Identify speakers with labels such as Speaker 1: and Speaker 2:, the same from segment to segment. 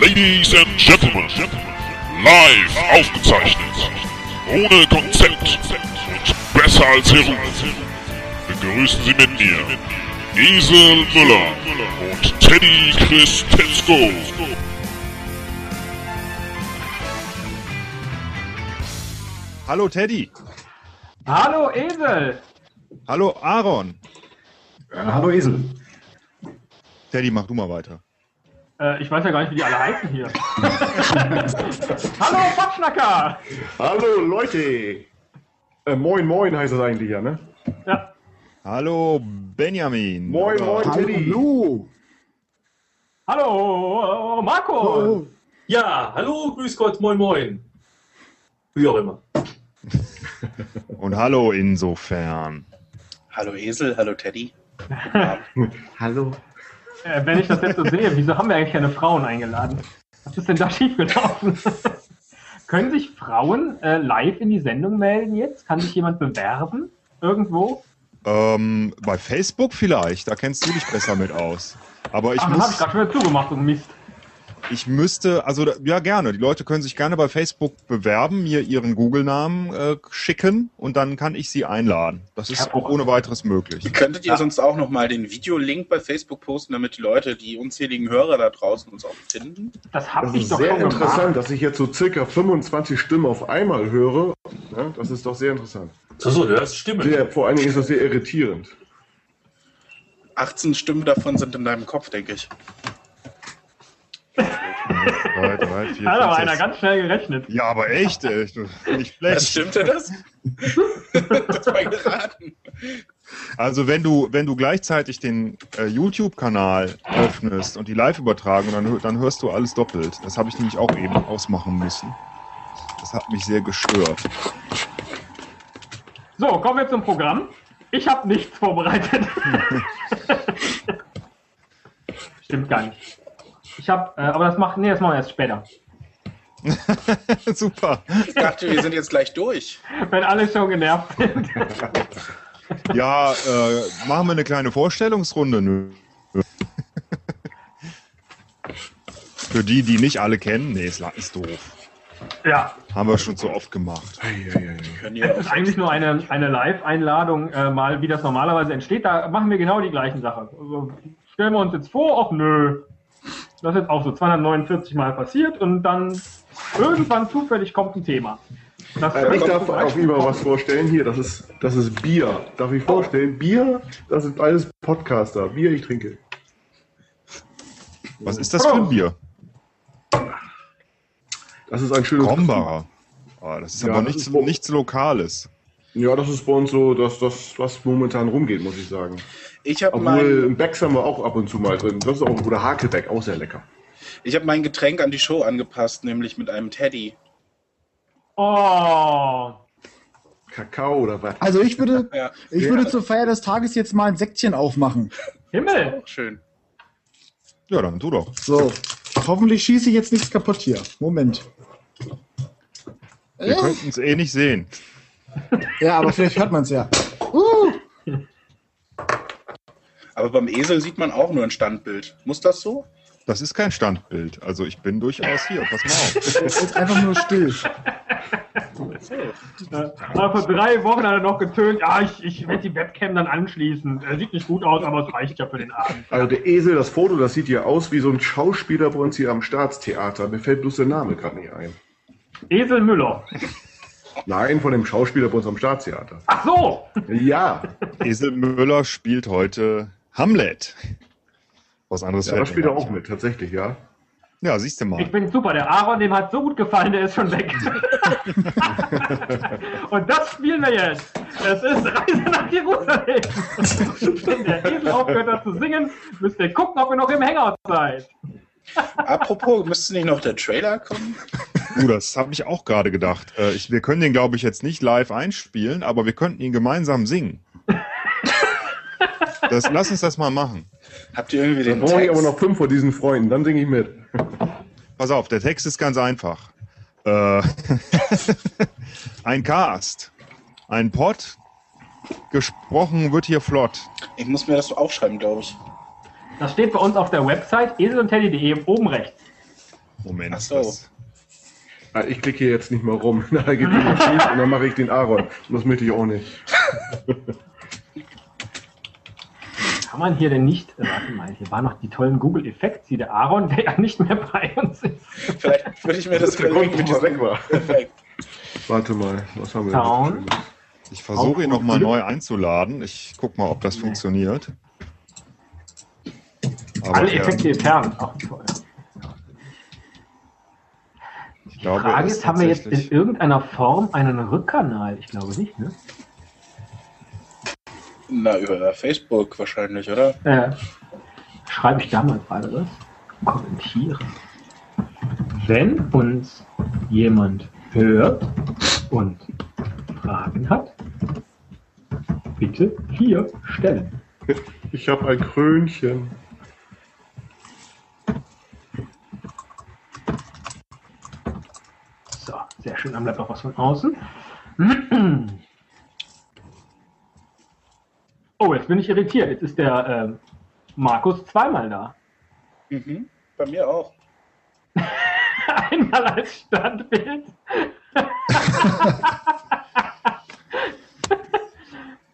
Speaker 1: Ladies and Gentlemen, live aufgezeichnet, ohne Konzept und besser als Heru, begrüßen Sie mit mir Esel Müller und Teddy Christensko.
Speaker 2: Hallo Teddy.
Speaker 3: Hallo Esel.
Speaker 2: Hallo Aaron.
Speaker 4: Ja, Äh, hallo Esel.
Speaker 2: Teddy, mach du mal weiter.
Speaker 3: Äh, ich weiß ja gar nicht, wie die alle heißen hier. Hallo Popschnacker.
Speaker 4: Hallo Leute. Äh, moin, moin heißt das eigentlich ja, ne?
Speaker 3: Ja.
Speaker 2: Hallo Benjamin.
Speaker 4: Moin, moin, Teddy.
Speaker 5: Hallo.
Speaker 3: Hallo Marco.
Speaker 6: Ja, hallo, grüß Gott, moin moin. Wie auch immer.
Speaker 2: Und hallo insofern.
Speaker 7: Hallo Esel, hallo Teddy.
Speaker 5: Hallo.
Speaker 3: Äh, wenn ich das jetzt so sehe, wieso haben wir eigentlich keine Frauen eingeladen? Was ist denn da schiefgelaufen? Können sich Frauen äh, live in die Sendung melden jetzt? Kann sich jemand bewerben? Irgendwo?
Speaker 2: Ähm, bei Facebook vielleicht, da kennst du dich besser mit aus. Aber ich,
Speaker 3: Ach, das habe ich
Speaker 2: muss,
Speaker 3: gerade schon wieder zugemacht und Mist.
Speaker 2: ich müsste, also da- ja gerne, die Leute können sich gerne bei Facebook bewerben, mir ihren Google-Namen äh, schicken und dann kann ich sie einladen. Das ist auch ohne weiteres möglich.
Speaker 7: Könntet ihr sonst auch nochmal den Videolink bei Facebook posten, damit die Leute, die unzähligen Hörer da draußen uns auch finden?
Speaker 3: Das habe
Speaker 4: Das
Speaker 3: ich
Speaker 4: ist
Speaker 3: doch
Speaker 4: sehr
Speaker 3: schon
Speaker 4: interessant,
Speaker 3: gemacht.
Speaker 4: dass ich jetzt so circa 25 Stimmen auf einmal höre. Ja, das ist doch sehr interessant.
Speaker 6: So, so, du hörst Stimmen.
Speaker 4: Sehr, vor allen Dingen ist das sehr irritierend.
Speaker 7: 18 Stimmen davon sind in deinem Kopf, denke ich.
Speaker 2: Drei, drei, vier,
Speaker 3: Hat aber
Speaker 2: fünf,
Speaker 3: einer
Speaker 2: sechs.
Speaker 3: ganz schnell gerechnet.
Speaker 2: ja, aber echt, äh, nicht
Speaker 7: Was
Speaker 2: schlecht.
Speaker 7: stimmte das? das war geraten.
Speaker 2: Also wenn du, wenn du gleichzeitig den äh, YouTube-Kanal öffnest und die Live-Übertragung, dann, hö- dann hörst du alles doppelt. Das habe ich nämlich auch eben ausmachen müssen. Das hat mich sehr gestört.
Speaker 3: So, kommen wir zum Programm. Ich habe nichts vorbereitet. Stimmt gar nicht. Ich habe, äh, aber das macht, nee, das machen wir erst später.
Speaker 2: Super.
Speaker 7: Ich dachte, wir sind jetzt gleich durch.
Speaker 3: Wenn alle schon genervt sind.
Speaker 2: Ja, äh, machen wir eine kleine Vorstellungsrunde. Nö. Für die, die nicht alle kennen, nee, ist, la- ist doof.
Speaker 3: Ja,
Speaker 2: Haben wir schon so oft gemacht.
Speaker 7: Können
Speaker 3: es
Speaker 7: ihr
Speaker 3: ist
Speaker 7: auch
Speaker 3: eigentlich nur eine, eine Live-Einladung, äh, mal wie das normalerweise entsteht. Da machen wir genau die gleichen Sachen. Also, stellen wir uns jetzt vor, ach nö. Das ist jetzt auch so 249 Mal passiert und dann irgendwann zufällig kommt ein Thema. Das
Speaker 4: Äh, ich darf
Speaker 3: Beispiel-
Speaker 4: auch immer was vorstellen hier. Das ist, das ist Bier. Darf ich vorstellen? Bier, das sind alles Podcaster. Bier, ich trinke.
Speaker 2: Was ist das für
Speaker 4: Oh.
Speaker 2: ein Bier?
Speaker 4: Das ist ein schönes.
Speaker 2: Krombacher. Ah, das ist
Speaker 4: Ja,
Speaker 2: aber
Speaker 4: das
Speaker 2: nichts,
Speaker 4: ist Rom-
Speaker 2: nichts Lokales.
Speaker 4: Ja, das ist bei uns so, dass das, was momentan rumgeht, muss ich sagen.
Speaker 7: Ich habe
Speaker 4: Obwohl,
Speaker 7: mein,
Speaker 4: im Becks haben wir auch ab und zu mal drin. Das ist auch, oder Hakebeck, auch sehr lecker.
Speaker 7: ich hab mein Getränk an die Show angepasst, nämlich mit einem Teddy.
Speaker 3: Oh,
Speaker 4: Kakao oder was?
Speaker 5: Also ich würde,
Speaker 7: Ja,
Speaker 5: ich würde zur Feier des Tages jetzt mal ein Säckchen aufmachen.
Speaker 3: Himmel!
Speaker 7: schön.
Speaker 2: Ja, dann tu doch.
Speaker 5: So. Hoffentlich schieße ich jetzt nichts kaputt hier. Moment.
Speaker 4: Äh?
Speaker 2: Wir könnten es eh nicht sehen.
Speaker 5: Ja, aber vielleicht hört man es ja.
Speaker 7: Aber beim Esel sieht man auch nur ein Standbild. Muss das so?
Speaker 2: Das ist kein Standbild. Also ich bin durchaus hier. Pass mal auf.
Speaker 5: Es ist einfach nur still.
Speaker 3: Äh, aber vor drei Wochen hat er noch getönt, ja, ich, ich werde die Webcam dann anschließen. Äh, sieht nicht gut aus, aber es reicht ja für den Abend.
Speaker 4: Also der Esel, das Foto, das sieht ja aus wie so ein Schauspieler bei uns hier am Staatstheater. Mir fällt bloß der Name gerade nicht ein.
Speaker 3: Esel Müller.
Speaker 4: Nein, von dem Schauspieler bei uns am Staatstheater.
Speaker 3: Ach so!
Speaker 4: Ja,
Speaker 2: Esel Müller spielt heute Hamlet. Was anderes
Speaker 4: ja
Speaker 2: fällt
Speaker 4: das
Speaker 2: mir
Speaker 4: spielt
Speaker 2: gar
Speaker 4: er
Speaker 2: nicht
Speaker 4: auch mit, tatsächlich, ja.
Speaker 2: ein. Ja, siehst du
Speaker 3: Ich
Speaker 2: mal.
Speaker 3: bin super, der Aaron, dem hat so gut gefallen, der ist schon weg. Und das spielen wir jetzt. Es ist Reise nach Jerusalem. Wenn der Esel aufgehört hat zu singen, müsst ihr gucken, ob ihr noch im Hangout seid.
Speaker 7: Apropos, müsste nicht noch der Trailer kommen?
Speaker 2: Du, das habe ich auch gerade gedacht. Äh, ich, wir können den, glaube ich, jetzt nicht live einspielen, aber wir könnten ihn gemeinsam singen. Das, lass uns das mal machen.
Speaker 7: Habt ihr irgendwie
Speaker 4: Dann
Speaker 7: den
Speaker 4: brauche ich aber
Speaker 7: Text?
Speaker 4: noch fünf von diesen Freunden, dann singe ich mit.
Speaker 2: Pass auf, der Text ist ganz einfach. Äh, ein Cast, ein Pott, gesprochen wird hier flott.
Speaker 7: Ich muss mir das so aufschreiben, glaube ich.
Speaker 3: Das steht bei uns auf der Website eselundteddy.de oben rechts.
Speaker 2: Moment.
Speaker 7: Ach so.
Speaker 2: das-
Speaker 8: Ah, Ich klicke hier jetzt nicht mehr rum. Nachher geht die Maschine und dann mache ich den Aaron. Und das möchte ich auch nicht.
Speaker 3: Kann man hier denn nicht, äh, warte mal, hier waren noch die tollen Google Effects, die der Aaron, der ja nicht mehr bei uns ist.
Speaker 7: Vielleicht würde ich mir
Speaker 8: Das
Speaker 7: das
Speaker 8: ist der Grund,
Speaker 7: überlegen
Speaker 8: warum
Speaker 7: mit
Speaker 8: er weg
Speaker 7: diesem
Speaker 8: war.
Speaker 7: Effekt.
Speaker 8: Warte mal, was haben wir
Speaker 3: Down.
Speaker 8: denn? Schönes?
Speaker 2: Ich versuche ihn nochmal neu einzuladen. Ich guck mal, ob das
Speaker 3: Nee.
Speaker 2: funktioniert. Aber
Speaker 3: Alle
Speaker 2: er-
Speaker 3: Effekte entfernt. Ach, toll.
Speaker 2: ich glaube, er
Speaker 3: Frage
Speaker 2: ist
Speaker 3: ist, haben wir jetzt in
Speaker 2: tatsächlich-
Speaker 3: irgendeiner Form einen Rückkanal? Ich glaube nicht, ne?
Speaker 7: Na, über Facebook wahrscheinlich, oder?
Speaker 3: Äh, schreibe ich da mal gerade was? Kommentieren. Wenn uns jemand hört und Fragen hat, bitte hier stellen.
Speaker 8: Ich habe ein Krönchen.
Speaker 3: So, sehr schön, dann bleibt noch was von außen. Oh, jetzt bin ich irritiert. Jetzt ist der ähm, Markus zweimal da.
Speaker 7: Mhm. Bei mir auch.
Speaker 3: Einmal als Standbild.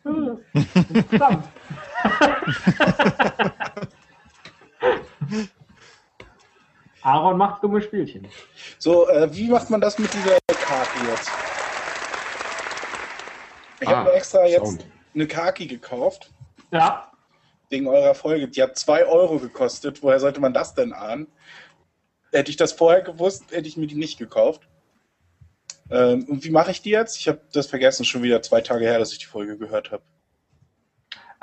Speaker 3: Hm, Verdammt. Aaron macht dumme Spielchen.
Speaker 7: So, äh, wie macht man das mit dieser Kaki jetzt? Ich
Speaker 8: Ah,
Speaker 7: habe mir extra jetzt
Speaker 8: Sound.
Speaker 7: eine Kaki gekauft,
Speaker 3: Ja,
Speaker 7: wegen eurer Folge. Die hat 2 Euro gekostet. Woher sollte man das denn ahnen? Hätte ich das vorher gewusst, hätte ich mir die nicht gekauft. Ähm, und wie mache ich die jetzt? Ich habe das vergessen, schon wieder zwei Tage her, dass ich die Folge gehört habe.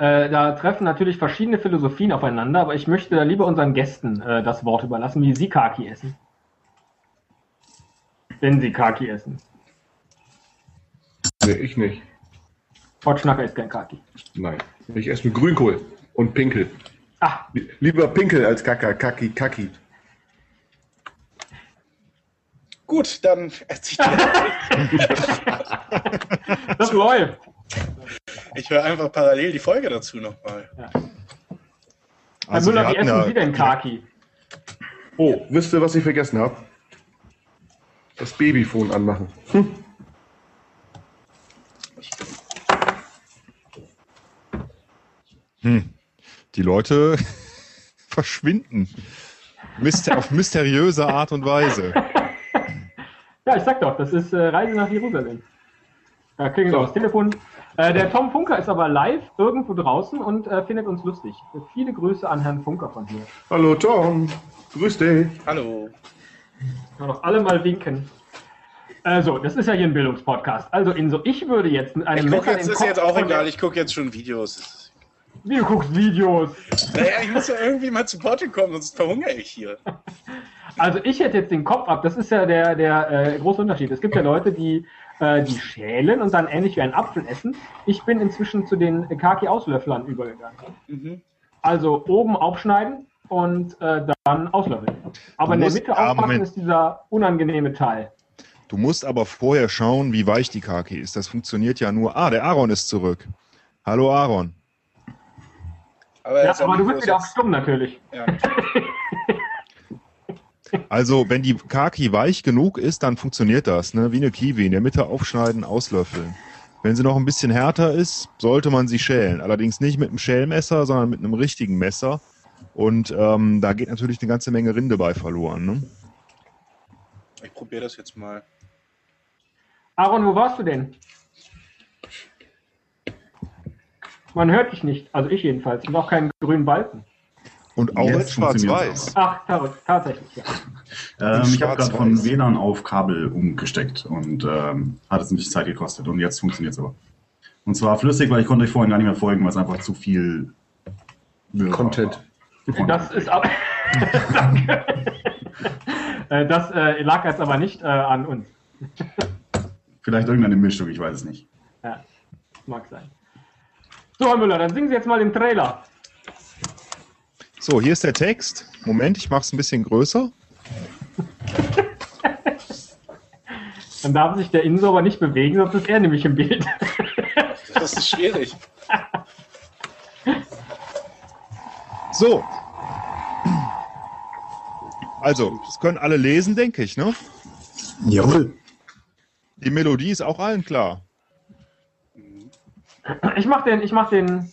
Speaker 3: äh, da treffen natürlich verschiedene Philosophien aufeinander, aber ich möchte da lieber unseren Gästen äh, das Wort überlassen, wie sie Kaki essen. Wenn sie Kaki essen.
Speaker 8: Nee, ich nicht.
Speaker 3: Potschnacker ist kein Kaki.
Speaker 8: Nein. Ich esse mit Grünkohl und Pinkel.
Speaker 3: Ah,
Speaker 8: Li- Lieber Pinkel als Kaka, Kaki, Kaki.
Speaker 7: Gut, dann erzähl ich dir.
Speaker 3: das
Speaker 2: Also,
Speaker 3: läuft.
Speaker 7: Ich höre einfach parallel die Folge dazu nochmal.
Speaker 3: Herr
Speaker 2: Also wir
Speaker 3: Müller, wie
Speaker 2: hatten
Speaker 3: essen
Speaker 2: ja-
Speaker 3: Sie denn Kaki?
Speaker 8: Oh, wisst ihr, was ich vergessen habe? Das Babyfon anmachen.
Speaker 2: Hm. Die Leute verschwinden. Myster auf mysteriöse Art und Weise.
Speaker 3: Ja, ich sag doch, das ist äh, Reise nach Jerusalem. Da klingelt auch das Telefon. Äh, der Tom Funker ist aber live irgendwo draußen und äh, findet uns lustig. Viele Grüße an Herrn Funker von hier.
Speaker 8: Hallo Tom, grüß dich.
Speaker 7: Hallo.
Speaker 3: Kann doch alle mal winken. Also, das ist ja hier ein Bildungspodcast. Also, Inso, ich würde jetzt mit einem
Speaker 7: Ich gucke
Speaker 3: Messer
Speaker 7: jetzt,
Speaker 3: den
Speaker 7: ist
Speaker 3: Kopf
Speaker 7: jetzt auch
Speaker 3: von der-
Speaker 7: egal, ich gucke jetzt schon Videos.
Speaker 3: Wie, du guckst Videos.
Speaker 7: Naja, ich muss ja irgendwie mal zu Potte kommen, sonst verhungere ich hier.
Speaker 3: Also ich hätte jetzt den Kopf ab. Das ist ja der, der äh, große Unterschied. Es gibt ja Leute, die, äh, die schälen und dann ähnlich wie einen Apfel essen. Ich bin inzwischen zu den Kaki-Auslöfflern übergegangen.
Speaker 7: Mhm.
Speaker 3: Also oben aufschneiden und äh, dann auslöffeln.
Speaker 2: Du
Speaker 3: Aber in der
Speaker 2: musst-
Speaker 3: Mitte
Speaker 2: ah,
Speaker 3: aufpassen
Speaker 2: Moment.
Speaker 3: ist dieser unangenehme Teil.
Speaker 2: Du musst aber vorher schauen, wie weich die Kaki ist. Das funktioniert ja nur. Ah, der Aaron ist zurück. Hallo Aaron.
Speaker 7: Aber,
Speaker 3: Ja,
Speaker 7: jetzt
Speaker 3: aber
Speaker 7: haben
Speaker 3: du
Speaker 7: die
Speaker 3: bist wieder auf
Speaker 7: Videos
Speaker 3: stumm natürlich.
Speaker 7: jetzt- ja.
Speaker 2: Also, wenn die Kaki weich genug ist, dann funktioniert das, ne? Wie eine Kiwi. In der Mitte aufschneiden, auslöffeln. Wenn sie noch ein bisschen härter ist, sollte man sie schälen. Allerdings nicht mit einem Schälmesser, sondern mit einem richtigen Messer. Und ähm, da geht natürlich eine ganze Menge Rinde bei verloren. Ne?
Speaker 7: Ich probiere das jetzt mal.
Speaker 3: Aaron, wo warst du denn? Man hört dich nicht. Also ich jedenfalls. Und auch keinen grünen Balken.
Speaker 2: Und auch
Speaker 9: Jetzt
Speaker 2: in schwarz-weiß.
Speaker 9: funktioniert's
Speaker 3: Ach, tar- tatsächlich. Ja.
Speaker 2: In
Speaker 9: Ähm, ich habe gerade
Speaker 2: schwarz-weiß.
Speaker 9: von WLAN auf Kabel umgesteckt und ähm, hat es ein bisschen Zeit gekostet. Und jetzt funktioniert es aber. Und zwar flüssig, weil ich konnte euch vorhin gar nicht mehr folgen, weil es einfach zu viel Wirrwarr
Speaker 8: Content.
Speaker 9: war.
Speaker 3: Das ist ab. Danke. Äh, das äh, lag jetzt aber nicht äh, an uns.
Speaker 9: Vielleicht irgendeine Mischung, ich weiß es nicht.
Speaker 3: Ja, mag sein. So, Herr Müller, dann singen Sie jetzt mal den Trailer.
Speaker 2: So, hier ist der Text. Moment, ich mache es ein bisschen größer.
Speaker 3: Dann darf sich der Inso aber nicht bewegen, sonst ist er nämlich im Bild.
Speaker 7: Das ist schwierig.
Speaker 2: So. Also, das können alle lesen, denke ich, ne?
Speaker 5: Jawohl.
Speaker 2: Die Melodie ist auch allen klar.
Speaker 3: Ich mach den, ich mach den.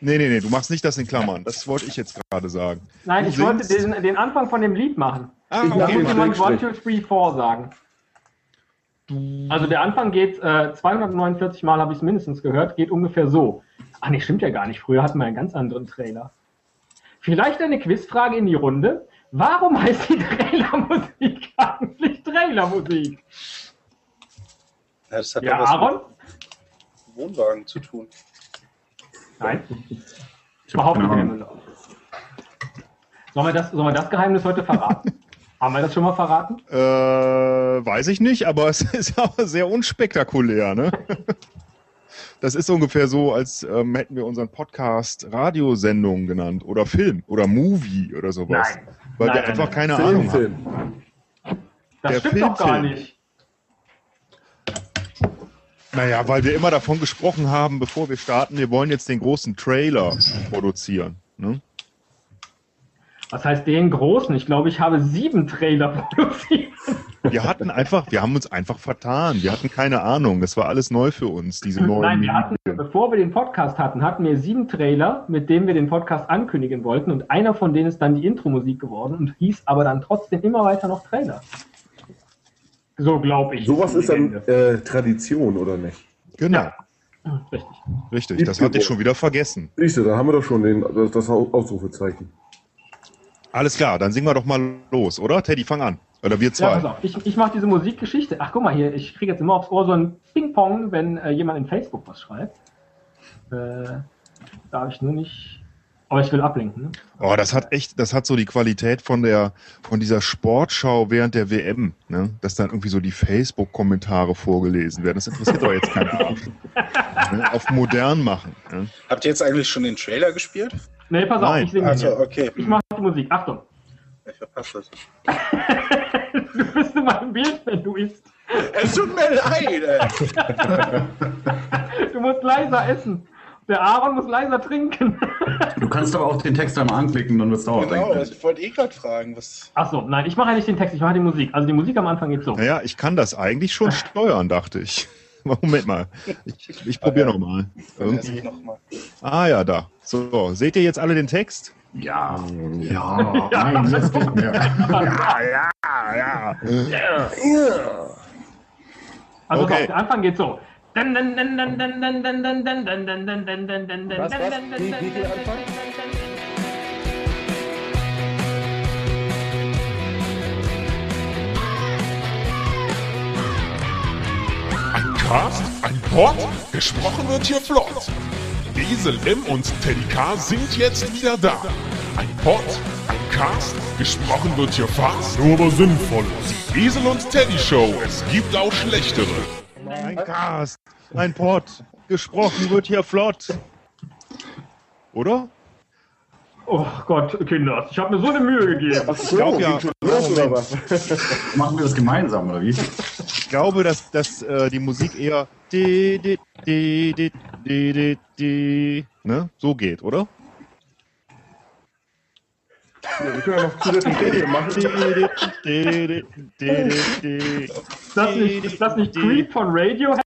Speaker 2: Nee, nee, nee, du machst nicht das in Klammern. Das wollte ich jetzt gerade sagen.
Speaker 3: Nein,
Speaker 2: Du
Speaker 3: ich wollte
Speaker 2: singst.
Speaker 3: den, den Anfang von dem Lied machen.
Speaker 2: Ah,
Speaker 3: Da
Speaker 8: Okay,
Speaker 3: muss jemand
Speaker 8: Schrägstrich.
Speaker 3: 1, 2, 3, 4 sagen. Also der Anfang geht, äh, 249 Mal habe ich es mindestens gehört, geht ungefähr so. Ach nee, stimmt ja gar nicht. Früher hatten wir einen ganz anderen Trailer. Vielleicht eine Quizfrage in die Runde. Warum heißt die Trailermusik eigentlich Trailermusik?
Speaker 7: Ja, das hat
Speaker 3: Ja,
Speaker 7: doch was
Speaker 3: Aaron?
Speaker 7: mit Wohnwagen zu tun.
Speaker 3: Nein.
Speaker 9: Ich hab
Speaker 3: Überhaupt
Speaker 9: keine
Speaker 3: nicht.
Speaker 9: Ahnung.
Speaker 3: Sollen wir, das, sollen wir das Geheimnis heute verraten? Haben wir das schon mal verraten?
Speaker 2: Äh, weiß ich nicht, aber es ist aber sehr unspektakulär, ne? Das ist ungefähr so, als ähm, hätten wir unseren Podcast Radiosendung genannt oder Film oder Movie oder sowas.
Speaker 3: Nein.
Speaker 2: weil
Speaker 3: Nein,
Speaker 2: wir
Speaker 3: nein,
Speaker 2: einfach
Speaker 3: nein.
Speaker 2: keine
Speaker 8: Film,
Speaker 2: Ahnung haben.
Speaker 8: Film.
Speaker 3: Das
Speaker 2: Der
Speaker 3: stimmt doch gar
Speaker 2: Filmfilm.
Speaker 3: nicht.
Speaker 2: Naja, weil wir immer davon gesprochen haben, bevor wir starten, wir wollen jetzt den großen Trailer produzieren. Ne?
Speaker 3: Was heißt den großen? Ich glaube, ich habe sieben Trailer produziert.
Speaker 2: Wir hatten einfach, wir haben uns einfach vertan. Wir hatten keine Ahnung. Das war alles neu für uns, diese neuen.
Speaker 3: Nein, wir
Speaker 2: Medien.
Speaker 3: hatten, bevor wir den Podcast hatten, hatten wir sieben Trailer, mit denen wir den Podcast ankündigen wollten. Und einer von denen ist dann die Intro-Musik geworden und hieß aber dann trotzdem immer weiter noch Trailer. So glaube ich.
Speaker 8: Sowas ist dann
Speaker 3: Legende.
Speaker 8: äh, Tradition, oder nicht?
Speaker 2: Genau,
Speaker 3: Richtig.
Speaker 2: richtig. Das hatte ich schon wieder vergessen.
Speaker 8: Siehst du, da haben wir doch schon den, das, das Ausrufezeichen.
Speaker 2: Alles klar, dann singen wir doch mal los, oder? Teddy, fang an. Oder wir
Speaker 3: Ja,
Speaker 2: zwei.
Speaker 3: pass auf. Ich, ich mache diese Musikgeschichte. Ach, guck mal hier, ich kriege jetzt immer aufs Ohr so ein Ping-Pong, wenn äh, jemand in Facebook was schreibt. Äh, darf ich nur nicht. Aber ich will ablenken. Ne?
Speaker 2: oh, das hat echt, das hat so die Qualität von der, von dieser Sportschau während der WM, ne? Dass dann irgendwie so die Facebook-Kommentare vorgelesen werden. Das interessiert doch jetzt keinen. ne? Auf modern machen. Ne?
Speaker 7: Habt ihr jetzt eigentlich schon den Trailer gespielt?
Speaker 3: Nee, pass
Speaker 2: Nein.
Speaker 3: auf, ich singe
Speaker 7: Also,
Speaker 3: hier.
Speaker 7: okay.
Speaker 3: Ich mache die Musik. Achtung.
Speaker 7: Ich verpasse das.
Speaker 3: Du bist in meinem Bild, wenn du isst.
Speaker 7: Es tut mir leid, ey.
Speaker 3: Du musst leiser essen. Der Aaron muss leiser trinken.
Speaker 9: Du kannst aber auch den Text einmal anklicken, dann wird es dauernd.
Speaker 7: Genau,
Speaker 9: Genau.
Speaker 7: ich wollte eh gerade fragen, was.
Speaker 3: Achso, nein, ich mache ja nicht den Text, ich mache die Musik. Also die Musik am Anfang geht so.
Speaker 2: Naja, ich kann das eigentlich schon steuern, dachte ich. Moment mal. Ich, ich probiere nochmal.
Speaker 7: Irgendwie. Noch mal.
Speaker 2: Ah ja, da. So, seht ihr jetzt alle den Text?
Speaker 9: Ja, ja, nein, das geht mehr.
Speaker 2: Ah ja.
Speaker 3: Also
Speaker 2: Okay.
Speaker 3: okay. der Anfang geht so. Was, was? Wie, wie viel Anfang?
Speaker 1: Ein Cast, ein Pod, gesprochen wird hier flott. Esel M und Teddy K sind jetzt wieder da. Ein Pod, ein Cast, gesprochen wird hier fast, nur aber sinnvoll. Die Esel und Teddy Show, es gibt auch schlechtere.
Speaker 2: Ein Cast, ein Pod. Gesprochen wird hier flott. Oder?
Speaker 3: Oh Gott, Kinder, ich habe mir so eine Mühe gegeben.
Speaker 2: Ich
Speaker 8: Oh.
Speaker 2: glaube ja,
Speaker 8: Los, oder was?
Speaker 9: Machen wir das gemeinsam, oder wie?
Speaker 2: ich glaube, dass, dass äh, die Musik eher di, di, di, di, di, di, di, ne? so geht, oder?
Speaker 8: Wir können ja noch zusätzlich Dinge
Speaker 2: Di,
Speaker 8: machen.
Speaker 2: di, di, di, di, di, di.
Speaker 3: Ist das nicht, ist das nicht Creep von Radiohead?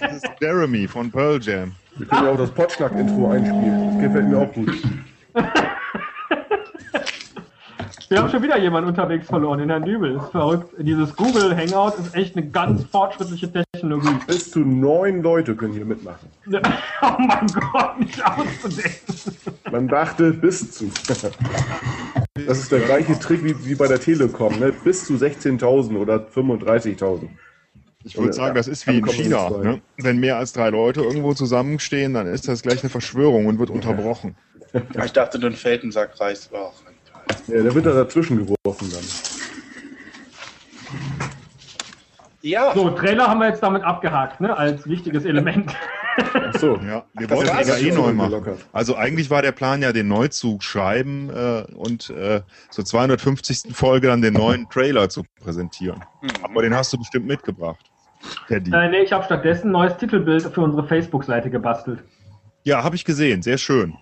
Speaker 2: Das ist Jeremy von Pearl Jam.
Speaker 8: Wir können ja auch das Potschnack-Intro einspielen. Das gefällt mir auch gut.
Speaker 3: Wir haben schon wieder jemanden unterwegs verloren in Herrn Dübel. Ist verrückt. Dieses Google Hangout ist echt eine
Speaker 2: Hm.
Speaker 3: ganz fortschrittliche Technologie.
Speaker 8: Bis zu neun Leute können hier mitmachen.
Speaker 3: Oh mein Gott, nicht auszudenken.
Speaker 8: Man dachte, bis zu. Das ist der gleiche Trick wie, wie bei der Telekom, ne? Bis zu 16.000 oder 35.000.
Speaker 2: Ich würde sagen, das ist wie in China. Ne? Wenn mehr als drei Leute irgendwo zusammenstehen, dann ist das gleich eine Verschwörung und wird unterbrochen.
Speaker 7: Ich dachte, du einen Feldensack reißt. Oh, mein Gott.
Speaker 8: Ja, der wird da dazwischen geworfen dann.
Speaker 7: Ja,
Speaker 3: So, Trailer haben wir jetzt damit abgehakt, ne? Als wichtiges Element.
Speaker 8: Ach so.
Speaker 2: Ja, wir
Speaker 8: Das
Speaker 2: wollten
Speaker 8: war's
Speaker 2: ihn
Speaker 8: schon
Speaker 2: ja eh neu machen.
Speaker 8: gelockert.
Speaker 2: Also eigentlich war der Plan ja, den Neuzug schreiben äh, und äh, zur 250. Folge dann den neuen Trailer zu präsentieren. Aber den hast du bestimmt mitgebracht, Teddy.
Speaker 3: Äh, nee, ich habe stattdessen ein neues Titelbild für unsere Facebook-Seite gebastelt.
Speaker 2: Ja, habe ich gesehen. Sehr schön.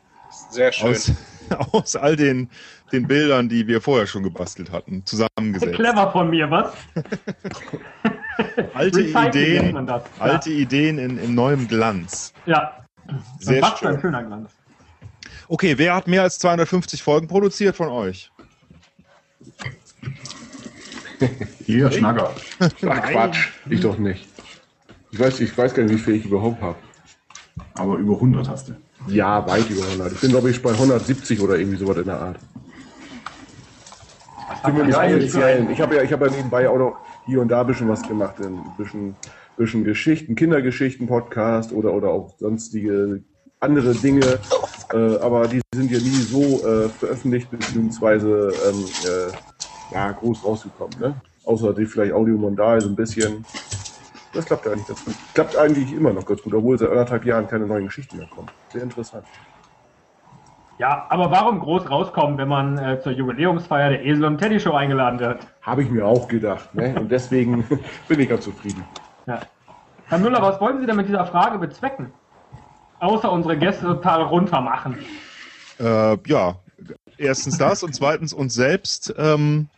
Speaker 7: Sehr schön.
Speaker 2: Aus, aus all den, den Bildern, die wir vorher schon gebastelt hatten, zusammengesetzt.
Speaker 3: Clever von mir, was?
Speaker 2: Alte
Speaker 3: Recycling nennt
Speaker 2: Ideen,
Speaker 3: man das.
Speaker 2: alte Ideen in, in neuem Glanz.
Speaker 3: Ja.
Speaker 2: Sehr
Speaker 3: was für
Speaker 2: schön.
Speaker 3: ein schöner Glanz.
Speaker 2: Okay, wer hat mehr als 250 Folgen produziert von euch?
Speaker 9: Hier, Schnacker.
Speaker 2: Nein.
Speaker 4: Ach Quatsch, ich doch nicht. Ich weiß, ich weiß gar nicht, wie viel ich überhaupt habe.
Speaker 9: Aber über 100 hast du.
Speaker 4: Ja, weit über 100. Ich bin, glaube ich, bei 170 oder irgendwie sowas in der Art. Ich bin mir nicht offiziell. Ich habe ja, ich habe ja nebenbei auch noch hier und da ein bisschen was gemacht. Ein bisschen, bisschen Geschichten, Kindergeschichten, Podcast oder, oder auch sonstige andere Dinge. Äh, aber die sind ja nie so äh, veröffentlicht, beziehungsweise ähm, äh, ja, groß rausgekommen. Ne? Außer die vielleicht Audiomondal so ein bisschen. Das klappt eigentlich ganz gut. Klappt eigentlich immer noch ganz gut, obwohl seit anderthalb Jahren keine neuen Geschichten mehr kommen. Sehr interessant.
Speaker 3: Ja, aber warum groß rauskommen, wenn man äh, zur Jubiläumsfeier der Esel und Teddy Show eingeladen wird?
Speaker 4: Habe ich mir auch gedacht. Ne? Und deswegen bin ich ganz zufrieden.
Speaker 3: Ja. Herr Müller, was wollen Sie denn mit dieser Frage bezwecken? Außer unsere Gäste total runter machen.
Speaker 2: Äh, ja, erstens das und zweitens uns selbst ähm,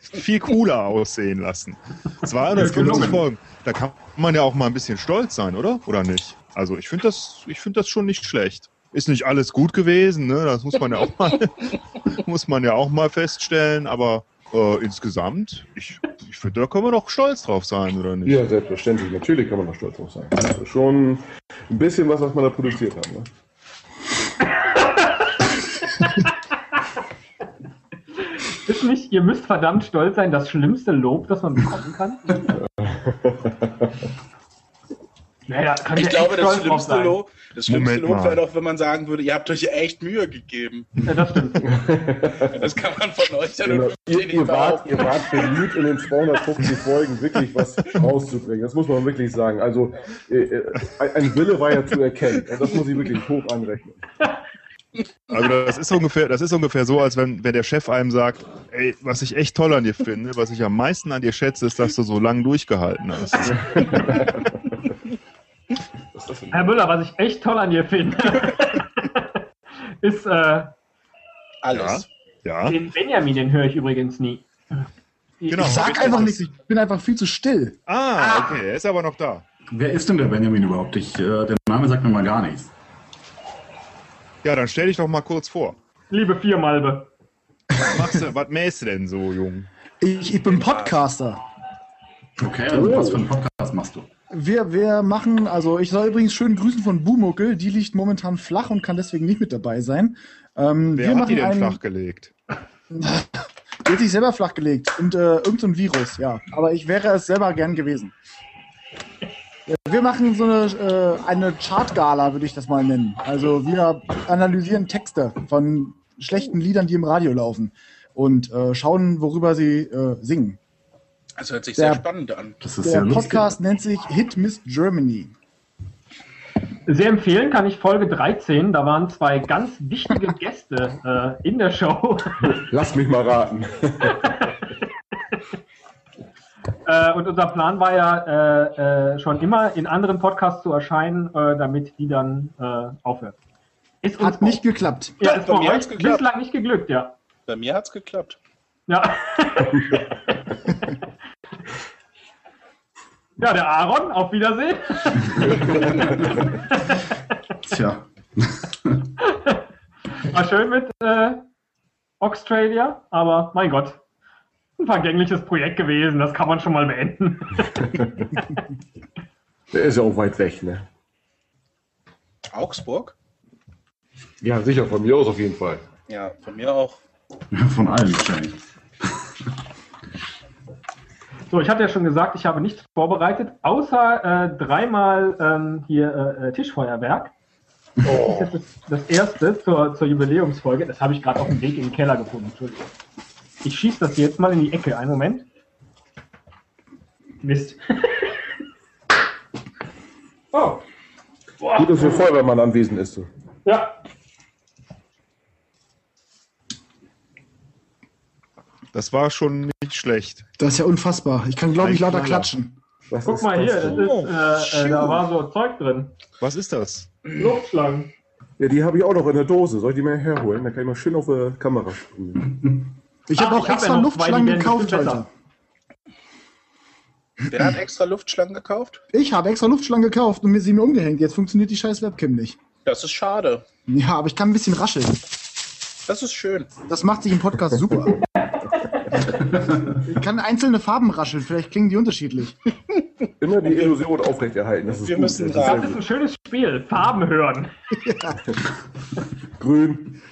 Speaker 2: viel cooler aussehen lassen. 250
Speaker 3: gelungen.
Speaker 2: Folgen. Da kann man ja auch mal ein bisschen stolz sein, oder? Oder nicht? Also ich finde das, ich finde das schon nicht schlecht. Ist nicht alles gut gewesen, ne? Das muss man ja auch mal, muss man ja auch mal feststellen. Aber äh, insgesamt, ich, ich finde, da können wir doch stolz drauf sein, oder nicht?
Speaker 4: Ja, selbstverständlich. Natürlich kann man da stolz drauf sein. Das ist Schon ein bisschen was, was man da produziert hat. Ne?
Speaker 3: Ist nicht, ihr müsst verdammt stolz sein, das schlimmste Lob, das man bekommen kann? naja, kann
Speaker 7: Ich
Speaker 3: ja
Speaker 7: glaube,
Speaker 3: echt stolz
Speaker 7: das
Speaker 3: drauf
Speaker 7: schlimmste
Speaker 3: sein.
Speaker 7: Lob, das schlimmste
Speaker 2: Moment
Speaker 7: Lob
Speaker 2: mal.
Speaker 7: wäre doch, wenn man sagen würde, ihr habt euch echt Mühe gegeben.
Speaker 3: Ja, das stimmt.
Speaker 7: Das kann man von euch ja
Speaker 4: Genau.
Speaker 7: nur
Speaker 4: Ihr, ihr, wart,
Speaker 7: behaupten.
Speaker 4: ihr wart bemüht, in den 250 Folgen wirklich was rauszubringen. Das muss man wirklich sagen. Also äh, äh, ein ein Wille war ja zu erkennen. Also Das muss ich wirklich hoch anrechnen.
Speaker 2: Also das ist ungefähr, das ist ungefähr so, als wenn, wenn der Chef einem sagt, ey, was ich echt toll an dir finde, was ich am meisten an dir schätze, ist, dass du so lange durchgehalten hast.
Speaker 3: Herr Müller, was ich echt toll an dir finde, ist äh,
Speaker 7: Alles. Also,
Speaker 2: Ja.
Speaker 3: den Benjamin, den höre ich übrigens nie.
Speaker 2: Genau.
Speaker 5: Ich sag einfach nichts, ich bin einfach viel zu still.
Speaker 2: Ah, okay, er ist aber noch da.
Speaker 9: Wer ist denn der Benjamin überhaupt? Ich, äh, der Name sagt mir mal gar nichts.
Speaker 2: Ja, dann stell dich doch mal kurz vor.
Speaker 3: Liebe Viermalbe.
Speaker 2: Was machst du, was mähst du denn so, Jung?
Speaker 5: Ich, ich bin Podcaster.
Speaker 9: Okay, also was für einen Podcast machst du?
Speaker 5: Wir, wir machen, also ich soll übrigens schön grüßen von Bumuckel, die liegt momentan flach und kann deswegen nicht mit dabei sein. Ähm,
Speaker 2: Wer
Speaker 5: wir
Speaker 2: hat die
Speaker 5: machen
Speaker 2: denn
Speaker 5: einen,
Speaker 2: flachgelegt?
Speaker 5: Die hat sich selber flachgelegt und äh, irgendein so ein Virus, ja. Aber ich wäre es selber gern gewesen. Ja, Wir machen so eine, äh, eine Chartgala, würde ich das mal nennen. Also wir analysieren Texte von schlechten Liedern, die im Radio laufen und äh, schauen, worüber sie äh, singen.
Speaker 7: Das hört sich sehr
Speaker 5: Der-
Speaker 7: spannend an.
Speaker 9: Das ist
Speaker 5: Der
Speaker 9: sehr lustig.
Speaker 5: Podcast nennt sich Hit Miss Germany.
Speaker 3: Sehr empfehlen kann ich Folge 13. Da waren zwei ganz wichtige Gäste äh, in der Show.
Speaker 4: Lass mich mal raten.
Speaker 3: Äh, und unser Plan war ja äh, äh, schon immer, in anderen Podcasts zu erscheinen, äh, damit die dann äh, aufhört. Ist
Speaker 5: Hat
Speaker 3: bei-
Speaker 5: nicht geklappt.
Speaker 3: ja, ist
Speaker 7: Bei
Speaker 3: bei
Speaker 7: mir
Speaker 3: euch
Speaker 7: hat's geklappt.
Speaker 3: bislang nicht geglückt, ja.
Speaker 7: Bei mir hat's geklappt.
Speaker 3: Ja. ja, der Aaron, auf Wiedersehen.
Speaker 9: Tja,
Speaker 3: War schön mit äh, Australia, aber mein Gott, ein vergängliches Projekt gewesen, das kann man schon mal beenden.
Speaker 4: Der ist ja auch weit weg. Ne?
Speaker 7: Augsburg?
Speaker 4: Ja, sicher, von mir aus auf jeden Fall.
Speaker 7: Ja, von mir auch.
Speaker 9: von allen wahrscheinlich.
Speaker 3: So, ich hatte ja schon gesagt, ich habe nichts vorbereitet, außer äh, dreimal ähm, hier äh, äh, Tischfeuerwerk.
Speaker 4: Oh.
Speaker 3: Das ist jetzt das erste zur, zur Jubiläumsfolge. Das habe ich gerade auf dem Weg in den Keller gefunden. Entschuldigung. Ich schieße das jetzt mal in die Ecke. Einen Moment. Mist. oh,
Speaker 4: Gut, dass der Feuerwehrmann anwesend ist. so.
Speaker 3: ja.
Speaker 2: Das war schon nicht schlecht.
Speaker 5: Das ist ja unfassbar. Ich kann, glaube ich,
Speaker 2: Ein
Speaker 5: lauter
Speaker 2: Knaller.
Speaker 5: klatschen.
Speaker 4: Was
Speaker 3: Guck
Speaker 4: ist
Speaker 3: mal
Speaker 4: das
Speaker 3: hier,
Speaker 4: denn?
Speaker 3: das ist, äh, äh, da war so Zeug drin.
Speaker 2: Was ist das?
Speaker 3: Luftschlangen.
Speaker 4: Ja, die habe ich auch noch in der Dose. Soll ich die mal herholen? Dann kann ich mal schön auf die Kamera springen.
Speaker 5: Ich habe
Speaker 3: Ach,
Speaker 5: auch
Speaker 3: ich hab
Speaker 5: extra
Speaker 3: ja noch zwei, die
Speaker 5: Luftschlangen
Speaker 3: werden
Speaker 5: gekauft
Speaker 3: bestimmt
Speaker 5: heute.
Speaker 7: Wer hat extra Luftschlangen gekauft?
Speaker 5: Ich habe extra Luftschlangen gekauft und mir sie mir umgehängt. Jetzt funktioniert die scheiß Webcam nicht.
Speaker 7: Das ist schade.
Speaker 5: Ja, aber ich kann ein bisschen rascheln.
Speaker 7: Das ist schön.
Speaker 5: Das macht sich im Podcast super. ich kann einzelne Farben rascheln, vielleicht klingen die unterschiedlich.
Speaker 4: Immer die Illusion aufrechterhalten. Das ist
Speaker 7: Wir
Speaker 4: gut.
Speaker 7: müssen
Speaker 4: das ist sehr
Speaker 7: raten.
Speaker 3: Das ist
Speaker 4: gut.
Speaker 3: ein schönes Spiel. Farben hören.
Speaker 4: Grün.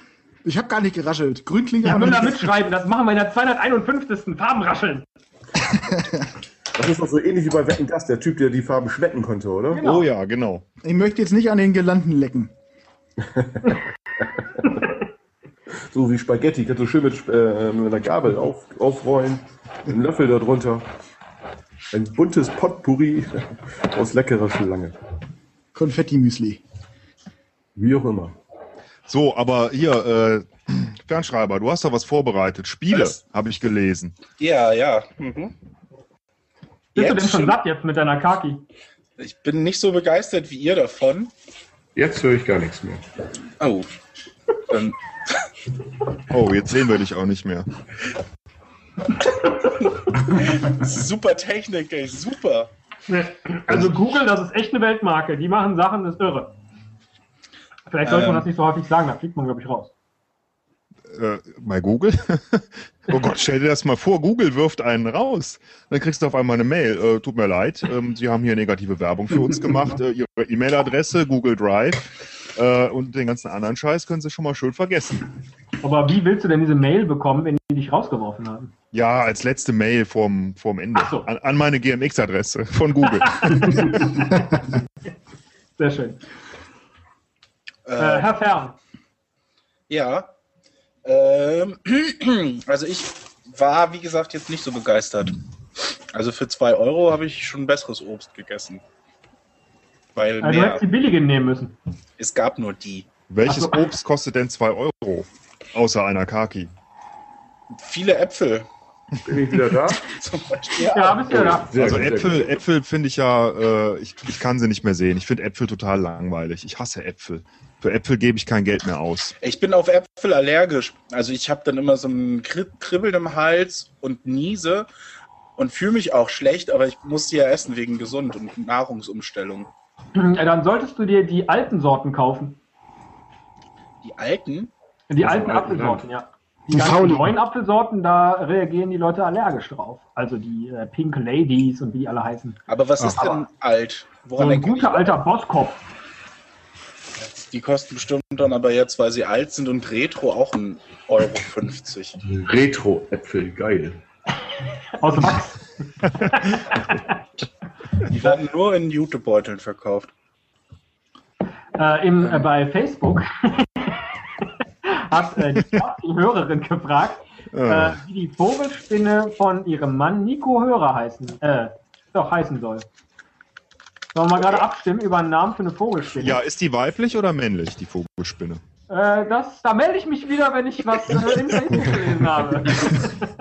Speaker 5: Ich habe gar nicht geraschelt. Grün klingt
Speaker 3: Ja,
Speaker 5: aber
Speaker 3: Müller
Speaker 5: nicht.
Speaker 3: mitschreiben. Das machen wir in der 251. Farbenrascheln.
Speaker 4: Das ist doch so ähnlich wie bei Wetten das, der Typ, der die Farben schmecken konnte, oder?
Speaker 3: Genau.
Speaker 2: Oh ja, genau.
Speaker 5: Ich möchte jetzt nicht an den Gelanden lecken.
Speaker 4: So wie Spaghetti. Kannst du schön mit, äh, mit einer Gabel auf, aufrollen, einen Löffel darunter. Ein buntes Potpourri aus leckerer Schlange.
Speaker 5: Konfetti-Müsli.
Speaker 4: Wie auch immer.
Speaker 2: So, aber hier, äh, Fernschreiber, du hast da was vorbereitet. Spiele,
Speaker 7: Was?
Speaker 2: habe ich gelesen.
Speaker 7: Ja, ja. Mhm.
Speaker 3: Bist du
Speaker 7: Jetzt
Speaker 3: denn schon
Speaker 7: schon?
Speaker 3: satt jetzt mit deiner Kaki?
Speaker 7: Ich bin nicht so begeistert wie ihr davon.
Speaker 8: Jetzt höre ich gar nichts mehr.
Speaker 7: Oh. Dann,
Speaker 2: Oh, jetzt sehen wir dich auch nicht mehr.
Speaker 7: super Technik, ey, super.
Speaker 3: Also Google, das ist echt eine Weltmarke. Die machen Sachen, das ist irre. Vielleicht sollte man
Speaker 7: Ähm.
Speaker 3: das nicht so häufig sagen, da fliegt man, glaube ich, raus.
Speaker 2: Äh, bei Google? oh Gott, stell dir das mal vor, Google wirft einen raus. Dann kriegst du auf einmal eine Mail. Äh, tut mir leid, ähm, Sie haben hier negative Werbung für uns gemacht. Äh, ihre E-Mail-Adresse, Google Drive äh, und den ganzen anderen Scheiß können Sie schon mal schön vergessen.
Speaker 3: Aber wie willst du denn diese Mail bekommen, wenn die dich rausgeworfen haben?
Speaker 2: Ja, als letzte Mail vorm, vorm Ende.
Speaker 3: Ach so.
Speaker 2: An, an meine GMX-Adresse von Google.
Speaker 3: Sehr schön. Äh,
Speaker 7: Äh,
Speaker 3: Herr Fern,
Speaker 7: ja. Ähm, also ich war, wie gesagt, jetzt nicht so begeistert. Also für 2 Euro habe ich schon besseres Obst gegessen. Weil
Speaker 3: äh, du
Speaker 7: mehr,
Speaker 3: hättest die billigen nehmen müssen.
Speaker 7: es gab nur die.
Speaker 2: Welches
Speaker 3: Ach so.
Speaker 2: Obst kostet denn 2 Euro? Außer einer Kaki.
Speaker 7: Viele Äpfel
Speaker 8: Bin ich wieder da?
Speaker 7: zum Beispiel. Ja.
Speaker 3: Ja, bist du ja da.
Speaker 8: Sehr
Speaker 2: also
Speaker 8: gut, sehr
Speaker 2: Äpfel, Äpfel finde ich ja, äh, ich, ich kann sie nicht mehr sehen. Ich finde Äpfel total langweilig. Ich hasse Äpfel. Für Äpfel gebe ich kein Geld mehr aus.
Speaker 7: Ich bin auf Äpfel allergisch. Also ich habe dann immer so ein Kri- Kribbeln im Hals und niese und fühle mich auch schlecht, aber ich muss die ja essen wegen gesund und Nahrungsumstellung.
Speaker 3: Äh, Dann solltest du dir die alten Sorten kaufen.
Speaker 7: Die alten?
Speaker 3: Die
Speaker 8: Aus dem alten
Speaker 3: alten Apfelsorten, ja. Die
Speaker 5: Die
Speaker 3: ganzen
Speaker 5: faulen.
Speaker 3: neuen Apfelsorten, da reagieren die Leute allergisch drauf. Also die äh, Pink Ladies und wie die alle heißen.
Speaker 7: Aber was ist denn alt?
Speaker 3: So
Speaker 7: Woran
Speaker 3: ein
Speaker 7: denke ich?
Speaker 3: guter alter Bosskopf.
Speaker 7: Die kosten bestimmt dann aber jetzt, weil sie alt sind und Retro auch ein Euro 50.
Speaker 8: Retro-Äpfel, geil.
Speaker 3: Aus Wachs.
Speaker 7: Die werden nur in Jutebeuteln verkauft.
Speaker 3: äh, im, äh, bei Facebook hat äh, die Kerstin Hörerin gefragt, äh,
Speaker 2: Ah.
Speaker 3: wie die Vogelspinne von ihrem Mann Nico Hörer heißen, äh, doch heißen soll. Sollen wir mal gerade abstimmen über einen Namen für eine Vogelspinne?
Speaker 2: Ja, ist die weiblich oder männlich, die Vogelspinne?
Speaker 3: Äh, das, da melde ich mich wieder, wenn ich was äh, im Facebook gelesen habe.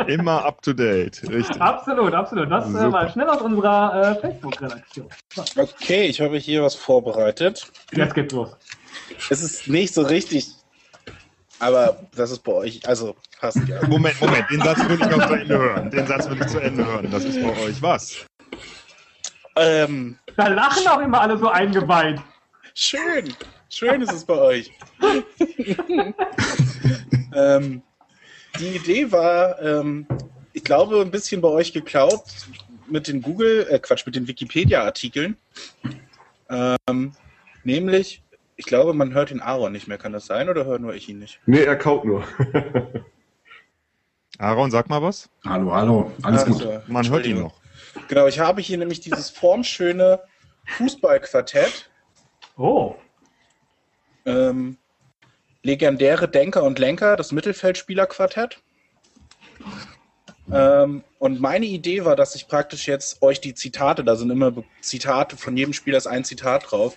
Speaker 2: Immer up to date, richtig.
Speaker 3: absolut, absolut. Das äh, war schnell aus unserer äh, Facebook-Redaktion.
Speaker 7: Okay, ich habe hier was vorbereitet.
Speaker 3: Jetzt geht's los.
Speaker 7: Es ist nicht so richtig, aber das ist bei euch, also passt ja.
Speaker 2: Moment, Moment, den Satz will ich noch zu Ende hören. Den Satz will ich zu Ende hören. Das ist bei euch was?
Speaker 7: Ähm,
Speaker 3: Da lachen auch immer alle so eingeweint.
Speaker 7: Schön. Schön ist es bei euch. ähm, die Idee war, ähm, ich glaube, ein bisschen bei euch geklaut mit den Google, äh, Quatsch, mit den Wikipedia-Artikeln. Ähm, nämlich, ich glaube, man hört den Aaron nicht mehr. Kann das sein oder höre nur ich ihn nicht?
Speaker 4: Nee, er kaut nur.
Speaker 2: Aaron, sag mal was.
Speaker 9: Hallo, hallo, alles gut.
Speaker 7: Also,
Speaker 2: Man hört ihn noch.
Speaker 7: Genau, ich habe hier nämlich dieses formschöne Fußballquartett.
Speaker 3: Oh,
Speaker 7: Ähm, legendäre Denker und Lenker, das Mittelfeldspielerquartett. Ähm, und meine Idee war, dass ich praktisch jetzt euch die Zitate, da sind immer Be- Zitate von jedem Spieler ist ein Zitat drauf,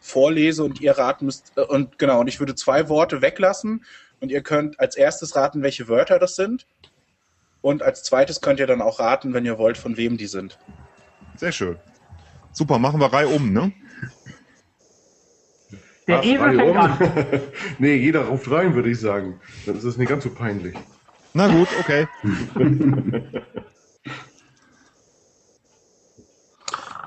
Speaker 7: vorlese und ihr raten müsst, äh, und genau, und ich würde zwei Worte weglassen und ihr könnt als erstes raten, welche Wörter das sind. Und als zweites könnt ihr dann auch raten, wenn ihr wollt, von wem die sind.
Speaker 2: Sehr schön. Super, machen wir Reihe um, ne?
Speaker 3: Der
Speaker 4: Ach,
Speaker 3: Esel
Speaker 4: drei
Speaker 3: fängt
Speaker 4: Uhr?
Speaker 3: an.
Speaker 4: nee, jeder ruft rein, würde ich sagen. Dann ist es nicht ganz so peinlich.
Speaker 2: Na gut, okay.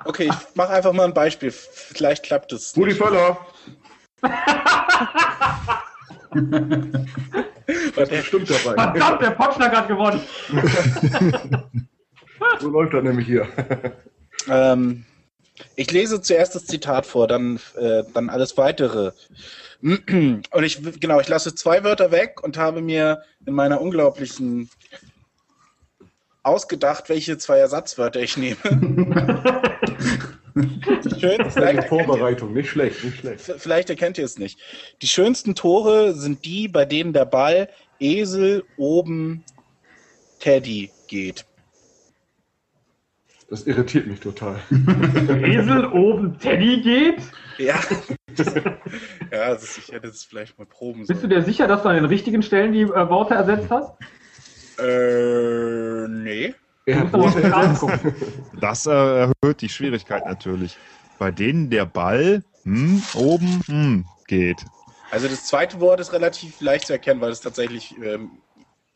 Speaker 7: Okay, ich mache einfach mal ein Beispiel. Vielleicht klappt es.
Speaker 4: Rudi Völler! das ist bestimmt dabei.
Speaker 3: Verdammt, der Potschnack hat gewonnen.
Speaker 4: So läuft das nämlich hier.
Speaker 7: Ähm, ich lese zuerst das Zitat vor, dann, äh, dann alles weitere. Und ich, genau, ich lasse zwei Wörter weg und habe mir in meiner unglaublichen ausgedacht, welche zwei Ersatzwörter ich nehme. Schön, das
Speaker 4: Eine Vorbereitung, nicht schlecht, nicht schlecht.
Speaker 7: V- Vielleicht erkennt ihr es nicht. Die schönsten Tore sind die, bei denen der Ball Esel oben Teddy geht.
Speaker 4: Das irritiert mich total.
Speaker 3: Esel oben Teddy geht.
Speaker 7: Ja. ja, das ist, ich hätte es vielleicht mal proben
Speaker 3: Bist du
Speaker 7: sollen.
Speaker 3: dir sicher, dass du an den richtigen Stellen die äh, Worte ersetzt hast?
Speaker 7: Äh, nee.
Speaker 3: Du musst aber gut angucken.
Speaker 2: Das äh, erhöht die Schwierigkeit natürlich. Bei denen der Ball hm, oben hm, geht.
Speaker 7: Also das zweite Wort ist relativ leicht zu erkennen, weil es tatsächlich, ähm,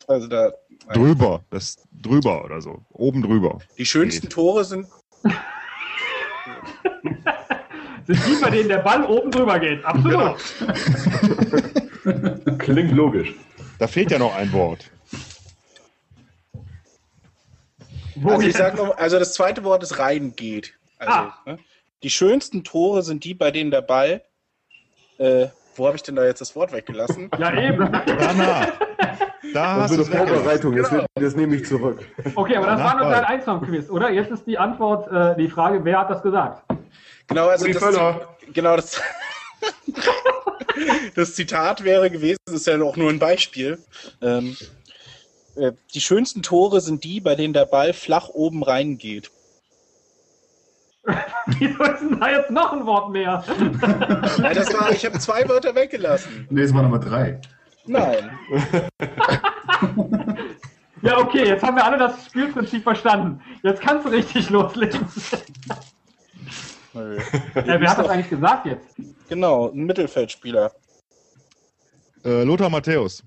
Speaker 7: also da,
Speaker 2: Drüber, das drüber oder so. Oben drüber.
Speaker 7: die schönsten
Speaker 2: Geht.
Speaker 7: Tore sind,
Speaker 3: Sind die, bei denen der Ball oben drüber geht. Absolut.
Speaker 4: Klingt logisch.
Speaker 2: Da fehlt ja noch ein Wort.
Speaker 3: Wo
Speaker 7: also ich
Speaker 3: jetzt?
Speaker 7: sag noch, also das zweite Wort ist rein geht. Also,
Speaker 3: Ah.
Speaker 7: ne? Die schönsten Tore sind die, bei denen der Ball, äh, wo habe ich denn da jetzt das Wort weggelassen?
Speaker 3: ja, eben.
Speaker 2: Danach. Da
Speaker 4: Das
Speaker 2: hast du es
Speaker 4: wird eine
Speaker 2: weggelassen.
Speaker 4: Vorbereitung, jetzt ne- das nehme ich zurück.
Speaker 3: Okay, aber das
Speaker 2: Danach
Speaker 3: war nur dein
Speaker 2: Ball.
Speaker 3: Einsam-Quiz, oder? Jetzt ist die Antwort, äh, die Frage, wer hat das gesagt?
Speaker 7: Genau, also
Speaker 4: Rudi
Speaker 7: das,
Speaker 4: Völler.
Speaker 7: genau das, das Zitat wäre gewesen, das ist ja auch nur ein Beispiel. Ähm, äh, die schönsten Tore sind die, bei denen der Ball flach oben reingeht.
Speaker 3: Wieso ist denn da jetzt noch ein Wort mehr?
Speaker 7: Ja, das war, ich habe zwei Wörter weggelassen.
Speaker 9: Nee, es waren aber drei.
Speaker 7: Nein.
Speaker 3: Ja, okay, jetzt haben wir alle das Spielprinzip verstanden. Jetzt kannst du richtig loslegen. Ja, wer hat das eigentlich gesagt jetzt?
Speaker 7: Genau, ein Mittelfeldspieler.
Speaker 2: Äh, Lothar Matthäus.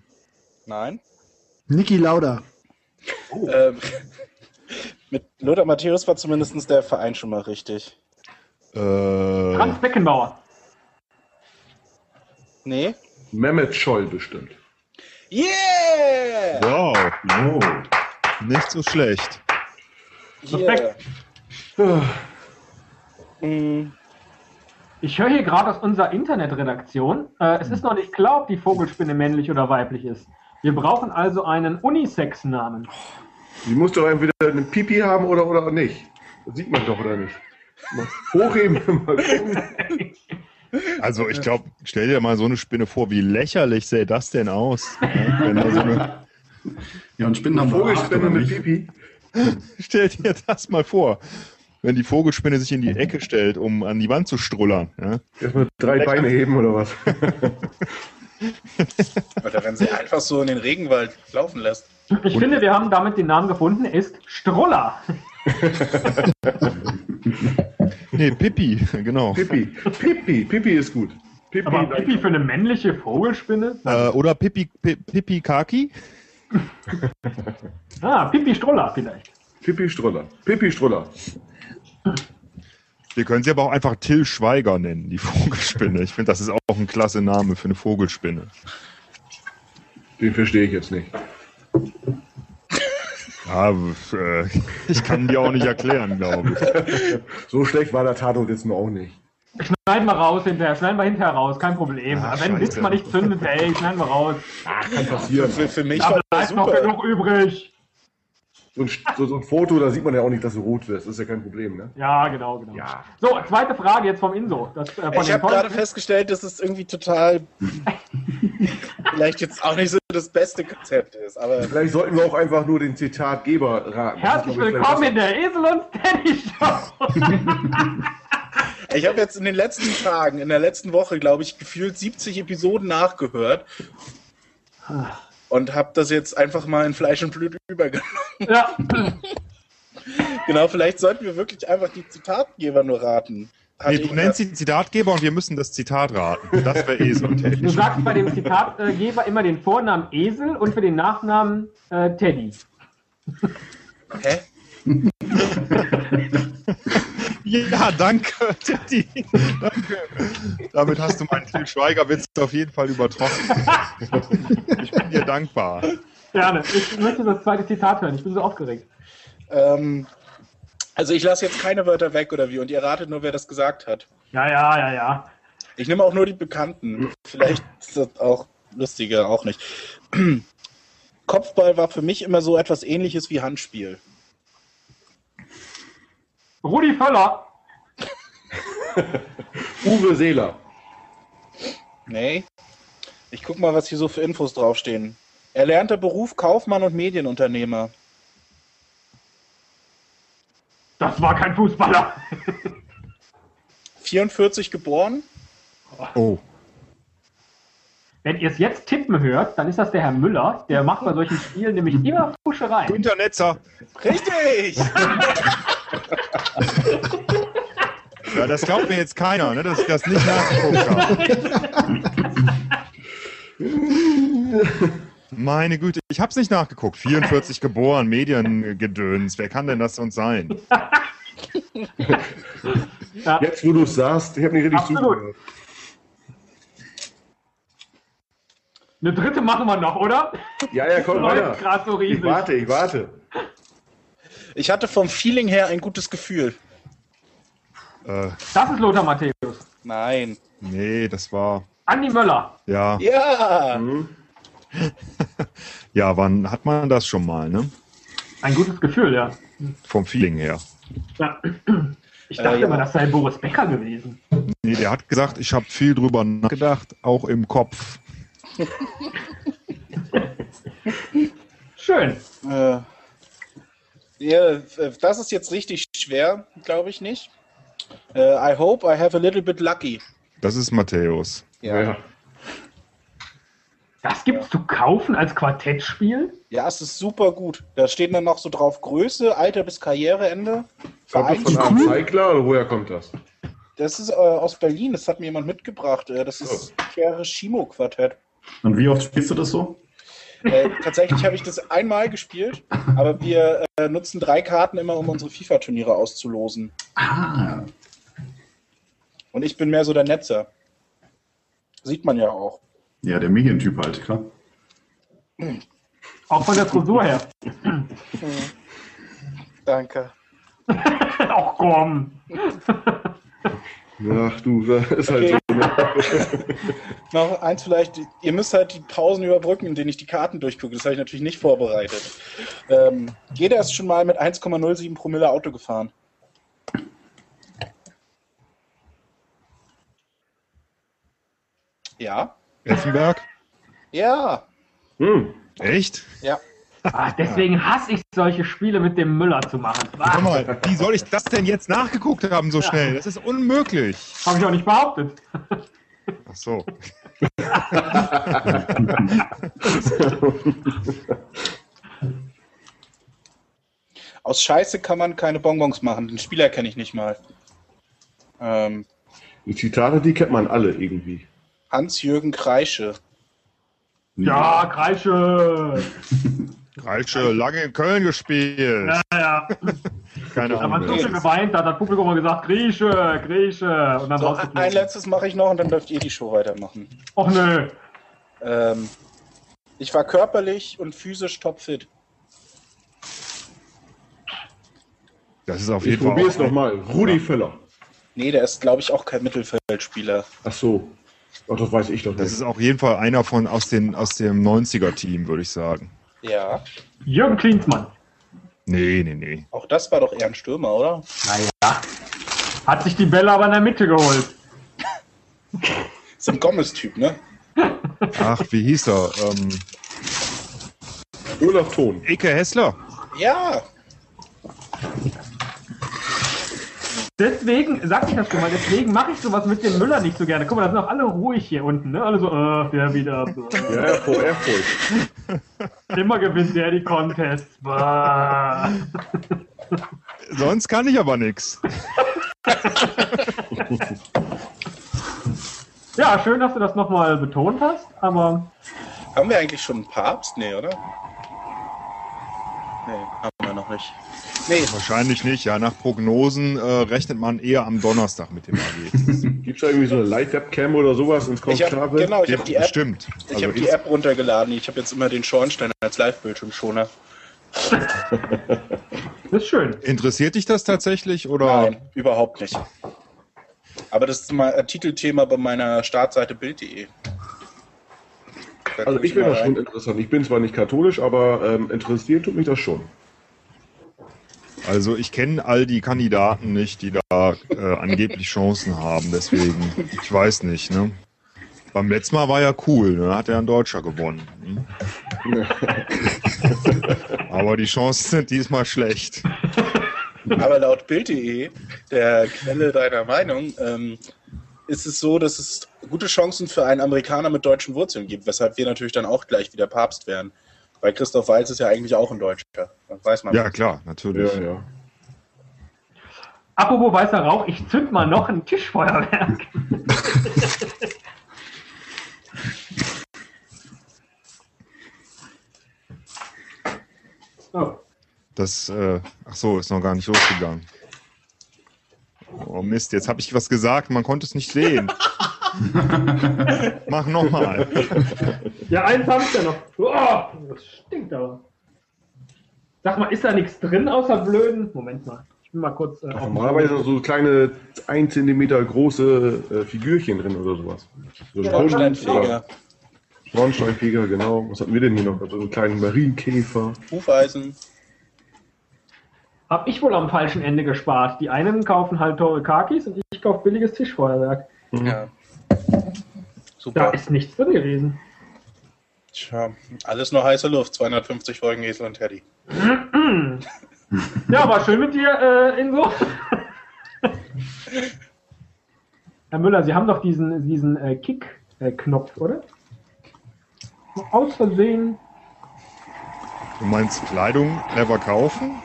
Speaker 7: Nein.
Speaker 5: Niki Lauda.
Speaker 7: Ähm, mit Lothar Matthäus war zumindest der Verein schon mal richtig.
Speaker 2: Äh,
Speaker 3: Franz Beckenbauer.
Speaker 7: Nee?
Speaker 4: Mehmet Scholl bestimmt.
Speaker 7: Yeah!
Speaker 2: wow,
Speaker 9: Oh.
Speaker 2: nicht so schlecht.
Speaker 7: yeah. Mm,
Speaker 3: Ich höre hier gerade aus unserer Internetredaktion, äh, es ist noch nicht klar, ob die Vogelspinne männlich oder weiblich ist. Wir brauchen also einen Unisex-Namen.
Speaker 4: Sie muss doch entweder eine Pipi haben oder, oder nicht. Das sieht man doch, oder nicht? Mal hochheben, mal gucken.
Speaker 2: Also ich glaube, stell dir mal so eine Spinne vor, wie lächerlich sähe das denn aus? Ja, wenn da so eine,
Speaker 9: Ja, und Spinnen haben wir acht,
Speaker 4: Vogelspinne
Speaker 9: oder
Speaker 4: mit
Speaker 9: nicht?
Speaker 4: Pipi.
Speaker 2: stell dir das mal vor, wenn die Vogelspinne sich in die Ecke stellt, um an die Wand zu strullern. Ja?
Speaker 4: Erstmal drei Beine heben oder was?
Speaker 7: Oder wenn sie einfach so in den Regenwald laufen lässt.
Speaker 3: Ich finde, wir haben damit den Namen gefunden, ist Stroller.
Speaker 2: Nee, Pippi, genau.
Speaker 4: Pipi. Pipi. Pipi ist gut. Pipi.
Speaker 3: Aber Pipi für eine männliche Vogelspinne?
Speaker 2: Äh, oder Pippi, Pi- Pippi Kaki?
Speaker 3: Ah, Pipi Stroller vielleicht.
Speaker 4: Pipi Struller. Pipi Struller.
Speaker 2: Wir können sie aber auch einfach Till Schweiger nennen, die Vogelspinne. Ich finde, das ist auch ein klasse Name für eine Vogelspinne.
Speaker 4: Den verstehe ich jetzt nicht.
Speaker 2: Ja, w- äh, ich kann die auch nicht erklären, glaube ich.
Speaker 4: So schlecht war der Tatort jetzt nur auch nicht.
Speaker 3: Schneiden wir raus hinterher, schneiden wir hinterher raus, kein Problem.
Speaker 2: Ah,
Speaker 3: Wenn ein Witz
Speaker 2: scheiße.
Speaker 3: mal nicht zündet, ey, schneiden wir raus.
Speaker 7: Für,
Speaker 4: Passieren.
Speaker 7: für, für mich
Speaker 3: Da
Speaker 7: war das
Speaker 3: bleibt noch
Speaker 7: super.
Speaker 3: genug übrig.
Speaker 4: So ein, so, so ein Foto, da sieht man ja auch nicht, dass du rot wirst. Das ist ja kein Problem, ne?
Speaker 3: Ja, genau, genau. So, zweite Frage jetzt vom Inso. Das, äh, von
Speaker 7: Ich
Speaker 3: den
Speaker 7: habe gerade
Speaker 3: tollen-
Speaker 7: festgestellt, dass es irgendwie total vielleicht jetzt auch nicht so das beste Konzept ist, aber
Speaker 4: Vielleicht sollten wir auch einfach nur den Zitatgeber raten.
Speaker 3: Herzlich willkommen in der Esel und Teddy Show.
Speaker 7: ich habe jetzt in den letzten Tagen, in der letzten Woche, glaube ich, gefühlt 70 Episoden nachgehört und habe das jetzt einfach mal in Fleisch und Blut übergenommen.
Speaker 3: ja.
Speaker 7: Genau, vielleicht sollten wir wirklich einfach die Zitatgeber nur raten. Hat
Speaker 2: Nee, du
Speaker 7: ihn-
Speaker 2: nennst den Zitatgeber und wir müssen das Zitat raten. Das wäre eh so
Speaker 3: Du
Speaker 2: technisch.
Speaker 3: sagst bei dem Zitatgeber immer den Vornamen Esel und für den Nachnamen äh, Teddy.
Speaker 7: Hä?
Speaker 2: Ja, danke, Teddy. Danke. Damit hast du meinen Til Schweiger-Witz auf jeden Fall übertroffen. Ich bin dir dankbar.
Speaker 3: Gerne. Ich möchte das zweite Zitat hören. Ich bin so aufgeregt.
Speaker 7: Ähm, also ich lasse jetzt keine Wörter weg oder wie und ihr ratet nur, wer das gesagt hat.
Speaker 3: Ja, ja, ja, ja.
Speaker 7: Ich nehme auch nur die Bekannten. Vielleicht ist das auch lustiger, auch nicht. Kopfball war für mich immer so etwas ähnliches wie Handspiel.
Speaker 3: Rudi Völler.
Speaker 4: Uwe Seeler.
Speaker 7: Nee. Ich guck mal, was hier so für Infos draufstehen. Erlernter Beruf Kaufmann und Medienunternehmer.
Speaker 3: Das war kein Fußballer.
Speaker 7: 44 geboren.
Speaker 2: Oh.
Speaker 3: Wenn ihr es jetzt tippen hört, dann ist das der Herr Müller. Der macht bei solchen Spielen nämlich immer Fuschereien.
Speaker 2: Günter Netzer.
Speaker 7: Richtig!
Speaker 2: Ja, das glaubt mir jetzt keiner, ne, dass ich das nicht nachgucken kann. Meine Güte, ich hab's nicht nachgeguckt. 44 geboren, Mediengedöns. Wer kann denn das sonst sein?
Speaker 4: Jetzt, wo du es sagst, ich habe nicht richtig
Speaker 3: Absolut.
Speaker 4: zugehört.
Speaker 3: Eine dritte machen wir noch, oder?
Speaker 4: Ja, ja, komm,
Speaker 3: Läuft
Speaker 4: weiter.
Speaker 3: gerade so
Speaker 4: Ich
Speaker 3: riesig.
Speaker 4: warte, ich warte.
Speaker 7: Ich hatte vom Feeling her ein gutes Gefühl.
Speaker 2: Äh,
Speaker 3: Das ist Lothar Matthäus.
Speaker 7: Nein.
Speaker 2: nee, das war.
Speaker 3: Andi Möller.
Speaker 2: Ja,
Speaker 7: Ja!
Speaker 2: ja, wann hat man das schon mal, ne?
Speaker 3: Ein gutes Gefühl, ja.
Speaker 2: Vom Feeling her.
Speaker 3: ja. Ich
Speaker 7: Äh,
Speaker 3: dachte
Speaker 7: ja.
Speaker 3: immer, das sei Boris Becker gewesen.
Speaker 2: Nee, der hat gesagt, ich habe viel drüber nachgedacht, auch im Kopf.
Speaker 3: Schön.
Speaker 7: Äh, ja, äh, das ist jetzt richtig schwer, glaube ich nicht. Äh, I hope I have a little bit lucky.
Speaker 2: Das ist Matthäus.
Speaker 7: Ja, ja.
Speaker 3: Das gibt's zu kaufen als Quartettspiel?
Speaker 7: es ist super gut. Da steht dann noch so drauf Größe, Alter bis Karriereende.
Speaker 4: Kommt das von einem Zeigler oder woher kommt das?
Speaker 7: Das ist äh, aus Berlin, das hat mir jemand mitgebracht. Äh, das ist Kereshimo-Quartett.
Speaker 9: Und wie oft spielst du das so?
Speaker 7: Äh, tatsächlich habe ich das einmal gespielt, aber wir äh, nutzen drei Karten immer, um unsere FIFA-Turniere auszulosen.
Speaker 9: Ah,
Speaker 7: Und ich bin mehr so der Netzer. Sieht man ja auch.
Speaker 9: ja, der Medientyp halt, klar.
Speaker 3: Auch von der Frisur her.
Speaker 7: Danke.
Speaker 3: Auch komm.
Speaker 4: Ach du, das ist halt
Speaker 7: Okay.
Speaker 4: so. Ne?
Speaker 7: Noch eins vielleicht, ihr müsst halt die Pausen überbrücken, in denen ich die Karten durchgucke. Das habe ich natürlich nicht vorbereitet. Ähm, jeder ist schon mal mit 1,07 Promille Auto gefahren. Ja.
Speaker 2: Effenberg?
Speaker 7: Ja.
Speaker 4: Hm.
Speaker 2: Echt?
Speaker 7: Ja.
Speaker 3: Ah, deswegen hasse ich solche Spiele mit dem Müller zu machen.
Speaker 2: Sag
Speaker 3: Ah,
Speaker 2: mal, wie soll ich das denn jetzt nachgeguckt haben so schnell? Das ist unmöglich.
Speaker 3: Habe ich auch nicht behauptet.
Speaker 2: Ach so.
Speaker 7: Aus Scheiße kann man keine Bonbons machen. Den Spieler kenne ich nicht mal. Ähm,
Speaker 4: Die Zitate, die kennt man alle irgendwie.
Speaker 7: Hans-Jürgen Kreische.
Speaker 3: Ja, Kreische.
Speaker 2: Kreische, lange in Köln gespielt.
Speaker 3: Ja, ja.
Speaker 2: Keine
Speaker 3: Da man
Speaker 2: Ahnung.
Speaker 3: so viel
Speaker 2: wer das ist.
Speaker 3: geweint, da hat das Publikum mal gesagt, Grieche, Grieche. Und dann
Speaker 7: So,
Speaker 3: rausgeflogen.
Speaker 7: ein letztes mache ich noch und dann dürft ihr die Show weitermachen.
Speaker 3: Och nö.
Speaker 7: Ähm, ich war körperlich und physisch topfit.
Speaker 2: Das ist auf
Speaker 4: Ich
Speaker 2: jeden Fall.
Speaker 4: probiere es
Speaker 2: Auch,
Speaker 4: nochmal. Rudi Völler.
Speaker 7: Nee, der ist, glaube ich, auch kein Mittelfeldspieler.
Speaker 4: Ach so. Ach, das weiß ich doch
Speaker 2: das
Speaker 4: nicht.
Speaker 2: ist auf jeden Fall einer von aus, den, aus dem 90er-Team, würde ich sagen.
Speaker 7: Ja,
Speaker 3: Jürgen Klinsmann.
Speaker 2: Nee, nee, nee.
Speaker 7: auch das war doch eher ein Stürmer, oder?
Speaker 3: Hat sich die Bälle aber in der Mitte geholt.
Speaker 7: Ist ein Gommes-Typ, ne?
Speaker 2: Ach, wie hieß er? Ähm,
Speaker 4: Olaf Thon.
Speaker 2: Ike Hessler.
Speaker 7: Ja,
Speaker 3: Deswegen, sag ich das schon mal, deswegen mache ich sowas mit dem Müller nicht so gerne. Guck mal, da sind auch alle ruhig hier unten, ne? Alle so, äh, der wieder. So, äh.
Speaker 4: Ja, ja, vor Erfurt.
Speaker 3: Immer gewinnt der die Contests. Bah.
Speaker 2: Sonst kann ich aber nichts.
Speaker 3: Ja, schön, dass du das nochmal betont hast, aber
Speaker 7: Haben wir eigentlich schon einen Papst? Nee, oder? Nee, haben wir noch nicht. Nee,
Speaker 2: Wahrscheinlich nicht, ja. Nach Prognosen äh, rechnet man eher am Donnerstag mit dem Ergebnis.
Speaker 4: Gibt es da irgendwie so eine Live-Webcam oder sowas ins
Speaker 7: ich habe
Speaker 4: Konstable?
Speaker 7: genau, ich
Speaker 2: Ja,
Speaker 7: hab die App,
Speaker 2: Bestimmt.
Speaker 7: ich
Speaker 2: Also
Speaker 7: hab die
Speaker 2: ins-
Speaker 7: App runtergeladen. Ich habe jetzt immer den Schornstein als Live-Bildschirmschoner.
Speaker 3: das ist schön.
Speaker 2: interessiert dich das tatsächlich oder?
Speaker 7: Nein, überhaupt nicht. Aber das ist mal ein Titelthema bei meiner Startseite bild.de. Da
Speaker 4: Also
Speaker 7: guck
Speaker 4: ich bin
Speaker 7: mal
Speaker 4: das schon
Speaker 7: rein.
Speaker 4: interessant. Ich bin zwar nicht katholisch, aber ähm, interessiert tut mich das schon.
Speaker 2: Also ich kenne all die Kandidaten nicht, die da äh, angeblich Chancen haben. Deswegen, ich weiß nicht. Ne? Beim letzten Mal war ja cool, ne? da hat ja ein Deutscher gewonnen. Hm? Aber die Chancen sind diesmal schlecht.
Speaker 7: Aber laut Bild.de, der Quelle deiner Meinung, ähm, ist es so, dass es gute Chancen für einen Amerikaner mit deutschen Wurzeln gibt, weshalb wir natürlich dann auch gleich wieder Papst werden. Weil Christoph Walz ist ja eigentlich auch ein Deutscher. Das weiß man.
Speaker 2: Ja klar, natürlich.
Speaker 4: Ja, ja.
Speaker 3: Apropos weißer Rauch, ich zünd mal noch ein Tischfeuerwerk. so.
Speaker 2: Das, äh, ach so, ist noch gar nicht losgegangen. Oh Mist, jetzt habe ich was gesagt, man konnte es nicht sehen. Mach nochmal.
Speaker 3: Ja, eins habe ich ja noch. Oh, das stinkt aber. Sag mal, ist da nichts drin außer Blöden? Moment mal, ich bin mal kurz. Äh, auf-
Speaker 4: Normalerweise so kleine 1 Zentimeter große äh, Figürchen drin oder sowas. So
Speaker 3: Ja,
Speaker 4: Brunnen-
Speaker 7: Schornsteinfeger,
Speaker 4: oder Schornsteinfeger, genau. Was hatten wir denn hier noch? So einen kleinen Marienkäfer.
Speaker 7: Hufeisen.
Speaker 3: Hab ich wohl am falschen Ende gespart. Die einen kaufen halt teure Kakis und ich kaufe billiges Tischfeuerwerk.
Speaker 5: Mhm.
Speaker 7: Ja.
Speaker 3: Da
Speaker 7: Super.
Speaker 3: ist nichts drin gewesen.
Speaker 7: Tja, alles nur heiße Luft. 250 Folgen Esel und Teddy.
Speaker 3: Ja, war schön mit dir, äh, Ingo. Herr Müller, Sie haben doch diesen, diesen äh, Kick-Knopf, oder? Aus Versehen.
Speaker 2: Du meinst Kleidung never kaufen?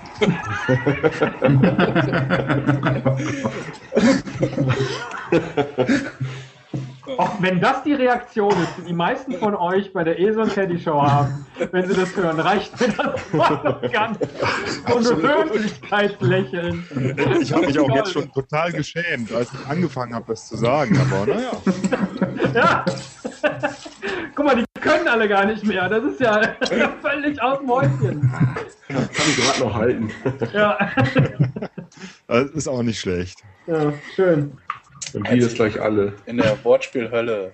Speaker 3: Auch wenn das die Reaktion ist, die die meisten von euch bei der Esel und Teddy Show haben, wenn sie das hören, reicht mir das voll und ganz. Und Höflichkeit lächeln.
Speaker 2: Ich habe mich auch jetzt schon total geschämt, als ich angefangen habe, das zu sagen. Aber naja,
Speaker 3: Ja. Guck mal, die können alle gar nicht mehr. Das ist ja völlig aus dem Häuschen.
Speaker 4: Kann ich gerade noch halten.
Speaker 3: Ja.
Speaker 2: das ist auch nicht schlecht.
Speaker 3: ja, schön.
Speaker 4: Und die jetzt gleich alle.
Speaker 7: In der Wortspielhölle.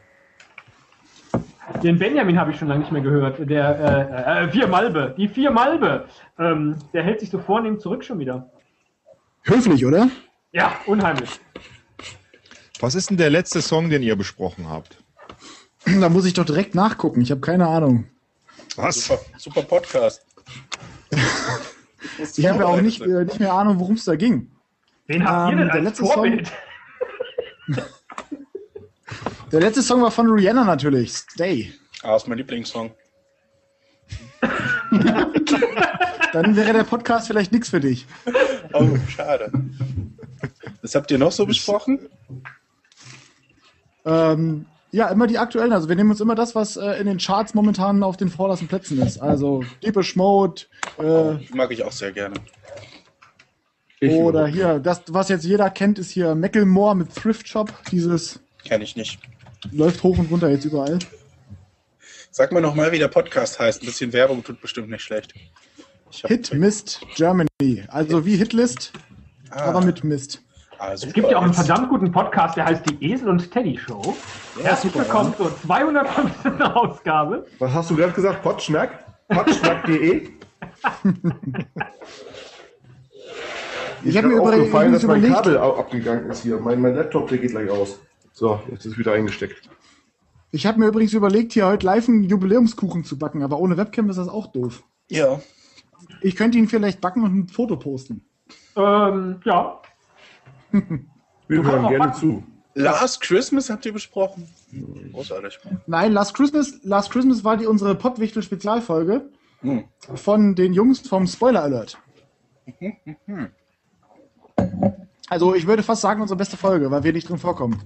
Speaker 3: Den Benjamin habe ich schon lange nicht mehr gehört. Der äh, äh, Vier Malbe. Die Vier Malbe. Ähm, der hält sich so vornehm zurück schon wieder.
Speaker 5: Höflich, oder?
Speaker 3: Ja, unheimlich.
Speaker 2: Was ist denn der letzte Song, den ihr besprochen habt?
Speaker 5: Da muss ich doch direkt nachgucken. Ich habe keine Ahnung.
Speaker 2: Was?
Speaker 7: Super, super Podcast. Musst du
Speaker 5: Ich habe ja auch nicht,
Speaker 7: vorbereitet
Speaker 5: äh, nicht mehr Ahnung, worum es da ging.
Speaker 3: Wen habt
Speaker 5: Ähm,
Speaker 3: ihr denn
Speaker 5: der
Speaker 3: als
Speaker 5: letzte
Speaker 3: Vorbild?
Speaker 5: Der letzte Song war von Rihanna natürlich. Stay.
Speaker 7: sein. Ah, ist mein Lieblingssong.
Speaker 5: Dann wäre der Podcast vielleicht nichts für dich.
Speaker 7: Oh, schade. Was habt ihr noch so besprochen?
Speaker 5: Ähm, ja, immer die aktuellen. Also wir nehmen uns immer das, was äh, in den Charts momentan auf den vordersten Plätzen ist. Also Deepish Mode äh,
Speaker 7: Die mag ich auch sehr gerne.
Speaker 4: Ich
Speaker 5: oder
Speaker 4: überhaupt
Speaker 5: hier, das, was jetzt jeder kennt, ist hier Macklemore mit Thrift Shop. Dieses
Speaker 7: Kenne ich nicht.
Speaker 5: läuft hoch und runter jetzt überall.
Speaker 7: Sag mal nochmal, wie der Podcast heißt. Ein bisschen Werbung tut bestimmt nicht schlecht. Ich hab-
Speaker 5: Hit Mist Germany. Also wie Hitlist,
Speaker 7: Ah,
Speaker 5: aber mit Mist.
Speaker 7: Ah, super.
Speaker 3: Es gibt ja auch einen
Speaker 7: Jetzt-
Speaker 3: verdammt guten Podcast, der heißt Die Esel und Teddy Show. Herzlich willkommen zur 215. Ausgabe.
Speaker 4: nicht. Was hast du gerade gesagt? Potschnack? E? Potschnack.de?
Speaker 5: Ich habe mir über,
Speaker 4: aufgefallen,
Speaker 5: übrigens
Speaker 4: dass mein
Speaker 5: überlegt,
Speaker 4: Kabel au- abgegangen ist hier. Mein, mein Laptop, der geht gleich aus. So, jetzt ist wieder eingesteckt.
Speaker 5: ich habe mir übrigens überlegt, hier heute live einen Jubiläumskuchen zu backen, aber ohne Webcam ist das auch doof.
Speaker 7: Ja.
Speaker 5: Ich könnte ihn vielleicht backen und ein Foto posten.
Speaker 3: Ähm, ja,
Speaker 4: Wir
Speaker 3: kannst
Speaker 4: hören
Speaker 3: auch
Speaker 4: gerne
Speaker 3: backen.
Speaker 4: zu.
Speaker 7: Last Christmas habt ihr besprochen. Großartig.
Speaker 5: Nein, Last Christmas, Last Christmas war die unsere Pottwichtel-Spezialfolge
Speaker 7: Hm.
Speaker 5: von den Jungs vom Spoiler Alert. Also ich würde fast sagen, unsere beste Folge, weil wir nicht drin vorkommen.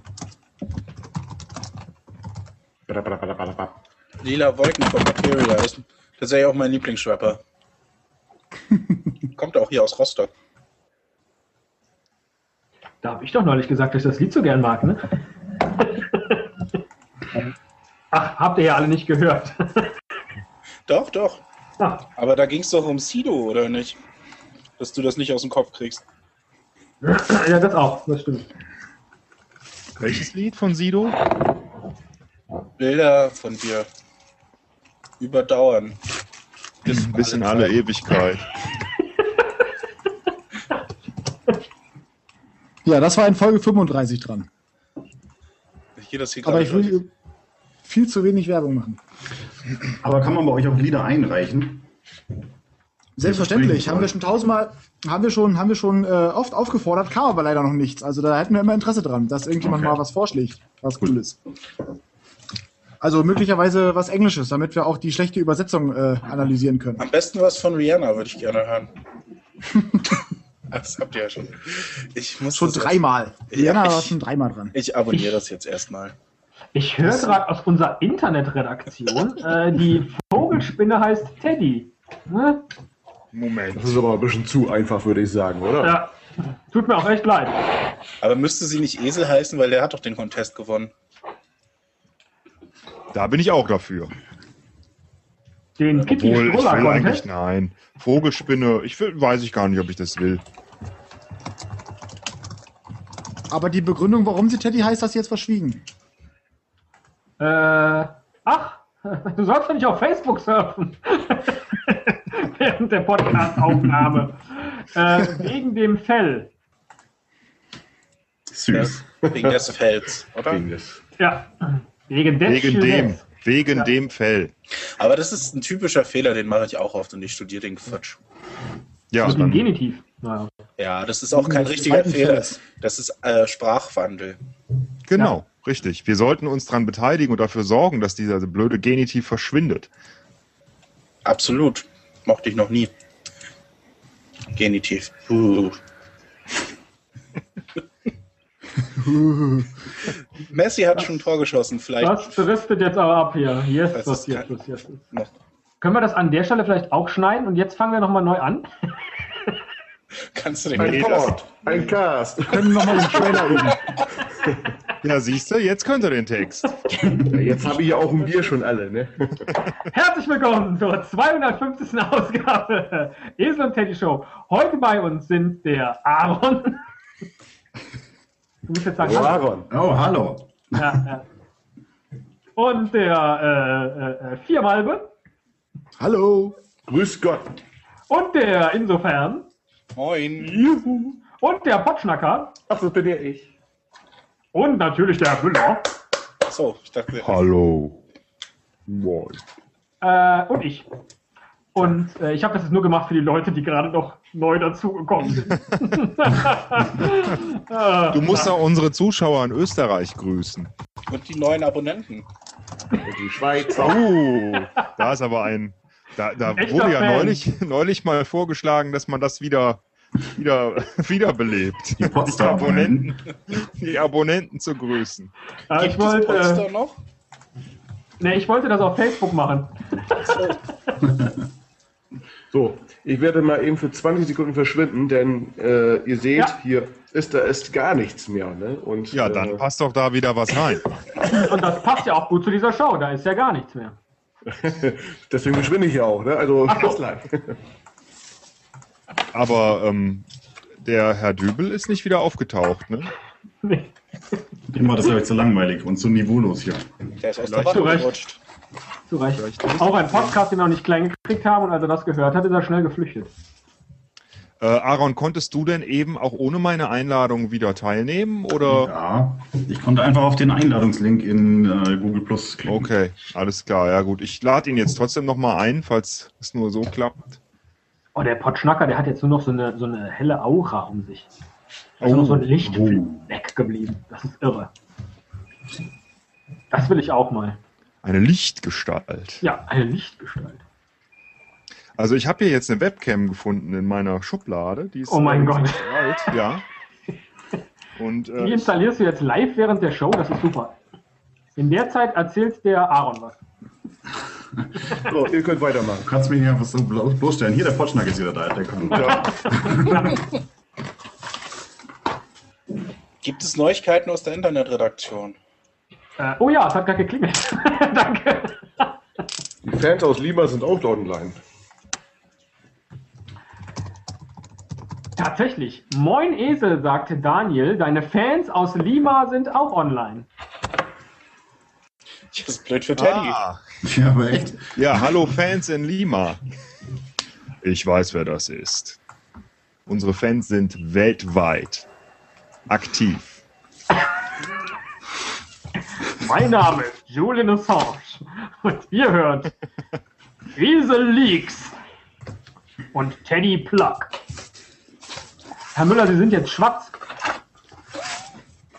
Speaker 7: Lila Wolken von Materia ist tatsächlich auch mein Lieblingsrapper. Kommt auch hier aus Rostock.
Speaker 3: Da habe ich doch neulich gesagt, dass ich das Lied so gern mag, ne? Ach, habt ihr ja alle nicht gehört.
Speaker 7: Doch, doch.
Speaker 3: Ah,
Speaker 7: Aber da ging es doch um Sido, oder nicht? Dass du das nicht aus dem Kopf kriegst.
Speaker 3: ja, das auch, das stimmt.
Speaker 2: Welches Lied von Sido?
Speaker 7: Bilder von dir überdauern.
Speaker 2: Bis, bis in alle Ewigkeit.
Speaker 5: Ja, das war in Folge 35 dran.
Speaker 7: Hier das hier
Speaker 5: Aber
Speaker 7: gerade
Speaker 5: ich will viel zu wenig Werbung machen.
Speaker 9: Aber kann man bei euch auch Lieder einreichen?
Speaker 5: Selbstverständlich, haben wir schon tausendmal, haben wir schon, haben wir schon äh, oft aufgefordert, kam aber leider noch nichts. Also da hätten wir immer Interesse dran, dass irgendjemand
Speaker 9: Okay.
Speaker 5: mal was vorschlägt, was cool ist. Also möglicherweise was Englisches, damit wir auch die schlechte Übersetzung äh, analysieren können.
Speaker 7: Am besten was von Rihanna würde ich gerne hören. das habt ihr ja schon. Ich muss
Speaker 5: Schon
Speaker 7: das jetzt-
Speaker 5: dreimal.
Speaker 7: Ja,
Speaker 5: Jana war
Speaker 7: ich-
Speaker 5: schon dreimal dran.
Speaker 7: Ich abonniere das jetzt erstmal.
Speaker 3: Ich höre gerade aus unserer Internetredaktion, äh, die Vogelspinne heißt Teddy. Ne?
Speaker 2: Moment.
Speaker 4: Das ist aber ein bisschen zu einfach, würde ich sagen, oder?
Speaker 3: Ja, tut mir auch echt leid.
Speaker 7: Aber müsste sie nicht Esel heißen, weil der hat doch den Contest gewonnen.
Speaker 2: Da bin ich auch dafür.
Speaker 3: Den Kitty
Speaker 2: Obwohl, ich
Speaker 3: Stroller
Speaker 2: will eigentlich
Speaker 3: Contest.
Speaker 2: nein. Vogelspinne, ich will, weiß ich gar nicht, ob ich das will.
Speaker 5: Aber die Begründung, warum sie Teddy heißt, hast du jetzt verschwiegen.
Speaker 3: Äh, ach, du sollst doch nicht auf Facebook surfen. Während der Podcast-Aufnahme. äh, wegen dem Fell.
Speaker 9: Süß.
Speaker 7: Ne? Wegen des Fells, oder?
Speaker 9: Wegen des-
Speaker 3: Ja, wegen, des
Speaker 2: Wegen dem,
Speaker 3: Schülers.
Speaker 2: wegen
Speaker 3: Ja.
Speaker 2: dem Fell.
Speaker 7: Aber das ist ein typischer Fehler, den mache ich auch oft und ich studiere den Quatsch.
Speaker 2: Ja,
Speaker 3: Mit dem
Speaker 2: dann,
Speaker 3: Genitiv. Naja.
Speaker 7: Ja, das ist auch
Speaker 5: Wegen
Speaker 7: kein
Speaker 5: des
Speaker 7: richtiger
Speaker 5: zweiten
Speaker 7: Fehler.
Speaker 5: Felles.
Speaker 7: Das ist äh, Sprachwandel.
Speaker 2: genau, richtig. Wir sollten uns daran beteiligen und dafür sorgen, dass dieser blöde Genitiv verschwindet.
Speaker 7: Absolut. Mochte ich noch nie. Genitiv. Uh. Messi hat schon ein Tor geschossen, vielleicht
Speaker 3: Das bristet jetzt aber ab hier. Yes,
Speaker 7: Das
Speaker 3: das
Speaker 7: ist
Speaker 3: yes,
Speaker 7: kein-
Speaker 3: yes, yes, yes.
Speaker 7: noch.
Speaker 3: Können wir das an der Stelle vielleicht auch schneiden und jetzt fangen wir nochmal neu an?
Speaker 7: Kannst du den
Speaker 4: Ein
Speaker 7: nee,
Speaker 4: Pod, ein Cast.
Speaker 5: Können wir nochmal den Trailer üben.
Speaker 2: Ja, siehst du, jetzt könnt ihr den Text.
Speaker 4: Ja, jetzt habe ich ja auch ein Bier schon alle, ne?
Speaker 3: Herzlich willkommen zur 250. Ausgabe Esel und Teddy Show. Heute bei uns sind der Aaron. Du musst jetzt sagen,
Speaker 4: Oh,
Speaker 3: ja,
Speaker 4: Aaron.
Speaker 9: Oh, hallo.
Speaker 3: ja. Und der äh, äh, äh, Viermalbe.
Speaker 5: Hallo.
Speaker 4: Grüß Gott.
Speaker 3: Und der Insofern.
Speaker 7: Moin.
Speaker 3: Juhu. Und der Potschnacker.
Speaker 4: Ach, das bin ja ich.
Speaker 3: Und natürlich der Müller.
Speaker 7: So, ich dachte,
Speaker 2: Hallo. Moin.
Speaker 3: Äh, und ich. Und äh, ich habe das jetzt nur gemacht für die Leute, die gerade noch neu dazugekommen sind. Äh,
Speaker 2: Du musst auch unsere Zuschauer in Österreich grüßen.
Speaker 7: und die neuen Abonnenten.
Speaker 4: Und die Schweizer.
Speaker 2: Oh, da ist aber ein. Da, da
Speaker 3: Echter
Speaker 2: wurde ja
Speaker 3: Fan.
Speaker 2: neulich, neulich mal vorgeschlagen, dass man das wieder, wieder, wiederbelebt.
Speaker 9: Die Potsdamer.
Speaker 2: Abonnenten. Die Abonnenten zu grüßen.
Speaker 3: äh, ich,
Speaker 7: Gibt es
Speaker 3: wollte,
Speaker 7: Potsdam noch?
Speaker 3: nee, ich wollte das auf Facebook machen.
Speaker 4: So, ich werde mal eben für 20 Sekunden verschwinden, denn äh, ihr seht,
Speaker 3: Ja.
Speaker 4: hier ist da ist gar nichts mehr. Ne? Und,
Speaker 2: Ja, dann
Speaker 4: äh,
Speaker 2: passt doch da wieder was rein.
Speaker 3: Und das passt ja auch gut zu dieser Show. Da ist ja gar nichts mehr.
Speaker 4: Deswegen verschwinde ich ja auch. Ne? Also,
Speaker 3: Ach so.
Speaker 4: bis gleich.
Speaker 2: Aber ähm, der Herr Dübel ist nicht wieder aufgetaucht, ne?
Speaker 3: Nee.
Speaker 9: Dem war das glaube ich zu langweilig und zu niveaulos hier.
Speaker 7: Der ist aus der
Speaker 3: Hast du
Speaker 7: Wand
Speaker 3: recht.
Speaker 7: gerutscht.
Speaker 3: Zu Recht. Auch ein Podcast, den wir noch nicht klein gekriegt haben. Und als er das gehört hat, ist er schnell geflüchtet.
Speaker 2: Äh, Aaron, konntest du denn eben auch ohne meine Einladung wieder teilnehmen? Oder?
Speaker 9: Ja, ich konnte einfach auf den Einladungslink in äh, Google Plus klicken.
Speaker 2: Okay, alles klar, ja gut. Ich lade ihn jetzt trotzdem nochmal ein, falls es nur so klappt.
Speaker 3: Oh, der Potschnacker, der hat jetzt nur noch so eine, so eine helle Aura um sich. Da ist
Speaker 2: Oh.
Speaker 3: nur noch so ein Licht
Speaker 9: Oh.
Speaker 3: weggeblieben. Das ist irre. Das will ich auch mal.
Speaker 2: Eine Lichtgestalt.
Speaker 3: Ja, eine Lichtgestalt.
Speaker 2: Also ich habe hier jetzt eine Webcam gefunden in meiner Schublade. Die ist
Speaker 3: Oh mein
Speaker 2: allerdings
Speaker 3: Gott.
Speaker 2: nicht alt, ja. Und
Speaker 3: Die
Speaker 2: äh,
Speaker 3: installierst du jetzt live während der Show, das ist super. In der Zeit erzählt der Aaron was.
Speaker 4: So, ihr könnt weitermachen.
Speaker 9: Du kannst mich nicht einfach so blo- bloßstellen. Hier, der Potschnack ist wieder da. Der kann.
Speaker 7: Gibt es Neuigkeiten aus der Internetredaktion?
Speaker 3: Äh, oh ja, es hat gerade geklingelt. Danke.
Speaker 4: Die Fans aus Lima sind auch online.
Speaker 3: Tatsächlich. Moin Esel, sagte Daniel, deine Fans aus Lima sind auch online.
Speaker 7: Das ist blöd für Teddy.
Speaker 3: Ah,
Speaker 9: Ja, aber echt.
Speaker 2: ja, hallo Fans in Lima. Ich weiß, wer das ist. Unsere Fans sind weltweit aktiv.
Speaker 3: Mein Name ist Julian Assange und ihr hört Esel Leaks und Teddy Plug. Herr Müller, Sie sind jetzt schwarz.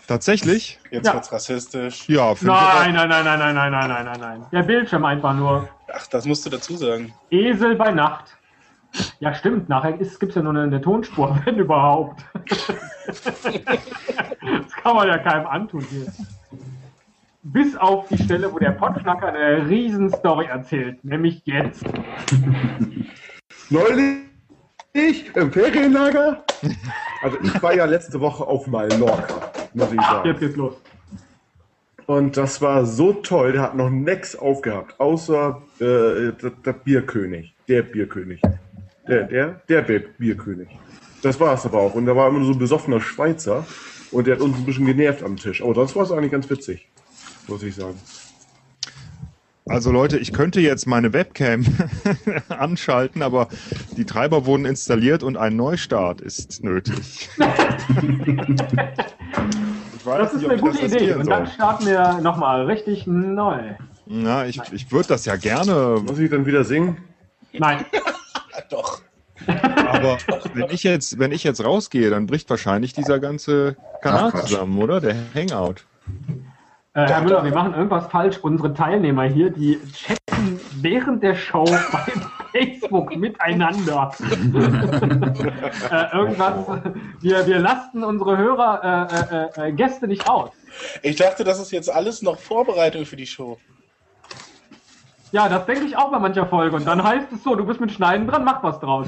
Speaker 2: Tatsächlich?
Speaker 7: Jetzt
Speaker 3: Ja.
Speaker 7: wird's rassistisch.
Speaker 2: Ja, finde ich aber-
Speaker 3: Nein, nein, nein, nein, nein, nein, nein, nein, nein, nein. Der Bildschirm einfach nur.
Speaker 7: Ach, das musst du dazu sagen.
Speaker 3: Esel bei Nacht. Ja, stimmt. Nachher gibt es ja nur eine, eine Tonspur, wenn überhaupt. das kann man ja keinem antun hier. Bis auf die Stelle, wo der Potschnacker eine Riesenstory erzählt, nämlich jetzt.
Speaker 4: Neulich im Ferienlager. Also ich war ja letzte Woche auf Mallorca, muss ich
Speaker 3: Jetzt
Speaker 4: sagen.
Speaker 3: geht's los.
Speaker 4: Und das war so toll, der hat noch nix aufgehabt, außer äh, der, der Bierkönig. Der Bierkönig. Der, der, der Bier- Bierkönig. Das war es aber auch. Und da war immer so ein besoffener Schweizer und der hat uns ein bisschen genervt am Tisch. Aber das war es eigentlich ganz witzig, muss ich sagen.
Speaker 2: Also Leute, ich könnte jetzt meine Webcam anschalten, aber die Treiber wurden installiert und ein Neustart ist nötig. ich weiß
Speaker 3: Das ist eine
Speaker 2: ich
Speaker 3: gute Idee.
Speaker 2: riskieren
Speaker 3: Und dann
Speaker 2: soll.
Speaker 3: starten wir nochmal richtig neu.
Speaker 2: Na, ich, ich würde das ja gerne,
Speaker 4: Muss ich dann wieder singen?
Speaker 3: Nein, äh,
Speaker 7: Ah, doch.
Speaker 2: aber wenn ich jetzt, wenn ich jetzt rausgehe, dann bricht wahrscheinlich dieser ganze Kanal
Speaker 9: Ach, Quatsch.
Speaker 2: zusammen, oder? Der Hangout.
Speaker 3: äh, Herr Müller, wir machen irgendwas falsch. Unsere Teilnehmer hier, die chatten während der Show bei Facebook miteinander. äh, irgendwas. Wir, wir lasten unsere Hörer, äh, äh, äh, Gäste nicht aus.
Speaker 7: Ich dachte, das ist jetzt alles noch Vorbereitung für die Show.
Speaker 3: Ja, das denke ich auch bei mancher Folge. Und dann heißt es so, du bist mit Schneiden dran, mach was draus.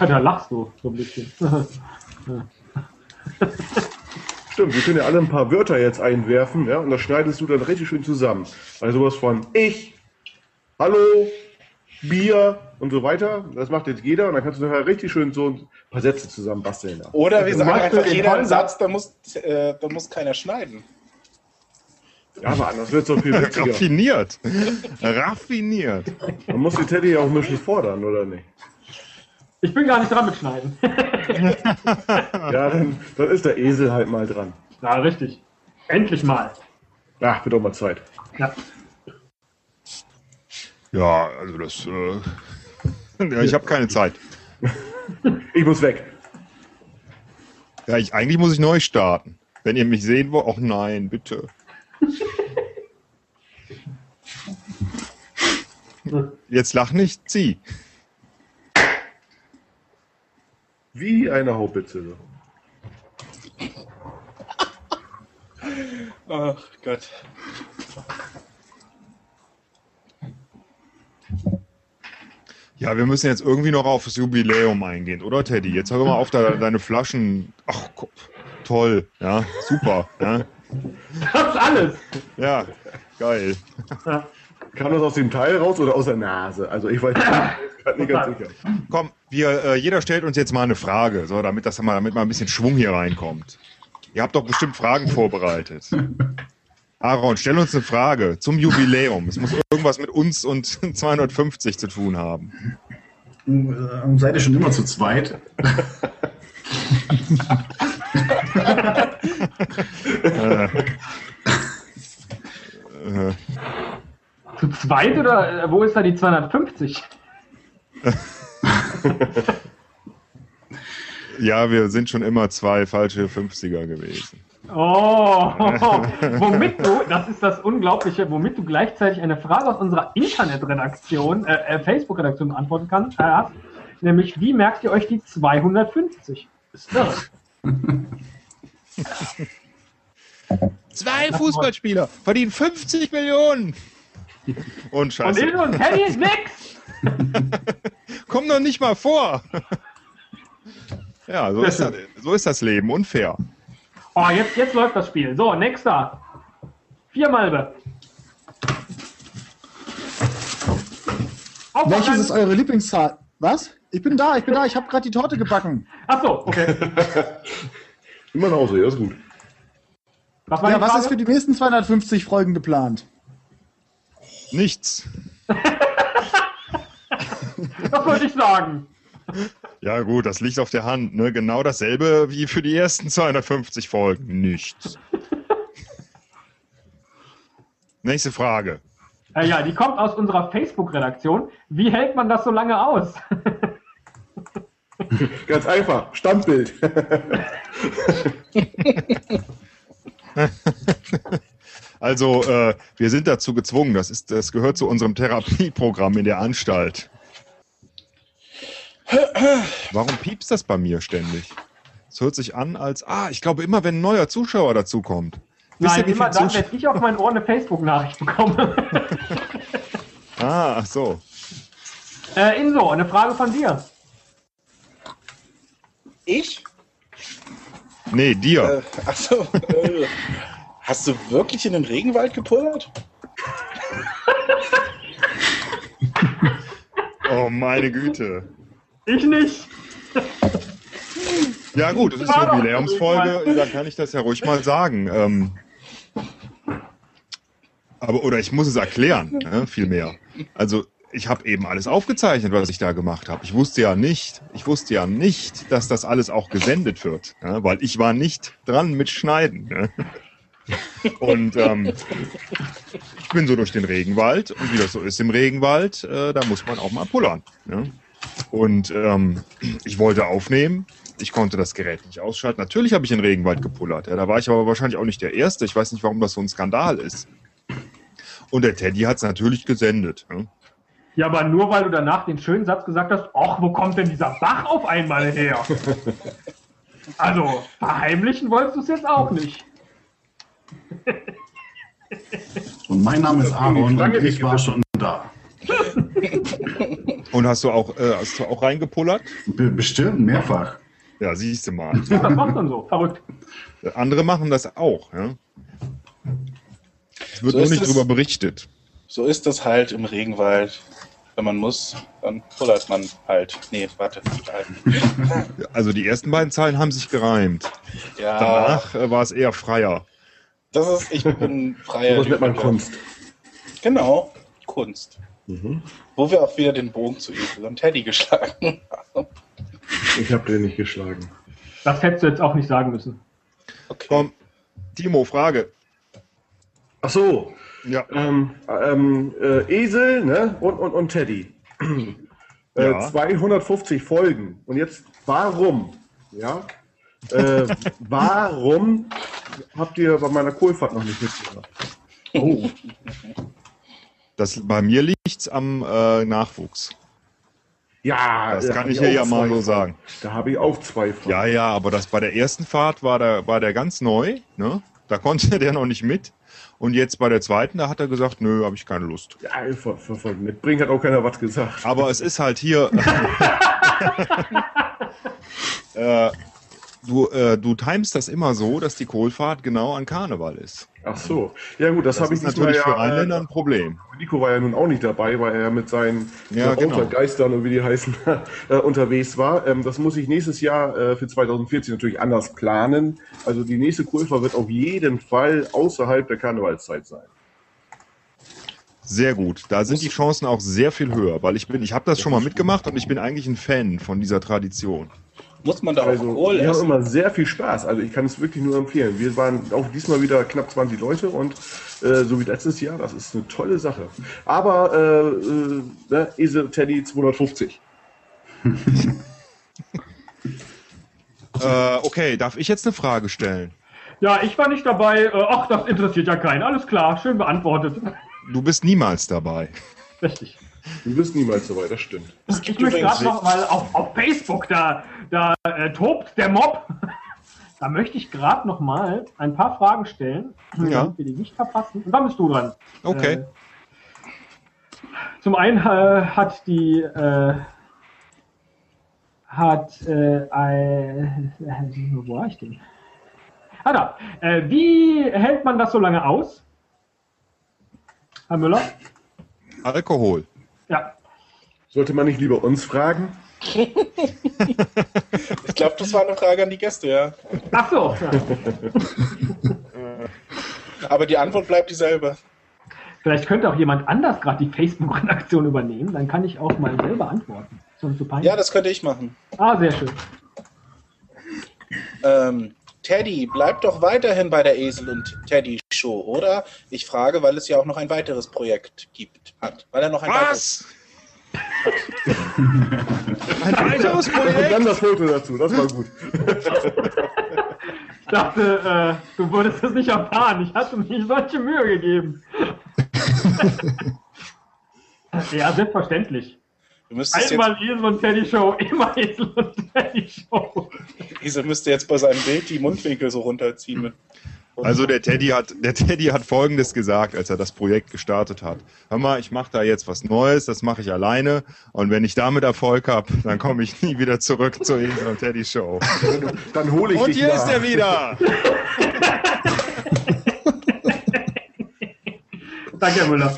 Speaker 3: ja, da lachst du so ein bisschen.
Speaker 4: Stimmt, wir können ja alle ein paar Wörter jetzt einwerfen, ja, und das schneidest du dann richtig schön zusammen. Also sowas von ich, hallo, Bier und so weiter. Das macht jetzt jeder und dann kannst du nachher richtig schön so ein paar Sätze zusammen basteln. Ja. Also
Speaker 7: Oder wir sagen
Speaker 3: machst
Speaker 7: einfach
Speaker 3: den
Speaker 7: jeder einen
Speaker 3: Vollsatz.
Speaker 7: Satz, da muss, äh, da muss keiner schneiden.
Speaker 4: Ja, aber anders wird es doch viel witziger.
Speaker 2: Raffiniert. Raffiniert.
Speaker 4: Man muss die Teddy ja auch ein bisschen fordern, oder nicht?
Speaker 3: Ich bin gar nicht dran mit Schneiden.
Speaker 4: Ja, dann, dann ist der Esel halt mal dran.
Speaker 3: ja, richtig. Endlich mal.
Speaker 4: Ach, wird doch mal Zeit.
Speaker 3: Ja.
Speaker 2: Ja, also das. Äh, ja, ich habe keine Zeit.
Speaker 4: Ich muss weg.
Speaker 2: Ja, ich, eigentlich muss ich neu starten. Wenn ihr mich sehen wollt, ach nein, bitte. Jetzt lach nicht, zieh.
Speaker 4: Wie eine Haubitze.
Speaker 7: Ach Gott.
Speaker 2: Ja, wir müssen jetzt irgendwie noch auf das Jubiläum eingehen, oder Teddy? Jetzt hör mal auf, da, deine Flaschen. Ach, guck, toll, ja, super, ja,
Speaker 3: Das ist alles.
Speaker 2: ja geil.
Speaker 4: Kam das aus dem Teil raus oder aus der Nase? Also ich weiß nicht, nicht ganz sicher.
Speaker 2: Komm, wir, äh, jeder stellt uns jetzt mal eine Frage, so, damit das mal, damit mal ein bisschen Schwung hier reinkommt. Ihr habt doch bestimmt Fragen vorbereitet. Aaron, stell uns eine Frage zum Jubiläum. Es muss irgendwas mit uns und 250 zu tun haben.
Speaker 9: Ähm, seid ihr schon immer zu zweit?
Speaker 3: Zu zweit oder äh, wo ist da die 250?
Speaker 2: Ja, wir sind schon immer zwei falsche 50er gewesen.
Speaker 3: Oh, womit du, das ist das Unglaubliche, womit du gleichzeitig eine Frage aus unserer Internetredaktion, äh, äh, Facebook-Redaktion beantworten kannst, äh, hast, nämlich wie merkt ihr euch die 250? Ist das?
Speaker 10: Zwei Fußballspieler verdienen 50 Millionen.
Speaker 2: Und
Speaker 3: Und
Speaker 2: scheiße.
Speaker 3: in uns, Henny ist nix!
Speaker 10: Kommen noch nicht mal vor.
Speaker 2: Ja, so ist, das, so ist das Leben. Unfair.
Speaker 3: Oh, jetzt, jetzt läuft das Spiel. So, nächster. Vier Malbe. Auf
Speaker 5: Welches ist eure Lieblingszahl? Was? Ich bin da, ich bin da, ich habe gerade die Torte gebacken.
Speaker 3: Achso, okay.
Speaker 4: Immer nach Hause, ja, ist gut.
Speaker 3: Was war
Speaker 5: Ja,
Speaker 3: die
Speaker 5: was
Speaker 3: Frage?
Speaker 5: ist für die nächsten 250 Folgen geplant?
Speaker 2: Nichts.
Speaker 3: Das würde ich sagen.
Speaker 2: Ja, gut, das liegt auf der Hand. Ne? Genau dasselbe wie für die ersten 250 Folgen. Nichts. Nächste Frage.
Speaker 3: Äh, ja, die kommt aus unserer Facebook-Redaktion. Wie hält man das so lange aus?
Speaker 4: Ganz einfach, Standbild.
Speaker 2: Also, äh, wir sind dazu gezwungen. Das, ist, das gehört zu unserem Therapieprogramm in der Anstalt. Warum piepst das bei mir ständig? Es hört sich an als, ah, ich glaube immer, wenn ein neuer Zuschauer dazukommt. Wisst ihr,
Speaker 3: Nein,
Speaker 2: wie
Speaker 3: immer
Speaker 2: viel
Speaker 3: dann,
Speaker 2: Zuschauer-
Speaker 3: wenn ich auf mein Ohr eine Facebook-Nachricht bekomme.
Speaker 2: Ah, ach so.
Speaker 3: äh, Inso, eine Frage von dir.
Speaker 7: Ich?
Speaker 2: Nee, dir.
Speaker 7: Äh, achso. äh, hast du wirklich in den Regenwald gepullert?
Speaker 3: Äh.
Speaker 2: Oh, meine Güte.
Speaker 3: Ich nicht.
Speaker 2: Ja, gut, das ist
Speaker 3: War doch
Speaker 2: Jubiläumsfolge, da kann ich das ja ruhig mal sagen. Ähm, aber, oder ich muss es erklären, ne, vielmehr. Also, ich habe eben alles aufgezeichnet, was ich da gemacht habe. Ich wusste ja nicht, ich wusste ja nicht, dass das alles auch gesendet wird, ne, weil ich war nicht dran mit Schneiden. Ne. Und ähm, ich bin so durch den Regenwald und wie das so ist im Regenwald, äh, da muss man auch mal pullern. Ne. Und ähm, ich wollte aufnehmen. Ich konnte das Gerät nicht ausschalten. Natürlich habe ich in den Regenwald gepullert. Ja, da war ich aber wahrscheinlich auch nicht der Erste. Ich weiß nicht, warum das so ein Skandal ist. Und der Teddy hat es natürlich gesendet. Ne?
Speaker 3: Ja, aber nur weil du danach den schönen Satz gesagt hast, ach, wo kommt denn dieser Bach auf einmal her? also, verheimlichen wolltest du es jetzt auch nicht.
Speaker 9: Und mein Name ist Aaron und ich war schon da.
Speaker 2: Und hast du auch, äh, hast du auch reingepullert?
Speaker 9: Be bestimmt mehrfach.
Speaker 2: Ja, siehst du mal. Äh,
Speaker 3: Ja, Das macht man so. Verrückt.
Speaker 2: Andere machen das auch. Ja? Es wird
Speaker 7: So
Speaker 2: nur
Speaker 7: ist
Speaker 2: nicht
Speaker 7: es.
Speaker 2: drüber berichtet.
Speaker 7: So ist das halt im Regenwald. Wenn man muss, dann pullert man halt. Nee, warte, nicht halt.
Speaker 2: Also die ersten beiden Zeilen haben sich gereimt.
Speaker 7: Ja,
Speaker 2: Danach äh, war es eher freier.
Speaker 7: das ist, ich bin freier.
Speaker 4: Sowas nennt man
Speaker 7: Typ.
Speaker 4: Kunst.
Speaker 7: Genau, Kunst. Wo wir auch wieder den Bogen zu Esel und Teddy geschlagen haben.
Speaker 4: Ich habe den nicht geschlagen.
Speaker 3: Das hättest du jetzt auch nicht sagen müssen.
Speaker 7: Okay.
Speaker 2: Komm, Timo, Frage.
Speaker 4: Ach so,
Speaker 2: Ja,
Speaker 4: ähm, ähm, äh, Esel ne? und, und, und Teddy. Äh,
Speaker 2: Ja.
Speaker 4: 250 Folgen. Und jetzt, warum? Ja? Äh, warum habt ihr bei meiner Kohlfahrt noch nicht mitgemacht?
Speaker 9: Oh,
Speaker 2: das, bei mir liegt's am äh, Nachwuchs.
Speaker 4: Ja,
Speaker 2: Das
Speaker 4: da
Speaker 2: kann
Speaker 4: hab
Speaker 2: ich dir
Speaker 4: auch
Speaker 2: ja mal
Speaker 4: zwei
Speaker 2: so
Speaker 4: von.
Speaker 2: sagen.
Speaker 4: Da habe ich auch zwei von.
Speaker 2: Ja, ja, aber das bei der ersten Fahrt war der, war der ganz neu, ne? Da konnte der noch nicht mit. Und jetzt bei der zweiten, da hat er gesagt, nö, habe ich keine Lust.
Speaker 4: ja von, von, von mitbringen hat auch keiner was gesagt.
Speaker 2: Aber es ist halt hier. äh, du, äh, du timest das immer so, dass die Kohlfahrt genau an Karneval ist.
Speaker 4: Ach so. Ja gut, das,
Speaker 2: Das
Speaker 4: habe ich
Speaker 2: ist natürlich
Speaker 4: diesmal
Speaker 2: für
Speaker 4: ja, äh,
Speaker 2: Rheinländer ein Problem.
Speaker 4: Nico war ja nun auch nicht dabei, weil er mit seinen
Speaker 2: Ja,
Speaker 4: äh,
Speaker 2: genau.
Speaker 4: Geistern und wie die heißen äh, unterwegs war. Ähm, das muss ich nächstes Jahr äh, für 2014 natürlich anders planen. Also die nächste Kulfa wird auf jeden Fall außerhalb der Karnevalszeit sein.
Speaker 2: Sehr gut. Da sind die Chancen auch sehr viel höher, weil ich bin, ich habe das schon mal mitgemacht und ich bin eigentlich ein Fan von dieser Tradition.
Speaker 7: Muss man da auch
Speaker 4: Also
Speaker 7: Kohl
Speaker 4: wir haben
Speaker 7: essen?
Speaker 4: immer sehr viel Spaß. Also ich kann es wirklich nur empfehlen. Wir waren auch diesmal wieder knapp 20 Leute und äh, so wie letztes Jahr, das ist eine tolle Sache. Aber äh, äh, ne, Esel Teddy 250.
Speaker 2: Äh, okay, darf ich jetzt eine Frage stellen?
Speaker 3: Ja, ich war nicht dabei. Äh, Ach, das interessiert ja keinen. Alles klar, schön beantwortet.
Speaker 2: Du bist niemals dabei.
Speaker 3: Richtig.
Speaker 4: Wir wissen niemals so weit, das stimmt.
Speaker 7: Es
Speaker 3: Ich möchte gerade noch mal auf, auf Facebook, da, da äh, tobt der Mob. Da möchte ich gerade noch mal ein paar Fragen stellen,
Speaker 2: Ja.
Speaker 3: damit wir die nicht verpassen. Und dann bist du dran.
Speaker 2: Okay.
Speaker 3: Äh, zum einen äh, hat die äh, hat äh, ein, wo war ich denn? Ah, da. Äh, wie hält man das so lange aus? Herr Müller?
Speaker 2: Alkohol.
Speaker 3: Ja.
Speaker 4: Sollte man nicht lieber uns fragen?
Speaker 7: Ich glaube, das war eine Frage an die Gäste, ja.
Speaker 3: Ach so. Ja.
Speaker 7: Aber die Antwort bleibt dieselbe.
Speaker 3: Vielleicht könnte auch jemand anders gerade die Facebook-Redaktion übernehmen, dann kann ich auch mal selber antworten. Sonst zu peinlich.
Speaker 7: Ja, das könnte ich machen.
Speaker 3: Ah, sehr schön.
Speaker 7: Ähm, Teddy, bleib doch weiterhin bei der Esel und Teddy Show, oder? Ich frage, weil es ja auch noch ein weiteres Projekt gibt, hat. Weil er noch ein
Speaker 10: Was?
Speaker 7: weiteres.
Speaker 10: Ein weiteres Projekt?
Speaker 4: Dann das Foto dazu, das war gut.
Speaker 3: Ich dachte, äh, du würdest das nicht erfahren. Ich hatte mir solche Mühe gegeben. ja, selbstverständlich.
Speaker 7: Du
Speaker 2: Halt
Speaker 7: müsstest jetzt,
Speaker 3: Einmal Esel und Teddy Show, immer Esel und Teddy Show.
Speaker 7: Esel müsste jetzt bei seinem Bild die Mundwinkel so runterziehen. Mit.
Speaker 2: Hm. Also der Teddy hat, der Teddy hat Folgendes gesagt, als er das Projekt gestartet hat. Hör mal, ich mache da jetzt was Neues, das mache ich alleine. Und wenn ich damit Erfolg habe, dann komme ich nie wieder zurück zur Esel und Teddy Show.
Speaker 4: Dann hole ich
Speaker 2: Und
Speaker 4: dich
Speaker 2: hier
Speaker 4: nach.
Speaker 2: ist er wieder.
Speaker 3: Danke, Herr Müller.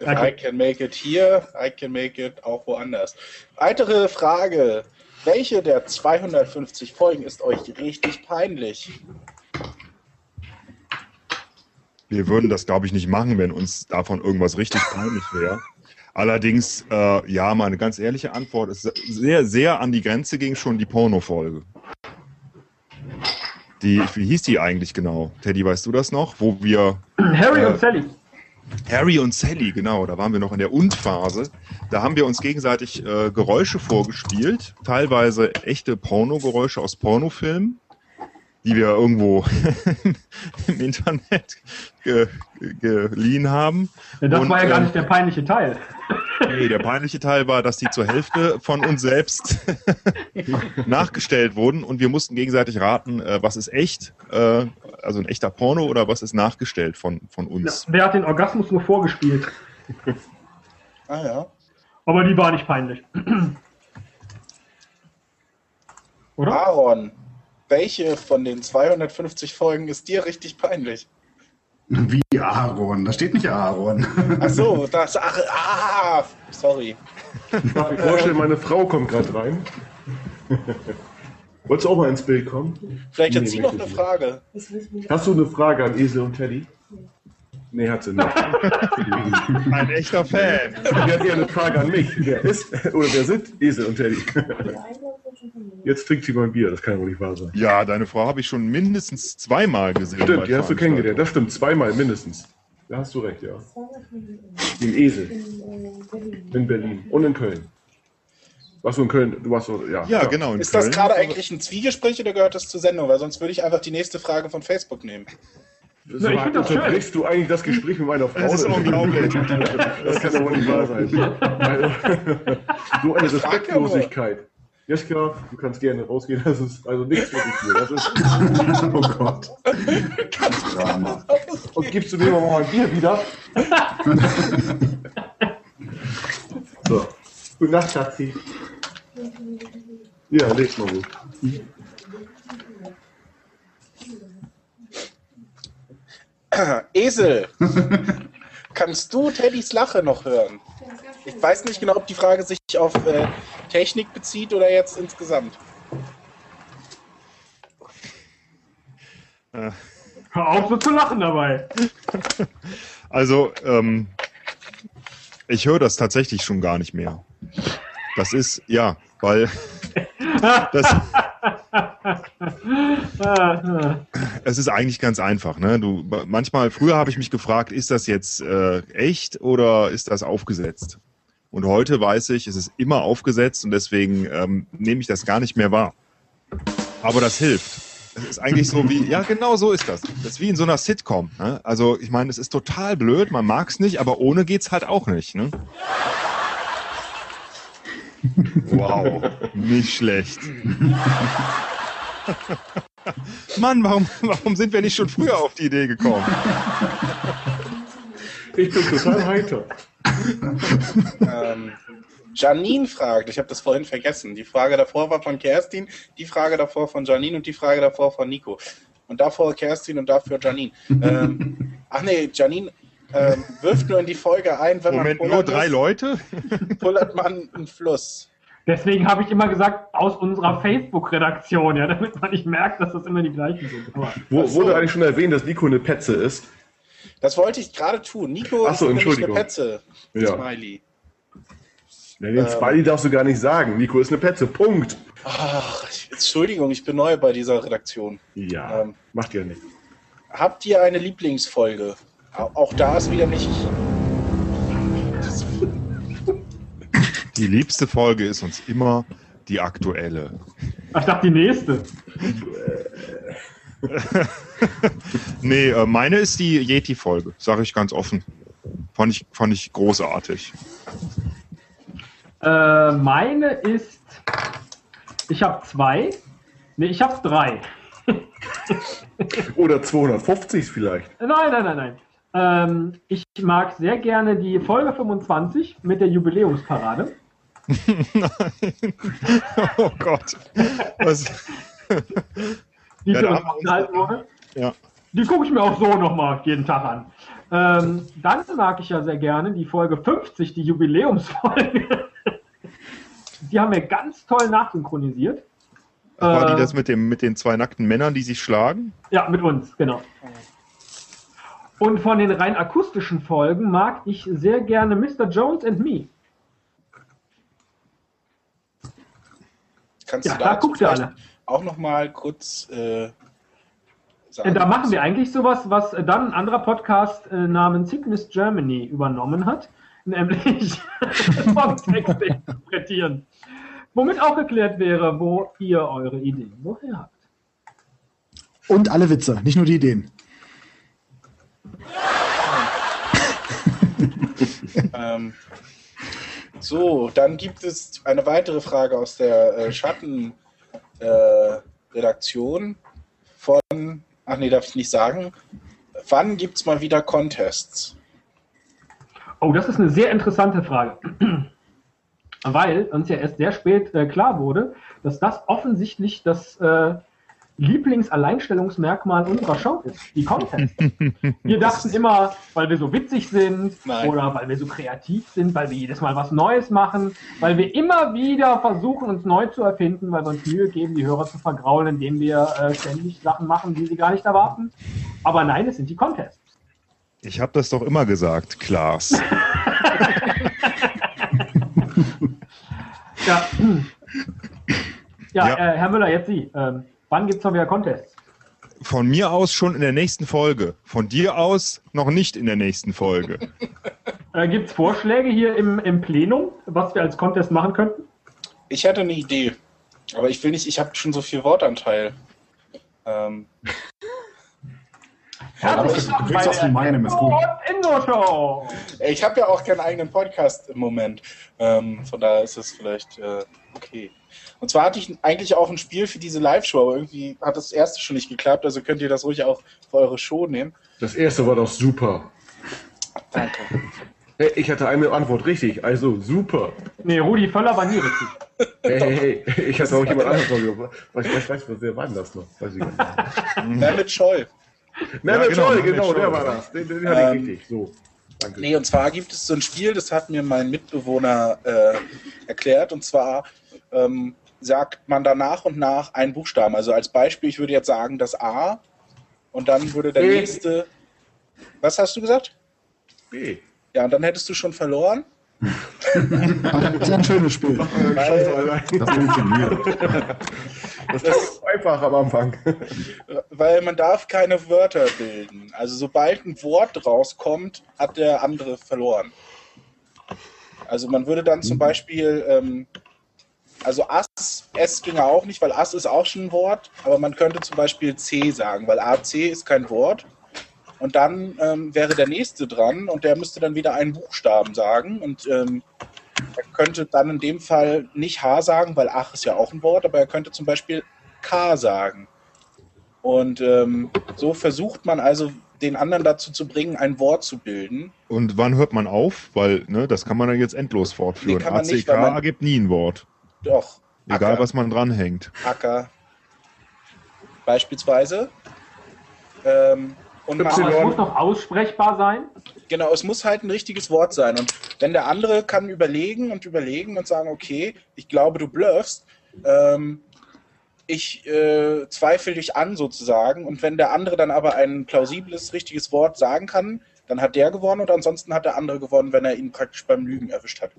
Speaker 7: If I can make it here, I can make it auch woanders. Weitere Frage. Welche der 250 Folgen ist euch richtig peinlich?
Speaker 2: Wir würden das, glaube ich, nicht machen, wenn uns davon irgendwas richtig peinlich wäre. Allerdings, äh, ja, meine ganz ehrliche Antwort ist sehr, sehr an die Grenze ging schon die Porno-Folge. Die, wie hieß die eigentlich genau? Teddy, weißt du das noch? Wo wir
Speaker 3: Harry
Speaker 2: Äh,
Speaker 3: und Sally.
Speaker 2: Harry und Sally, genau, da waren wir noch in der Und-Phase. Da haben wir uns gegenseitig äh, Geräusche vorgespielt, teilweise echte Pornogeräusche aus Pornofilmen, die wir irgendwo im Internet ge ge- geliehen haben.
Speaker 3: Ja, Das
Speaker 2: Und,
Speaker 3: war ja gar
Speaker 2: ähm,
Speaker 3: nicht der peinliche Teil.
Speaker 2: Nee, der peinliche Teil war, dass die zur Hälfte von uns selbst nachgestellt wurden und wir mussten gegenseitig raten, äh, was ist echt, äh, also ein echter Porno oder was ist nachgestellt von, von uns.
Speaker 3: Wer hat den Orgasmus nur vorgespielt?
Speaker 7: Ah ja.
Speaker 3: Aber die war nicht peinlich. Oder?
Speaker 7: Aaron, welche von den 250 Folgen ist dir richtig peinlich?
Speaker 9: Wie Aaron. Da steht nicht Aaron.
Speaker 7: Ach so, das. Ach, ah, sorry.
Speaker 4: Ich kann mir vorstellen, meine Frau kommt gerade rein. Wolltest du auch mal ins Bild kommen?
Speaker 7: Vielleicht hat
Speaker 4: Nee,
Speaker 7: sie noch
Speaker 4: möchte
Speaker 7: eine
Speaker 4: ich
Speaker 7: Frage.
Speaker 4: nicht. Hast du eine Frage an Esel und Teddy? Nee, hat sie nicht.
Speaker 2: Ein echter Fan.
Speaker 4: Die hat eher eine Frage an mich. Wer ist oder wer sind Esel und Teddy? Jetzt trinkt sie mein Bier, das kann ja wohl nicht wahr sein.
Speaker 2: Ja, deine Frau habe ich schon mindestens zweimal gesehen. bei
Speaker 4: Stimmt, die hast du
Speaker 2: Veranstaltungen.
Speaker 4: kennengelernt. Das stimmt, zweimal mindestens. Da hast du recht, ja. Den Esel in Berlin und in Köln. Warst du in Köln? Du warst so, ja.
Speaker 2: Ja, genau. In
Speaker 7: Ist
Speaker 2: Köln.
Speaker 7: das gerade eigentlich ein Zwiegespräch oder gehört das zur Sendung? Weil sonst würde ich einfach die nächste Frage von Facebook nehmen.
Speaker 4: So,
Speaker 3: ich find das schön.
Speaker 4: unterbrichst du eigentlich das Gespräch mit meiner Frau?
Speaker 2: Das ist unglaublich.
Speaker 4: Das kann doch wohl nicht wahr sein. Meine- So eine Respektlosigkeit. Jeschka, du kannst gerne rausgehen. Das ist also nichts für dich hier. Das ist,
Speaker 9: Oh Gott. Drama.
Speaker 4: und gibst du mir mal mein Bier wieder? So. Gute Nacht, Schatzi. Ja, leg mal gut.
Speaker 7: Esel, kannst du Teddys Lache noch hören? Ich weiß nicht genau, ob die Frage sich auf äh, Technik bezieht oder jetzt insgesamt.
Speaker 3: Hör auf so zu lachen dabei.
Speaker 2: Also, ähm, ich höre das tatsächlich schon gar nicht mehr. Das ist, ja, weil das,
Speaker 3: Äh, äh.
Speaker 2: es ist eigentlich ganz einfach. Ne? Du, manchmal, früher habe ich mich gefragt, ist das jetzt äh, echt oder ist das aufgesetzt? Und heute weiß ich, es ist immer aufgesetzt und deswegen ähm, nehme ich das gar nicht mehr wahr. Aber das hilft. Es ist eigentlich so wie, ja, genau so ist das. Das ist wie in so einer Sitcom. Ne? Also, ich meine, es ist total blöd, man mag es nicht, aber ohne geht's halt auch nicht. Ne? Wow, nicht schlecht. Mann, warum, warum sind wir nicht schon früher auf die Idee gekommen?
Speaker 3: Ich bin total heiter.
Speaker 7: Ähm, Janine fragt, ich habe das vorhin vergessen. Die Frage davor war von Kerstin, die Frage davor von Janine und die Frage davor von Nico. Und davor Kerstin und dafür Janine. Ähm, ach nee, Janine ähm, wirft nur in die Folge ein, wenn
Speaker 2: Moment,
Speaker 7: man
Speaker 2: nur drei Leute?
Speaker 7: pullert man einen Fluss.
Speaker 3: Deswegen habe ich immer gesagt, aus unserer Facebook-Redaktion, ja, damit man nicht merkt, dass das immer die gleichen sind. Aber
Speaker 4: Wo, Wurde eigentlich schon erwähnt, dass Nico eine Petze ist?
Speaker 7: Das wollte ich gerade tun. Nico
Speaker 4: Ach so,
Speaker 7: nämlich
Speaker 4: Entschuldigung.
Speaker 7: eine Petze.
Speaker 4: Ja.
Speaker 7: Smiley.
Speaker 4: Ja,
Speaker 7: Ähm.
Speaker 4: den Smiley darfst du gar nicht sagen. Nico ist eine Petze. Punkt.
Speaker 7: Ach, Entschuldigung, ich bin neu bei dieser Redaktion.
Speaker 4: Ja,
Speaker 7: Ähm.
Speaker 4: macht ja nichts.
Speaker 7: Habt ihr eine Lieblingsfolge? Au- Auch da ist wieder nicht.
Speaker 2: Die liebste Folge ist uns immer die aktuelle.
Speaker 3: ich dachte, die nächste.
Speaker 2: Nee, äh, meine ist die Yeti-Folge, sage ich ganz offen. Fand ich, fand ich großartig.
Speaker 3: Äh, meine ist. Ich habe zwei. Nee, ich habe drei.
Speaker 4: Oder 250 vielleicht.
Speaker 3: Nein, nein, nein, nein. Ähm, ich mag sehr gerne die Folge 25 mit der Jubiläumsparade.
Speaker 2: Oh Gott. Was?
Speaker 3: die
Speaker 2: Ja,
Speaker 3: für
Speaker 2: da
Speaker 3: uns
Speaker 2: haben wir uns-
Speaker 3: gehalten wurde.
Speaker 2: Ja.
Speaker 3: Die gucke ich mir auch so nochmal jeden Tag an. Ähm, dann mag ich ja sehr gerne die Folge 50, die Jubiläumsfolge. die haben wir ganz toll nachsynchronisiert.
Speaker 2: War
Speaker 3: Äh,
Speaker 2: die das mit, dem, mit den zwei nackten Männern, die sich schlagen?
Speaker 3: Ja, mit uns, genau. Und von den rein akustischen Folgen mag ich sehr gerne Mr. Jones and Me.
Speaker 7: Kannst
Speaker 3: Ja,
Speaker 7: du
Speaker 3: da
Speaker 7: dazu
Speaker 3: guckt ihr
Speaker 7: vielleicht
Speaker 3: alle.
Speaker 7: auch nochmal kurz äh,
Speaker 3: Äh,
Speaker 7: sagen?
Speaker 3: Da machen wir eigentlich sowas, was äh, dann ein anderer Podcast äh, namens Sickness Germany übernommen hat, nämlich Songtexte interpretieren. Womit auch geklärt wäre, wo ihr eure Ideen woher habt.
Speaker 5: Und alle Witze, nicht nur die Ideen.
Speaker 7: Ähm, so, dann gibt es eine weitere Frage aus der äh, Schattenredaktion äh, Redaktion von, ach nee, darf ich nicht sagen. Wann gibt es mal wieder Contests?
Speaker 3: Oh, das ist eine sehr interessante Frage. Weil uns ja erst sehr spät äh, klar wurde, dass das offensichtlich das äh, Lieblingsalleinstellungsmerkmal unserer Show ist, die Contests. Wir dachten immer, weil wir so witzig sind
Speaker 7: Nein.
Speaker 3: oder weil wir so kreativ sind, weil wir jedes Mal was Neues machen, weil wir immer wieder versuchen, uns neu zu erfinden, weil wir uns Mühe geben, die Hörer zu vergraulen, indem wir äh, ständig Sachen machen, die sie gar nicht erwarten. Aber nein, es sind die Contests.
Speaker 2: Ich habe das doch immer gesagt, Klaas.
Speaker 3: Ja, ja,
Speaker 2: Ja.
Speaker 3: Äh, Herr Müller, jetzt Sie. Ähm, wann gibt es noch wieder Contests?
Speaker 2: Von mir aus schon in der nächsten Folge. Von dir aus noch nicht in der nächsten Folge.
Speaker 3: Äh, gibt es Vorschläge hier im, im Plenum, was wir als Contest machen könnten?
Speaker 7: Ich hätte eine Idee, aber ich will nicht, ich habe schon so viel Wortanteil. Ähm,
Speaker 3: Herzlich
Speaker 9: Du kriegst das
Speaker 3: willkommen
Speaker 9: von
Speaker 3: bei
Speaker 9: meinem,
Speaker 3: der
Speaker 9: ist gut.
Speaker 3: Indo-Show.
Speaker 7: ich habe ja auch keinen eigenen Podcast im Moment. Ähm, von daher ist es vielleicht äh, okay. Und zwar hatte ich eigentlich auch ein Spiel für diese Live-Show, aber irgendwie hat das erste schon nicht geklappt, also könnt ihr das ruhig auch für eure Show nehmen.
Speaker 4: Das erste war doch super.
Speaker 7: Danke.
Speaker 4: Hey, ich hatte eine Antwort richtig. Also super.
Speaker 3: Nee, Rudi Völler war nie richtig.
Speaker 4: Hey, hey, hey. Ich hatte auch jemand anderes noch gehört. Ich weiß, weiß, weiß, wer war denn das noch? Weiß ich gar nicht.
Speaker 7: Mehmet Scholl.
Speaker 4: Nein,
Speaker 2: Ja,
Speaker 4: ja,
Speaker 2: genau,
Speaker 4: genau,
Speaker 2: Mehmet
Speaker 4: genau, der
Speaker 2: Scholl.
Speaker 4: war das. Den, den hatte ich
Speaker 7: Ähm,
Speaker 4: richtig. So. Danke.
Speaker 7: Nee, und zwar gibt es so ein Spiel, das hat mir mein Mitbewohner äh, erklärt. Und zwar ähm, sagt man da nach und nach einen Buchstaben. Also als Beispiel, ich würde jetzt sagen das A und dann würde der
Speaker 4: Nee.
Speaker 7: nächste. Was hast du gesagt?
Speaker 4: Nee.
Speaker 7: Ja, und dann hättest du schon verloren.
Speaker 5: Das ist ja ein schönes Spiel.
Speaker 4: Scheiße, Alter.
Speaker 9: Das bin schon mir.
Speaker 4: Das ist einfach am Anfang.
Speaker 7: Weil man darf keine Wörter bilden. Also sobald ein Wort rauskommt, hat der andere verloren. Also man würde dann zum Beispiel, ähm, also Ass, S ginge auch nicht, weil Ass ist auch schon ein Wort, aber man könnte zum Beispiel C sagen, weil AC ist kein Wort. Und dann ähm, wäre der nächste dran und der müsste dann wieder einen Buchstaben sagen. Und ähm, er könnte dann in dem Fall nicht H sagen, weil Ach ist ja auch ein Wort, aber er könnte zum Beispiel K sagen. Und ähm, so versucht man also den anderen dazu zu bringen, ein Wort zu bilden.
Speaker 2: Und wann hört man auf? Weil, ne, das kann man dann jetzt endlos fortführen.
Speaker 7: Nee, kann man
Speaker 2: ACK
Speaker 7: nicht, weil man-
Speaker 2: gibt nie ein Wort.
Speaker 7: Doch,
Speaker 2: Egal, was man dranhängt.
Speaker 7: Acker beispielsweise. Ähm, und
Speaker 3: Aber es muss noch aussprechbar sein.
Speaker 7: Genau, es muss halt ein richtiges Wort sein. Und wenn der andere kann überlegen und überlegen und sagen, okay, ich glaube, du bluffst, ähm, ich äh, zweifle dich an sozusagen. Und wenn der andere dann aber ein plausibles, richtiges Wort sagen kann, dann hat der gewonnen und ansonsten hat der andere gewonnen, wenn er ihn praktisch beim Lügen erwischt hat.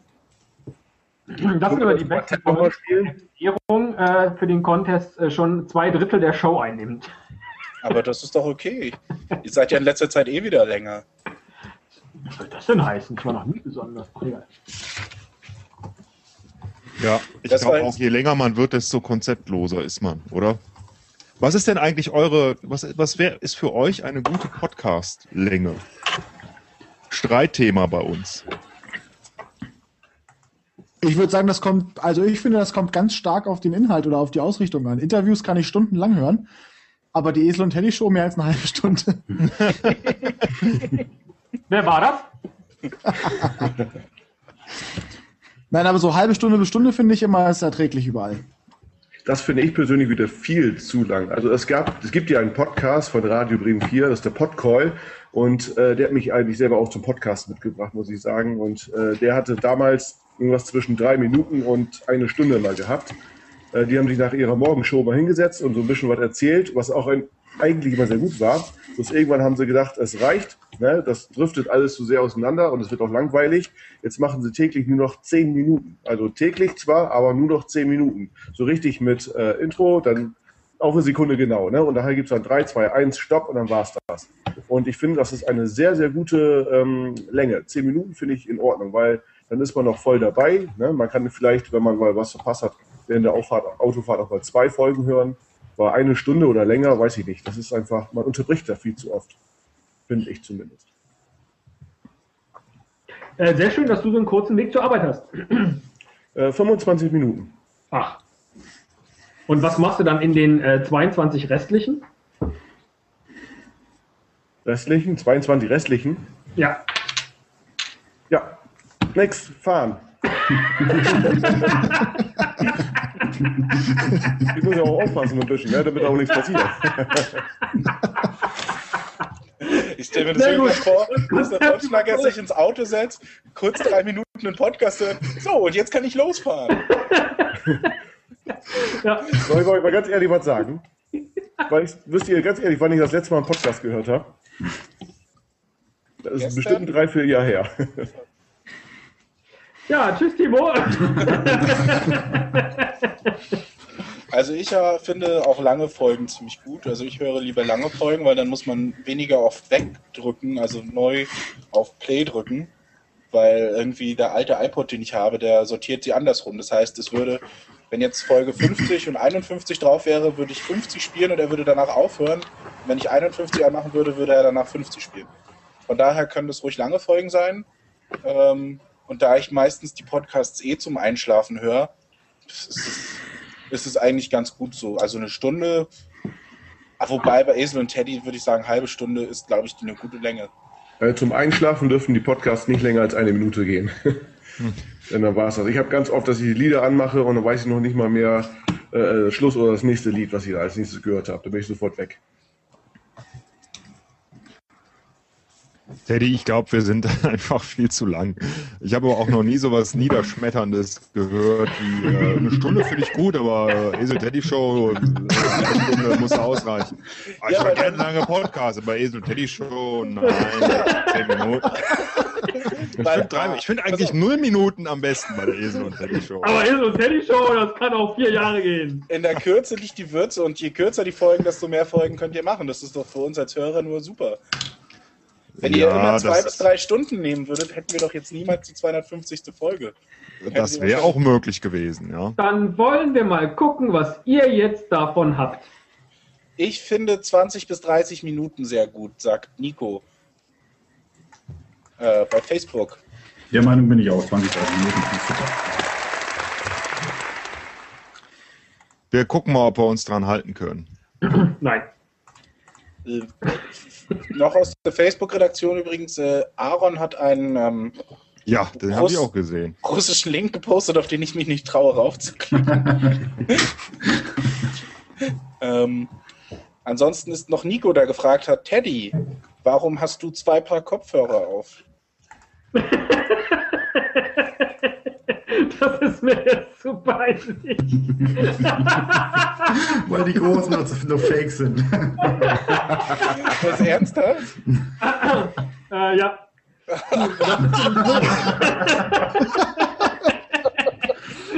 Speaker 3: Das sind
Speaker 9: also
Speaker 3: aber die besten Formulierungen äh, für den Contest äh, schon zwei Drittel der Show einnimmt.
Speaker 7: Aber das ist doch okay. Ihr seid ja in letzter Zeit eh wieder länger.
Speaker 3: Was soll das denn heißen? Ich war noch nie besonders. Ach, egal.
Speaker 2: Ja, ich
Speaker 7: Das war
Speaker 2: glaube
Speaker 7: jetzt-
Speaker 2: auch, je länger man wird, desto konzeptloser ist man, oder? Was ist denn eigentlich eure, was, was wär, ist für euch eine gute Podcast-Länge? Streitthema bei uns.
Speaker 5: Ich würde sagen, das kommt, also ich finde, das kommt ganz stark auf den Inhalt oder auf die Ausrichtung an. Interviews kann ich stundenlang hören, aber die Esel und Teddy Show mehr als eine halbe Stunde.
Speaker 3: Wer war das?
Speaker 5: Nein, aber so halbe Stunde bis Stunde finde ich immer ist erträglich überall.
Speaker 4: Das finde ich persönlich wieder viel zu lang. Also es gab, es gibt ja einen Podcast von Radio Bremen 4, das ist der Podcall. Und äh, der hat mich eigentlich selber auch zum Podcast mitgebracht, muss ich sagen. Und äh, der hatte damals irgendwas zwischen drei Minuten und eine Stunde mal gehabt. Äh, die haben sich nach ihrer Morgenshow mal hingesetzt und so ein bisschen was erzählt, was auch ein, eigentlich immer sehr gut war. Bloß irgendwann haben sie gedacht, es reicht. Ne? Das driftet alles zu sehr auseinander und es wird auch langweilig. Jetzt machen sie täglich nur noch zehn Minuten. Also täglich zwar, aber nur noch zehn Minuten. So richtig mit äh, Intro, dann auf eine Sekunde genau. Ne? Und daher gibt es dann 3, 2, 1, Stopp und dann war es das. Und ich finde, das ist eine sehr, sehr gute ähm, Länge. Zehn Minuten finde ich in Ordnung, weil dann ist man noch voll dabei. Ne? Man kann vielleicht, wenn man mal was verpasst hat, während der Auffahrt, Autofahrt auch mal zwei Folgen hören. War eine Stunde oder länger, weiß ich nicht. Das ist einfach, man unterbricht da viel zu oft. Finde ich zumindest.
Speaker 3: Äh, sehr schön, dass du so einen kurzen Weg zur Arbeit hast.
Speaker 4: Äh, 25 Minuten.
Speaker 3: Ach. Ah. Und was machst du dann in den äh, 22 restlichen?
Speaker 4: Restlichen, 22 restlichen.
Speaker 3: Ja.
Speaker 4: Ja, nix, fahren. ich muss ja auch aufpassen ein bisschen, ne, damit auch nichts passiert.
Speaker 7: Ich stelle mir
Speaker 3: Sehr
Speaker 7: das irgendwas
Speaker 3: gut.
Speaker 7: vor, dass der Deutschlager sich ins Auto setzt, kurz drei Minuten einen Podcast hört. So, und jetzt kann ich losfahren.
Speaker 3: ja.
Speaker 4: Soll ich euch mal ganz ehrlich was sagen? Weil ich, wisst ihr ganz ehrlich, wann ich das letzte Mal einen Podcast gehört habe? Das ist
Speaker 7: Gestern?
Speaker 4: bestimmt ein Dreivierteljahr her.
Speaker 3: ja, tschüss, Timo.
Speaker 7: Also ich äh, finde auch lange Folgen ziemlich gut. Also ich höre lieber lange Folgen, weil dann muss man weniger auf wegdrücken, also neu auf Play drücken. Weil irgendwie der alte iPod, den ich habe, der sortiert sie andersrum. Das heißt, es würde, wenn jetzt Folge 50 und 51 drauf wäre, würde ich 50 spielen und er würde danach aufhören. Wenn ich 51 anmachen würde, würde er danach 50 spielen. Von daher können das ruhig lange Folgen sein. Ähm, und da ich meistens die Podcasts eh zum Einschlafen höre, ist es ist es eigentlich ganz gut so. Also eine Stunde, ah, wobei bei Esel und Teddy würde ich sagen, halbe Stunde ist, glaube ich, eine gute Länge.
Speaker 4: Äh, Zum Einschlafen dürfen die Podcasts nicht länger als eine Minute gehen. Denn dann war es das. Ich habe ganz oft, dass ich die Lieder anmache und dann weiß ich noch nicht mal mehr äh, äh, Schluss oder das nächste Lied, was ich da als nächstes gehört habe. Dann bin ich sofort weg.
Speaker 2: Teddy, ich glaube, wir sind einfach viel zu lang. Ich habe aber auch noch nie so was Niederschmetterndes gehört wie äh, eine Stunde finde ich gut, aber äh, Esel Teddy Show äh, eine Stunde muss ausreichen. Ah, ich
Speaker 7: Ja,
Speaker 2: höre
Speaker 7: aber
Speaker 2: gerne lange Podcasts, aber Esel Teddy Show, nein, zehn Minuten. Ich
Speaker 7: Weil-
Speaker 2: finde drei- ich finde eigentlich null Minuten am besten bei der Esel und Teddy Show.
Speaker 3: Aber ist und Teddy Show, das kann auch vier Jahre gehen.
Speaker 7: In der Kürze liegt die Würze und je kürzer die Folgen, desto mehr Folgen könnt ihr machen. Das ist doch für uns als Hörer nur super. Wenn ihr
Speaker 2: Ja,
Speaker 7: immer zwei
Speaker 2: das-
Speaker 7: bis drei Stunden nehmen würdet, hätten wir doch jetzt niemals die 250. Folge.
Speaker 2: Das wäre auch möglich gewesen, ja.
Speaker 3: Dann wollen wir mal gucken, was ihr jetzt davon habt.
Speaker 7: Ich finde 20 bis 30 Minuten sehr gut, sagt Nico. Äh, bei Facebook.
Speaker 9: Der Meinung bin ich auch. 20, 30 Minuten. ist super.
Speaker 2: Wir gucken mal, ob wir uns dran halten können.
Speaker 3: Nein.
Speaker 7: Äh, noch aus der Facebook-Redaktion übrigens, äh, Aaron hat einen ähm,
Speaker 2: Ja, den habe ich auch gesehen.
Speaker 7: russischen Link gepostet, auf den ich mich nicht traue, raufzuklicken. ähm, ansonsten ist noch Nico, der gefragt hat, Teddy, warum hast du zwei Paar Kopfhörer auf?
Speaker 3: Das ist mir jetzt zu peinlich.
Speaker 9: Weil die Großen nur, nur fake sind.
Speaker 7: Das ist ernsthaft?
Speaker 3: Äh, ja.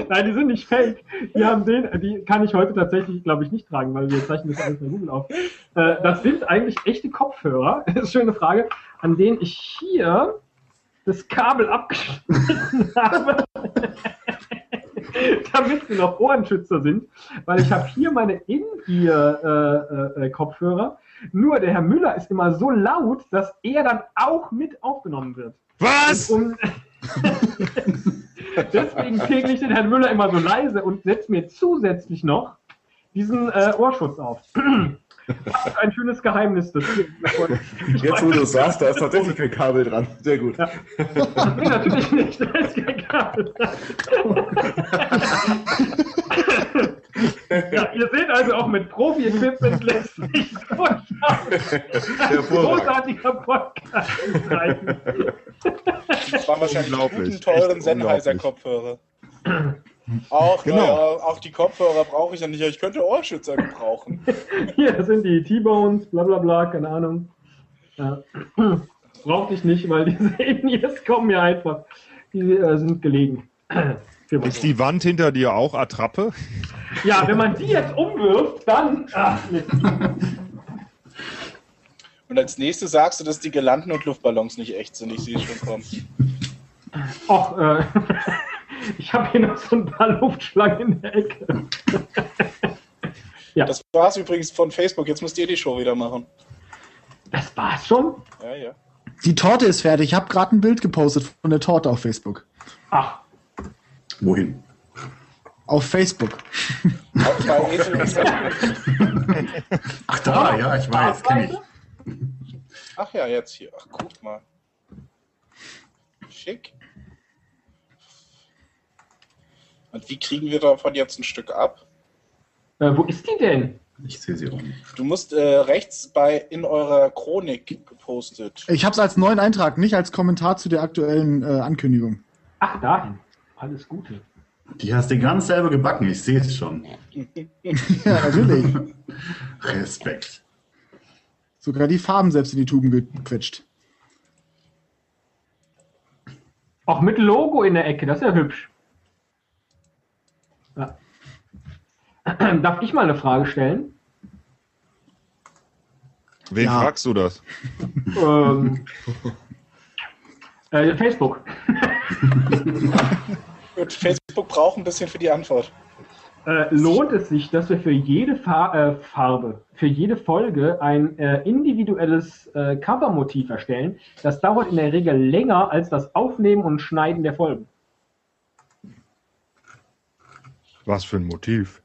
Speaker 3: Nein, die sind nicht fake. Die haben den, die kann ich heute tatsächlich, glaube ich, nicht tragen, weil wir zeichnen das alles bei Google auf. Äh, das sind eigentlich echte Kopfhörer, das ist eine schöne Frage, an denen ich hier das Kabel abgeschnitten habe, damit sie noch Ohrenschützer sind, weil ich habe hier meine äh, In-Ear-Kopfhörer. Nur der Herr Müller ist immer so laut, dass er dann auch mit aufgenommen wird.
Speaker 10: Was?
Speaker 3: Und um deswegen pegel ich den Herrn Müller immer so leise und setze mir zusätzlich noch diesen äh, Ohrschutz auf. Was für ein schönes Geheimnis. Das hier.
Speaker 4: Jetzt, wo du es sagst, da ist tatsächlich kein Kabel dran. Sehr gut.
Speaker 3: Nee, natürlich nicht. Da ist kein Kabel. ja, ihr seht also auch mit Profi-Equipment lässt sich so schaffen. Ein großartiger Podcast. ist rein.
Speaker 7: Das waren wahrscheinlich die
Speaker 2: Unglaublich.
Speaker 7: guten, teuren
Speaker 2: Echt unglaublich.
Speaker 7: Sennheiser-Kopfhörer. Auch,
Speaker 2: Genau.
Speaker 7: naja, auch die Kopfhörer brauche ich ja nicht, aber ich könnte Ohrschützer gebrauchen.
Speaker 3: Hier, das sind die T-Bones, bla bla bla, keine Ahnung. Ja. Brauchte ich nicht, weil diese In-Ears kommen ja einfach. Die äh, sind gelegen. Für
Speaker 2: Ist die Wand hinter dir auch Attrappe?
Speaker 3: ja, wenn man die jetzt umwirft, dann. Ach, Mist.
Speaker 7: Und als nächstes sagst du, dass die Girlanden und Luftballons nicht echt sind. Ich sehe es schon kommen.
Speaker 3: Och, äh, ich habe hier noch so ein paar Luftschlangen in der Ecke.
Speaker 7: Das war's übrigens von Facebook. Jetzt müsst ihr die Show wieder machen.
Speaker 3: Das war's schon?
Speaker 7: Ja, ja.
Speaker 5: Die Torte ist fertig. Ich habe gerade ein Bild gepostet von der Torte auf Facebook.
Speaker 3: Ach,
Speaker 9: Wohin?
Speaker 5: Auf Facebook.
Speaker 7: Auch bei Esel und Sandwich.
Speaker 9: Ach da, ja, ich weiß, kenne ich.
Speaker 7: Ach ja, jetzt hier. Ach, guck mal. Schick. Und wie kriegen wir davon jetzt ein Stück ab?
Speaker 3: äh, wo ist die denn?
Speaker 9: Ich sehe sie auch nicht.
Speaker 7: Du musst äh, rechts bei in eurer Chronik gepostet.
Speaker 5: Ich habe es als neuen Eintrag, nicht als Kommentar zu der aktuellen äh, Ankündigung.
Speaker 3: Ach, dahin. Alles Gute.
Speaker 9: Die hast du ganz selber gebacken, ich sehe es schon.
Speaker 5: Ja, natürlich.
Speaker 9: Respekt.
Speaker 5: Sogar die Farben selbst in die Tuben gequetscht.
Speaker 3: Auch mit Logo in der Ecke, das ist ja hübsch. Ja. Darf ich mal eine Frage stellen?
Speaker 2: Wen
Speaker 5: Ja.
Speaker 2: fragst du das?
Speaker 3: Ähm, äh, Facebook.
Speaker 7: Gut, Facebook braucht ein bisschen für die Antwort.
Speaker 3: Äh, lohnt es sich, dass wir für jede Fa äh, Farbe, für jede Folge ein äh, individuelles äh, Covermotiv erstellen? Das dauert in der Regel länger als das Aufnehmen und Schneiden der Folgen.
Speaker 2: Was für ein Motiv?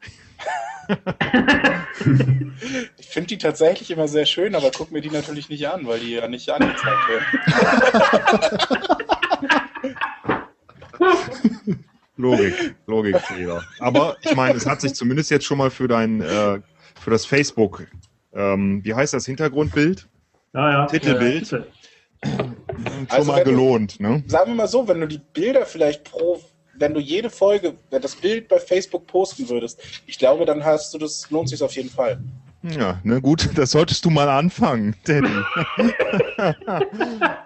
Speaker 7: Ich finde die tatsächlich immer sehr schön, aber guck mir die natürlich nicht an, weil die ja nicht angezeigt werden.
Speaker 2: Logik, Logikfehler. Aber ich meine, es hat sich zumindest jetzt schon mal für dein, äh, für das Facebook, ähm, wie heißt das Hintergrundbild?
Speaker 3: Naja,
Speaker 2: Titelbild.
Speaker 3: Titel.
Speaker 2: Schon
Speaker 7: Also
Speaker 2: mal
Speaker 7: wenn du-
Speaker 2: gelohnt, ne?
Speaker 7: Sagen wir mal so, wenn du die Bilder vielleicht pro, wenn du jede Folge, wenn das Bild bei Facebook posten würdest, ich glaube, dann hast du das, lohnt sich auf jeden Fall.
Speaker 2: Ja, ne, gut, das solltest du mal anfangen, Teddy.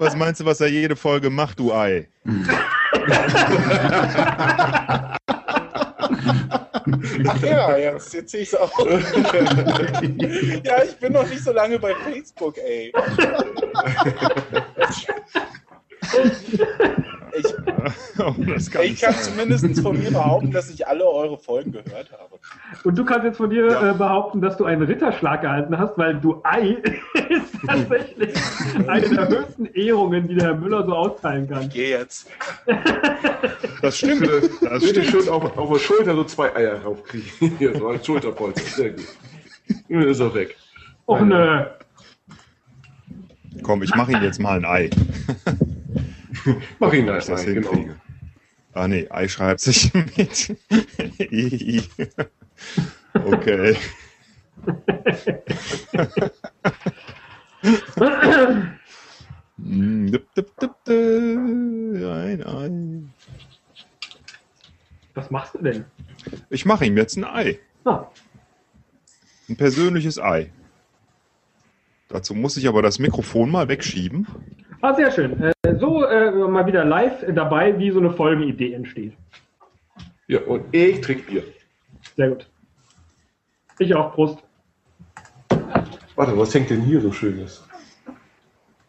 Speaker 2: was meinst du, was er jede Folge macht, du Ei?
Speaker 7: Ach ja, jetzt, jetzt sehe ich es auch. ja, ich bin noch nicht so lange bei Facebook, ey. Ich,
Speaker 2: Oh, das kann
Speaker 7: ich
Speaker 2: nicht
Speaker 7: kann
Speaker 2: sein.
Speaker 7: zumindest von mir behaupten, dass ich alle eure Folgen gehört habe.
Speaker 3: Und du kannst jetzt von dir
Speaker 2: Ja.
Speaker 3: äh, behaupten, dass du einen Ritterschlag erhalten hast, weil du Ei ist tatsächlich eine der höchsten Ehrungen, die der Herr Müller so austeilen kann.
Speaker 7: Geh jetzt.
Speaker 2: Das stimmt. Das
Speaker 4: Bitte
Speaker 2: stimmt.
Speaker 4: schön auf, auf der Schulter so zwei Eier
Speaker 2: Oh,
Speaker 4: raufkriegen. Hier, so als Schulterpolster. Sehr gut. Nun ist er weg.
Speaker 3: Och nö.
Speaker 2: Komm, ich mache ihn jetzt mal ein Ei.
Speaker 4: Mach ihn ein
Speaker 2: Ob ich das
Speaker 4: Ei, genau.
Speaker 2: hinkriege. Ah nee, Ei schreibt sich mit I. okay. Mm, dup, dup, dup, dup. Ein Ei.
Speaker 3: Was machst du denn?
Speaker 2: Ich mache ihm jetzt ein Ei.
Speaker 3: Ah.
Speaker 2: Ein persönliches Ei. Dazu muss ich aber das Mikrofon mal wegschieben.
Speaker 3: Ah, sehr schön. Äh, so äh, mal wieder live dabei, wie so eine Folgenidee entsteht.
Speaker 4: Ja, und ich trinke Bier.
Speaker 3: Sehr gut. Ich auch, Prost.
Speaker 4: Warte, was hängt denn hier so Schönes?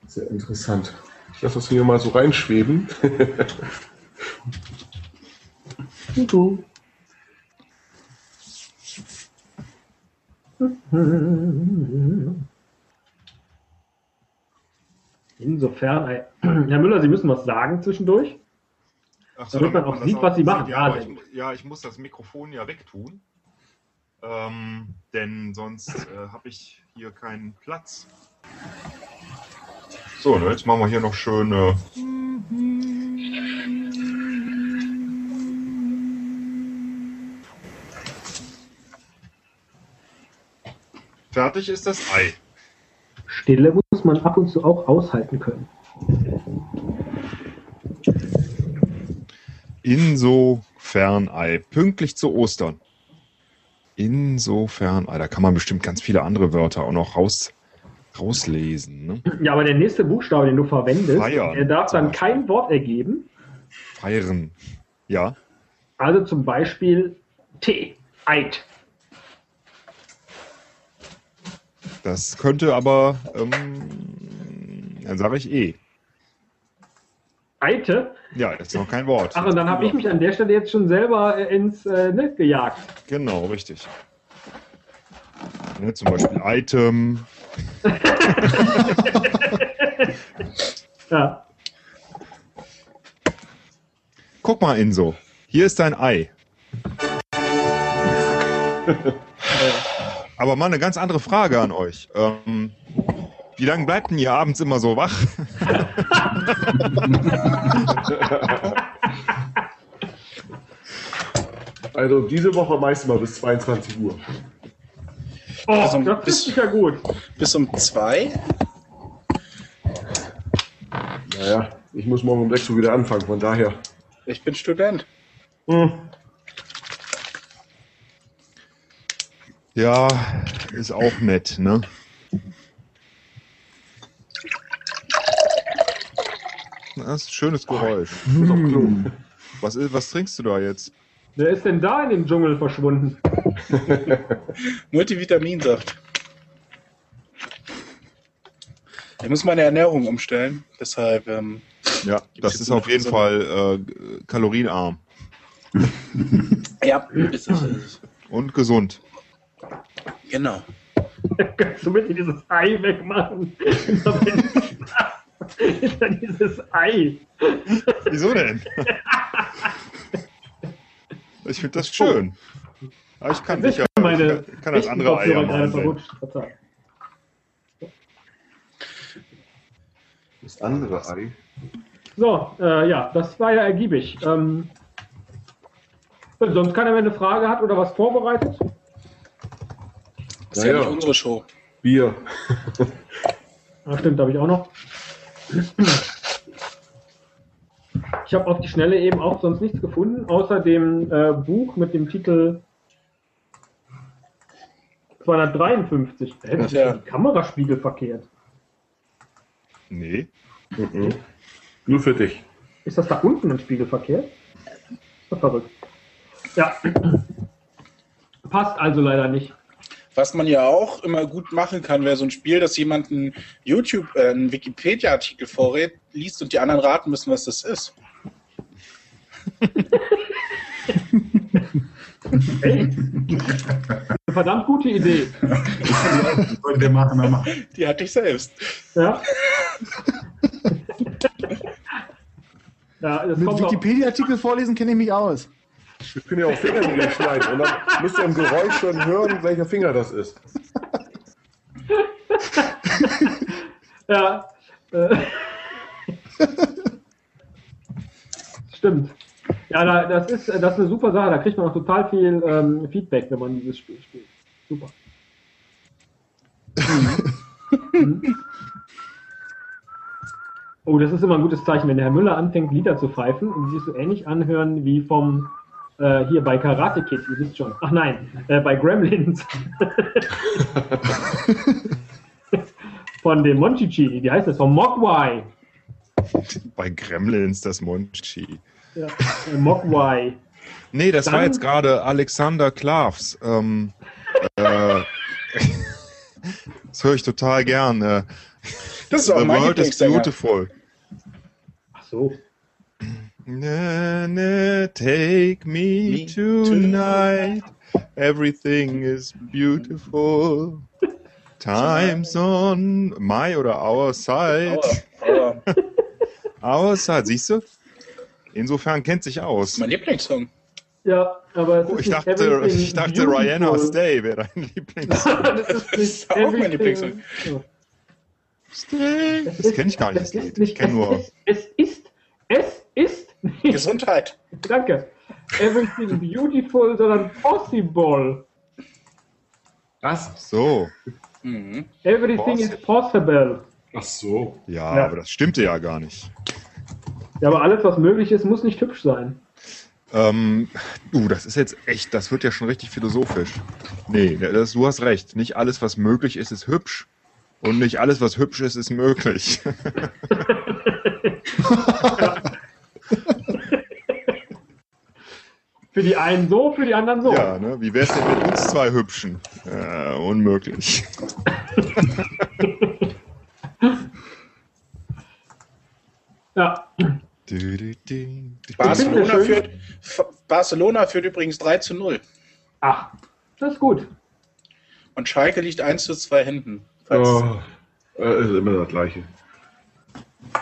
Speaker 4: Sehr interessant. Ich lasse das hier mal so reinschweben.
Speaker 5: Tutu.
Speaker 3: Insofern, äh, Herr Müller, Sie müssen was sagen zwischendurch.
Speaker 2: Ach
Speaker 3: Damit man auch
Speaker 2: das
Speaker 3: sieht, was sie
Speaker 2: sieht.
Speaker 3: machen.
Speaker 2: Ja,
Speaker 3: Ja,
Speaker 2: aber ich,
Speaker 3: sehr
Speaker 2: mu- ja, ich muss das Mikrofon ja wegtun. Ähm, denn sonst äh, habe ich hier keinen Platz. So, ne, jetzt machen wir hier noch schöne. Fertig ist das Ei.
Speaker 3: Stille muss man ab und zu auch aushalten können.
Speaker 2: Insofern Ei. Pünktlich zu Ostern. Insofern Ei. Da kann man bestimmt ganz viele andere Wörter auch noch raus, rauslesen. Ne?
Speaker 3: Ja, aber der nächste Buchstabe, den du verwendest,
Speaker 2: Feiern.
Speaker 3: der darf dann kein Wort ergeben.
Speaker 2: Feiern. Ja.
Speaker 3: Also zum Beispiel T. Eid.
Speaker 2: Das könnte aber, ähm, dann sage ich eh.
Speaker 3: Eite?
Speaker 2: Ja, das ist noch kein Wort.
Speaker 3: Ach, und dann habe ich mich an der Stelle jetzt schon selber äh, ins äh, Netz gejagt.
Speaker 2: Genau, richtig. Ne, zum Beispiel Item.
Speaker 3: Ja.
Speaker 2: Guck mal, Inso. Hier ist dein Ei. Aber mal eine ganz andere Frage an euch. Ähm, wie lange bleibt denn ihr abends immer so wach?
Speaker 4: Also diese Woche meistens mal bis 22 Uhr.
Speaker 3: Oh,
Speaker 7: Also,
Speaker 3: das
Speaker 7: bis-
Speaker 3: ist sicher gut.
Speaker 7: Bis um zwei?
Speaker 4: Naja, ich muss morgen um 6 Uhr wieder anfangen, von daher.
Speaker 7: Ich bin Student.
Speaker 4: Hm.
Speaker 2: Ja, ist auch nett, ne? Das ist ein schönes Geräusch.
Speaker 4: Ist auf Klo.
Speaker 2: Was, ist, was trinkst du da jetzt?
Speaker 3: Wer ist denn da in dem Dschungel verschwunden?
Speaker 7: Multivitaminsaft. Ich muss meine Ernährung umstellen, deshalb ähm,
Speaker 2: Ja, das
Speaker 7: jetzt
Speaker 2: ist
Speaker 7: eine
Speaker 2: auf jeden Fall äh, kalorienarm
Speaker 7: ja, ist es, ist
Speaker 2: und gesund.
Speaker 7: es. genau.
Speaker 3: Kannst du bitte dieses Ei wegmachen? Was ist denn dieses Ei?
Speaker 2: Wieso denn? Ich finde das schön. Aber ich kann sicher,
Speaker 3: Meine
Speaker 2: ich kann das andere Ei ja
Speaker 3: Kopfhörer
Speaker 2: mal
Speaker 3: gerade
Speaker 2: ansehen.
Speaker 3: verrutscht. Verzeihung.
Speaker 4: Das andere Ei.
Speaker 3: So, äh, ja, das war ja ergiebig. Ähm, wenn sonst keiner mehr eine Frage hat oder was vorbereitet?
Speaker 7: Das ist ja,
Speaker 4: Ja, ja.
Speaker 7: nicht unsere Show.
Speaker 4: Bier.
Speaker 3: Ah, stimmt, habe ich auch noch. Ich habe auf die Schnelle eben auch sonst nichts gefunden, außer dem äh, Buch mit dem Titel 253. Hä, das
Speaker 7: Ja.
Speaker 3: ist die Kameraspiegel verkehrt.
Speaker 2: Nee,
Speaker 4: Mhm. Nur für dich.
Speaker 3: Ist das da unten im Spiegel verkehrt? Das ist verrückt. Ja. Passt also leider nicht.
Speaker 7: Was man ja auch immer gut machen kann, wäre so ein Spiel, dass jemand einen YouTube, äh, einen Wikipedia-Artikel vorrät, liest und die anderen raten müssen, was das ist.
Speaker 3: Ey. Eine verdammt gute Idee.
Speaker 9: Sollte der Marke mal machen.
Speaker 7: Die hatte ich selbst.
Speaker 3: Ja. ja, das
Speaker 5: Mit
Speaker 3: kommt auch.
Speaker 5: Wikipedia-Artikel vorlesen kenne ich mich aus.
Speaker 4: Wir können ja auch Fingernägel schneiden. Und dann müsst ihr im Geräusch schon hören, welcher Finger das ist.
Speaker 3: Ja, Äh, Stimmt. Ja, da, das, ist, äh, das ist eine super Sache. Da kriegt man auch total viel ähm, Feedback, wenn man dieses Spiel spielt. Super. Mhm. Mhm. oh, das ist immer ein gutes Zeichen, wenn der Herr Müller anfängt, Lieder zu pfeifen und die sich so ähnlich anhören wie vom äh, hier bei Karate Kid, ihr wisst schon. Ach nein, äh, bei Gremlins. Von dem Monchichi, wie heißt das? Vom Mogwai.
Speaker 2: Bei Gremlins, das Monchi.
Speaker 3: Ja, äh, Mogwai.
Speaker 2: Nee, das war
Speaker 3: Dann-
Speaker 2: jetzt gerade Alexander Klavs. Ähm, äh, das höre ich total gern. Äh,
Speaker 7: Das ist auch
Speaker 2: The
Speaker 7: mein
Speaker 2: World is
Speaker 7: Lieblingssänger.
Speaker 2: Beautiful.
Speaker 3: Ach so.
Speaker 2: Na, na, take me, tonight. Everything is beautiful. Time's on my oder our side.
Speaker 7: Aber
Speaker 2: Our side, siehst du? Insofern kennt sich aus.
Speaker 7: mein Lieblingssong.
Speaker 3: Ja, aber es
Speaker 2: Oh,
Speaker 3: ist
Speaker 2: ich
Speaker 3: nicht
Speaker 2: dachte,
Speaker 3: everything
Speaker 2: ich dachte
Speaker 3: beautiful.
Speaker 2: Rihanna's Day wäre dein Lieblings.
Speaker 3: das ist nicht
Speaker 7: auch mein
Speaker 3: everything-
Speaker 7: Lieblingssong.
Speaker 3: Ja.
Speaker 2: Das kenne ich gar nicht, das
Speaker 3: Es ist
Speaker 2: Lied. Ich kenne nur.
Speaker 3: Es ist, es ist nicht,
Speaker 7: Gesundheit.
Speaker 3: danke, everything beautiful, sondern possible.
Speaker 4: Was?
Speaker 2: So,
Speaker 7: Mhm.
Speaker 3: Everything is possible.
Speaker 11: Ach so.
Speaker 2: ja,
Speaker 3: Ja.
Speaker 2: aber das stimmte ja gar nicht.
Speaker 3: Ja, aber alles, was möglich ist, muss nicht hübsch sein.
Speaker 2: Ähm, du, das ist jetzt echt, das wird ja schon richtig philosophisch. Nee, ne, das, du hast recht. Nicht alles, was möglich ist, ist hübsch. Und nicht alles, was hübsch ist, ist möglich.
Speaker 3: Für die einen so, für die anderen so.
Speaker 2: Ja, ne? Wie wär's denn mit uns zwei Hübschen? Äh, unmöglich.
Speaker 3: Ja.
Speaker 2: Du, du, du, du.
Speaker 7: Barcelona
Speaker 3: schön.
Speaker 7: führt, F- Barcelona führt übrigens 3 zu 0.
Speaker 3: Ach, das ist gut.
Speaker 7: Und Schalke liegt 1 zu 2 hinten. Falls-
Speaker 4: Oh, äh, ist immer das Gleiche.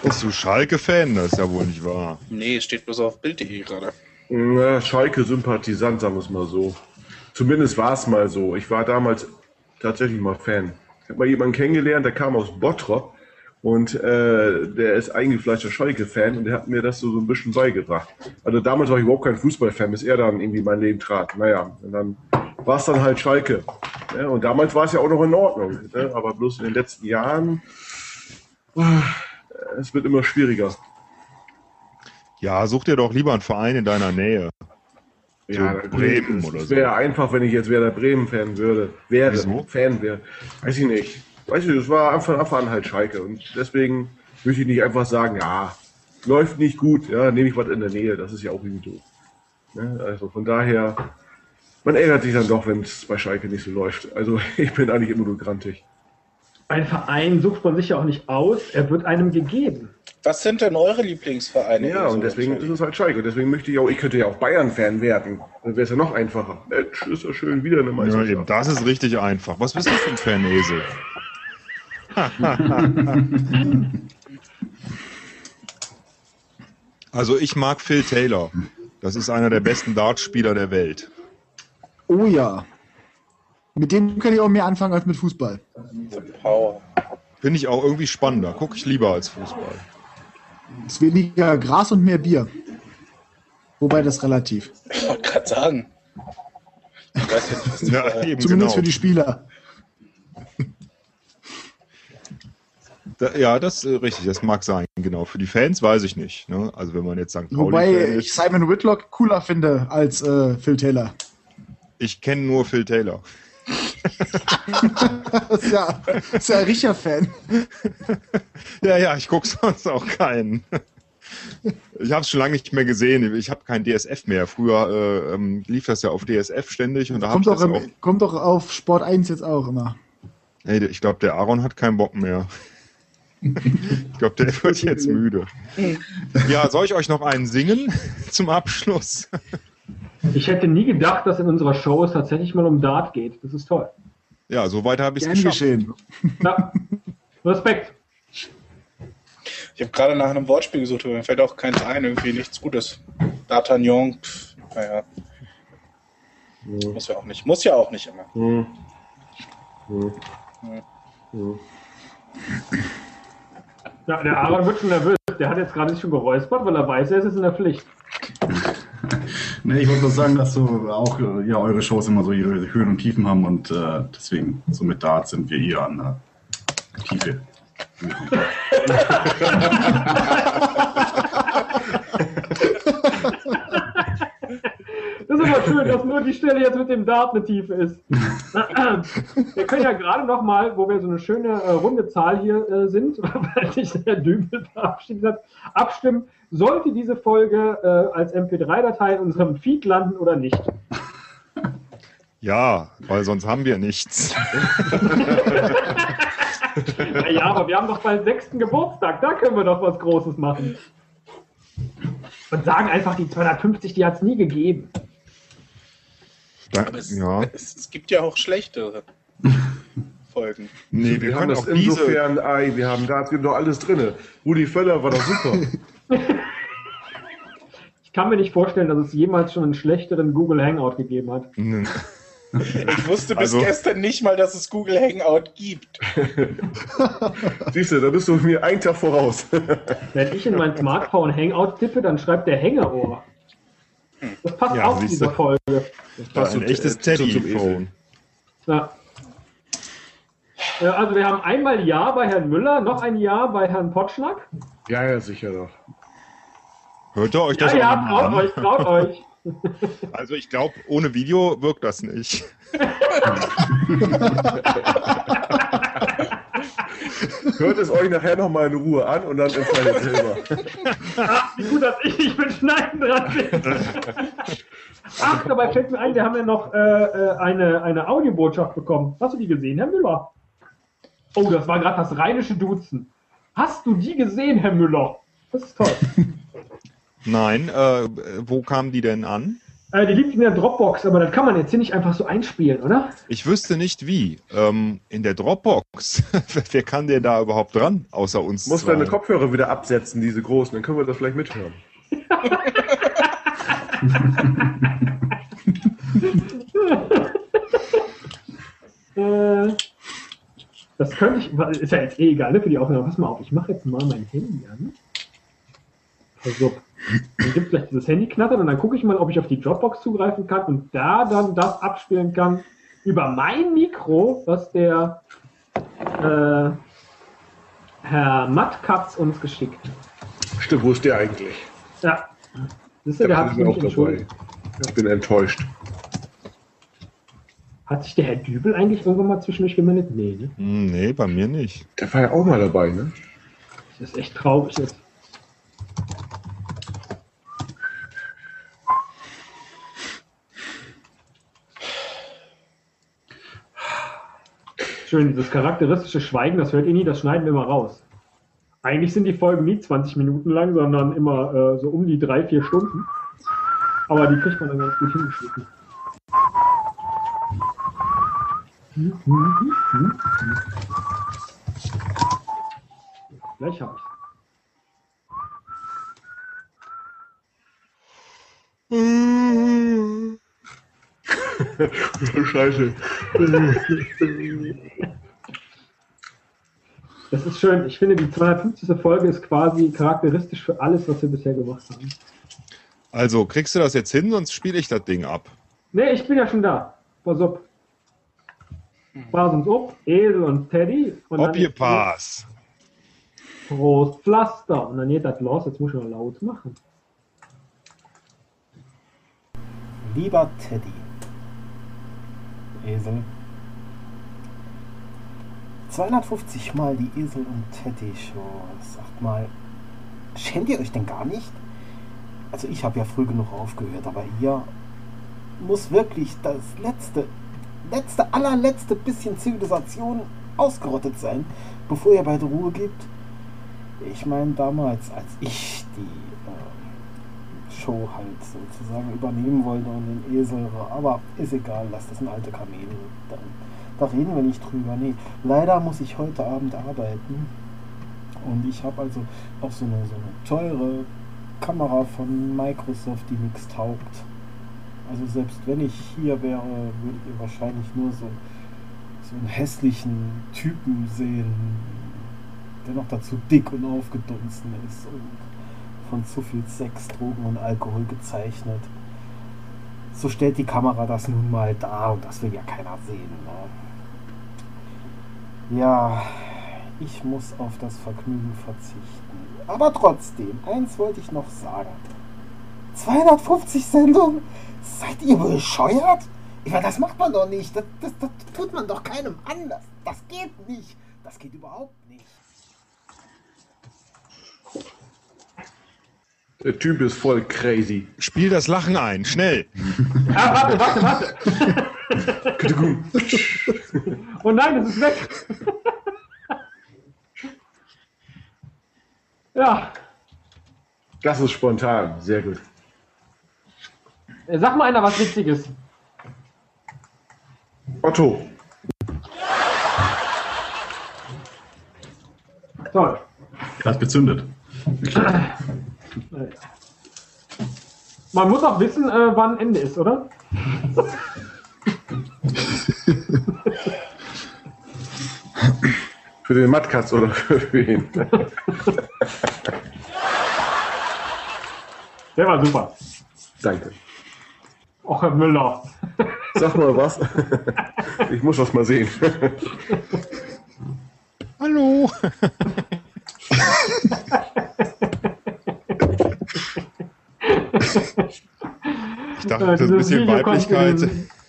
Speaker 2: Bist du Schalke-Fan? Das ist ja wohl nicht wahr.
Speaker 7: Nee, steht bloß auf Bild.de gerade.
Speaker 4: Na, Schalke-Sympathisant, sagen wir es mal so. Zumindest war es mal so. Ich war damals tatsächlich mal Fan. Ich habe mal jemanden kennengelernt, der kam aus Bottrop und äh, der ist eingefleischter Schalke-Fan und der hat mir das so, so ein bisschen beigebracht. Also damals war ich überhaupt kein Fußballfan, bis er dann irgendwie in mein Leben trat. Naja, und dann war es dann halt Schalke. Ne? Und damals war es ja auch noch in Ordnung. Ne? Aber bloß in den letzten Jahren, ah, es wird immer schwieriger.
Speaker 2: Ja, such dir doch lieber einen Verein in deiner Nähe.
Speaker 4: Ja,
Speaker 2: So
Speaker 4: dann-
Speaker 2: Bremen
Speaker 4: es
Speaker 2: oder so.
Speaker 4: Wäre einfach, wenn ich jetzt Werder Bremen Fan würde, wäre
Speaker 2: Wieso?
Speaker 4: Fan wäre. Weiß ich nicht. Weiß ich, nicht, es war von Anfang an halt Schalke und deswegen möchte ich nicht einfach sagen, ja, läuft nicht gut, ja, nehme ich was in der Nähe, das ist ja auch irgendwie doof. Ne? Also von daher, man ärgert sich dann doch, wenn es bei Schalke nicht so läuft. Also ich bin eigentlich immer nur grantig.
Speaker 3: Ein Verein sucht man sich ja auch nicht aus, er wird einem gegeben.
Speaker 7: Was sind denn eure Lieblingsvereine?
Speaker 4: Ja, und deswegen ist es halt Schalke. Und deswegen möchte ich auch, ich könnte ja auch Bayern-Fan werden. Dann wäre es ja noch einfacher. Mensch, ist ja schön, wieder
Speaker 2: Ja,
Speaker 4: eine
Speaker 2: eben,
Speaker 4: Meisterschaft.
Speaker 2: das ist richtig einfach. Was bist du für ein Fanesel? also ich mag Phil Taylor. Das ist einer der besten Dartspieler der Welt.
Speaker 5: Oh ja. Mit dem kann ich auch mehr anfangen als mit Fußball.
Speaker 7: Power.
Speaker 2: Finde ich auch irgendwie spannender. Gucke ich lieber als Fußball.
Speaker 5: Es ist weniger Gras und mehr Bier. Wobei das relativ.
Speaker 7: Ich wollte gerade sagen. Ich weiß jetzt, was
Speaker 2: Ja, eben
Speaker 5: Zumindest
Speaker 2: genau.
Speaker 5: für die Spieler.
Speaker 2: Da, ja, das ist richtig. Das mag sein. Genau. Für die Fans weiß ich nicht. Ne? Also wenn man jetzt St. Pauli-Fan
Speaker 5: Wobei
Speaker 2: ist,
Speaker 5: ich Simon Whitlock cooler finde als äh, Phil Taylor.
Speaker 2: ich kenne nur Phil Taylor.
Speaker 5: Das ist ja, das ist ja ein richtiger Fan.
Speaker 2: Ja, ja, ich gucke sonst auch keinen. Ich habe es schon lange nicht mehr gesehen. Ich habe kein DSF mehr. Früher äh, ähm, lief das ja auf DSF ständig und da habe ich
Speaker 5: Kommt doch,
Speaker 2: das auch.
Speaker 5: im, kommt doch auf Sport 1 jetzt auch immer.
Speaker 2: Hey, ich glaube, der Aaron hat keinen Bock mehr. Ich glaube, der wird jetzt müde. Ja, soll ich euch noch einen singen zum Abschluss?
Speaker 3: Ich hätte nie gedacht, dass in unserer Show es tatsächlich mal um Dart geht. Das ist toll.
Speaker 2: Ja, soweit habe ich es
Speaker 5: Gern
Speaker 2: geschafft.
Speaker 5: geschehen.
Speaker 3: Ja. Respekt.
Speaker 7: Ich habe gerade nach einem Wortspiel gesucht, aber mir fällt auch keins ein, irgendwie nichts Gutes. D'Artagnan, pff, naja. Muss ja auch nicht. Muss ja auch nicht immer.
Speaker 4: Hm. Hm.
Speaker 7: Hm.
Speaker 4: Hm.
Speaker 3: Ja, der Aaron wird schon nervös. Der hat jetzt gerade sich schon geräuspert, weil er weiß, er ist jetzt in der Pflicht.
Speaker 9: Nee, ich wollte nur sagen, dass so auch äh, ja, eure Shows immer so ihre Höhen und Tiefen haben und äh, deswegen, so mit Dart sind wir eher an der Tiefe.
Speaker 3: Das ist aber schön, dass nur die Stelle jetzt mit dem Dart eine Tiefe ist. Wir können ja gerade noch mal, wo wir so eine schöne äh, runde Zahl hier äh, sind, weil sich der Dübel verabschiedet hat, abstimmen, sollte diese Folge äh, als MP3-Datei in unserem Feed landen oder nicht.
Speaker 2: Ja, weil sonst haben wir nichts.
Speaker 3: Naja, aber wir haben doch bald sechsten Geburtstag, da können wir doch was Großes machen. Und sagen einfach, die 250, die hat es nie gegeben.
Speaker 2: Da,
Speaker 7: Aber es,
Speaker 2: ja.
Speaker 7: es, es gibt ja auch schlechtere Folgen.
Speaker 2: Nee,
Speaker 8: Wir,
Speaker 2: wir
Speaker 8: haben
Speaker 2: können
Speaker 8: das
Speaker 2: auch diese.
Speaker 8: insofern, ei, wir haben da, es gibt doch alles drin. Rudi Völler war doch super.
Speaker 3: Ich kann mir nicht vorstellen, dass es jemals schon einen schlechteren Google Hangout gegeben hat.
Speaker 2: N-
Speaker 7: Ich wusste bis
Speaker 2: Also-
Speaker 7: gestern nicht mal, dass es Google Hangout gibt.
Speaker 8: Siehst du, da bist du mir einen Tag voraus.
Speaker 3: Wenn ich in mein Smartphone Hangout tippe, dann schreibt der Hängerohr. Das passt
Speaker 2: Ja,
Speaker 3: auch zu
Speaker 2: siehste.
Speaker 3: dieser Folge.
Speaker 2: Ein echtes Teddyphone.
Speaker 3: Ja. Ja, Also wir haben einmal Ja bei Herrn Müller, noch ein Ja bei Herrn Potschnack.
Speaker 8: ja, ja, sicher doch.
Speaker 2: Hört ihr euch das
Speaker 3: Ja, ja,
Speaker 2: auch
Speaker 3: traut
Speaker 2: mal
Speaker 3: euch, traut euch.
Speaker 2: an? Also ich glaube, ohne Video wirkt das nicht.
Speaker 8: Hört es euch nachher nochmal in Ruhe an und dann entscheidet selber.
Speaker 3: Wie gut, dass ich nicht mit Schneiden dran bin. Ach, dabei fällt mir ein, wir haben ja noch äh, äh, eine, eine Audiobotschaft bekommen. Hast du die gesehen, Herr Müller? Oh, das war gerade das rheinische Duzen. Hast du die gesehen, Herr Müller? Das ist toll.
Speaker 2: Nein, äh, wo kamen die denn an?
Speaker 3: Äh, die liegt in der Dropbox, aber das kann man jetzt hier nicht einfach so einspielen, oder?
Speaker 2: Ich wüsste nicht wie. Ähm, in der Dropbox. Wer kann denn da überhaupt dran, außer uns?
Speaker 8: Du musst
Speaker 2: zwei?
Speaker 8: deine Kopfhörer wieder absetzen, diese großen, dann können wir das vielleicht mithören.
Speaker 3: Äh, das könnte ich. Ist ja jetzt eh egal, ne, für die Aufnahme. Pass mal auf, ich mache jetzt mal mein Handy an. Also, dann gibt gleich dieses Handy knattern und dann gucke ich mal, ob ich auf die Dropbox zugreifen kann und da dann das abspielen kann über mein Mikro, was der äh, Herr Mattkatz uns geschickt hat.
Speaker 8: Stimmt, wo ist der eigentlich?
Speaker 3: Ja. Siehst du, der hat sich
Speaker 8: bin ich
Speaker 3: nämlich
Speaker 8: auch dabei.
Speaker 3: entschuldigt.
Speaker 8: Ich bin enttäuscht.
Speaker 3: Hat sich der Herr Dübel eigentlich irgendwann mal zwischendurch gemeldet? Nee, ne?
Speaker 2: Hm, Nee, bei mir nicht.
Speaker 8: Der war ja auch mal dabei, ne?
Speaker 3: Das ist echt traurig jetzt. Schön, dieses charakteristische Schweigen, das hört ihr nie, das schneiden wir immer raus. Eigentlich sind die Folgen nie 20 Minuten lang, sondern immer äh, so um die drei, vier Stunden. Aber die kriegt man dann ganz gut hingeschnitten. Gleich hab ich.
Speaker 8: Scheiße.
Speaker 3: Das ist schön. Ich finde, die 250. Folge ist quasi charakteristisch für alles, was wir bisher gemacht haben.
Speaker 2: Also, kriegst du das jetzt hin, sonst spiele ich das Ding ab.
Speaker 3: Nee, ich bin ja schon da. Pass auf. Pass uns auf, Esel und Teddy. Und
Speaker 2: Ob ihr
Speaker 3: ist
Speaker 2: Pass.
Speaker 3: Prost Pflaster. Und dann geht das los. Jetzt muss ich noch laut machen.
Speaker 12: Lieber Teddy. Esel. 250 Mal die Esel und Teddy Show. Sagt mal, schämt ihr euch denn gar nicht? Also ich habe ja früh genug aufgehört, aber ihr muss wirklich das letzte, letzte, allerletzte bisschen Zivilisation ausgerottet sein, bevor ihr beide Ruhe gebt. Ich meine damals, als ich die ähm, Show halt sozusagen übernehmen wollte und den Esel war. Aber ist egal, lass das ein alte Kamel. Da, da reden wir nicht drüber. Nee, leider muss ich heute Abend arbeiten. Und ich habe also auch so eine, so eine teure Kamera von Microsoft, die nichts taugt. Also selbst wenn ich hier wäre, würdet ihr wahrscheinlich nur so, so einen hässlichen Typen sehen, der noch dazu dick und aufgedunsen ist und von zu viel Sex, Drogen und Alkohol gezeichnet. So stellt die Kamera das nun mal dar und das will ja keiner sehen. Ne? Ja, ich muss auf das Vergnügen verzichten. Aber trotzdem, eins wollte ich noch sagen. 250 Sendungen? Seid ihr bescheuert? Ich meine, das macht man doch nicht. Das, das, das tut man doch keinem anders. Das geht nicht. Das geht überhaupt nicht.
Speaker 8: Der Typ ist voll crazy.
Speaker 2: Spiel das Lachen ein, schnell.
Speaker 3: Ah, warte, warte, warte. oh nein, das ist weg. ja,
Speaker 8: Das ist spontan. Sehr gut.
Speaker 3: sag mal einer was Witziges.
Speaker 8: Otto.
Speaker 3: Toll.
Speaker 9: Hat gezündet.
Speaker 3: Man muss auch wissen, äh, wann Ende ist, oder?
Speaker 8: Für den Mattkatz oder für ihn.
Speaker 3: Der war super.
Speaker 8: Danke.
Speaker 3: Och, Herr Müller.
Speaker 8: Sag mal was. Ich muss das mal sehen.
Speaker 10: Hallo.
Speaker 2: Ich
Speaker 3: Äh,
Speaker 2: dachte, das ist ein bisschen Weiblichkeit.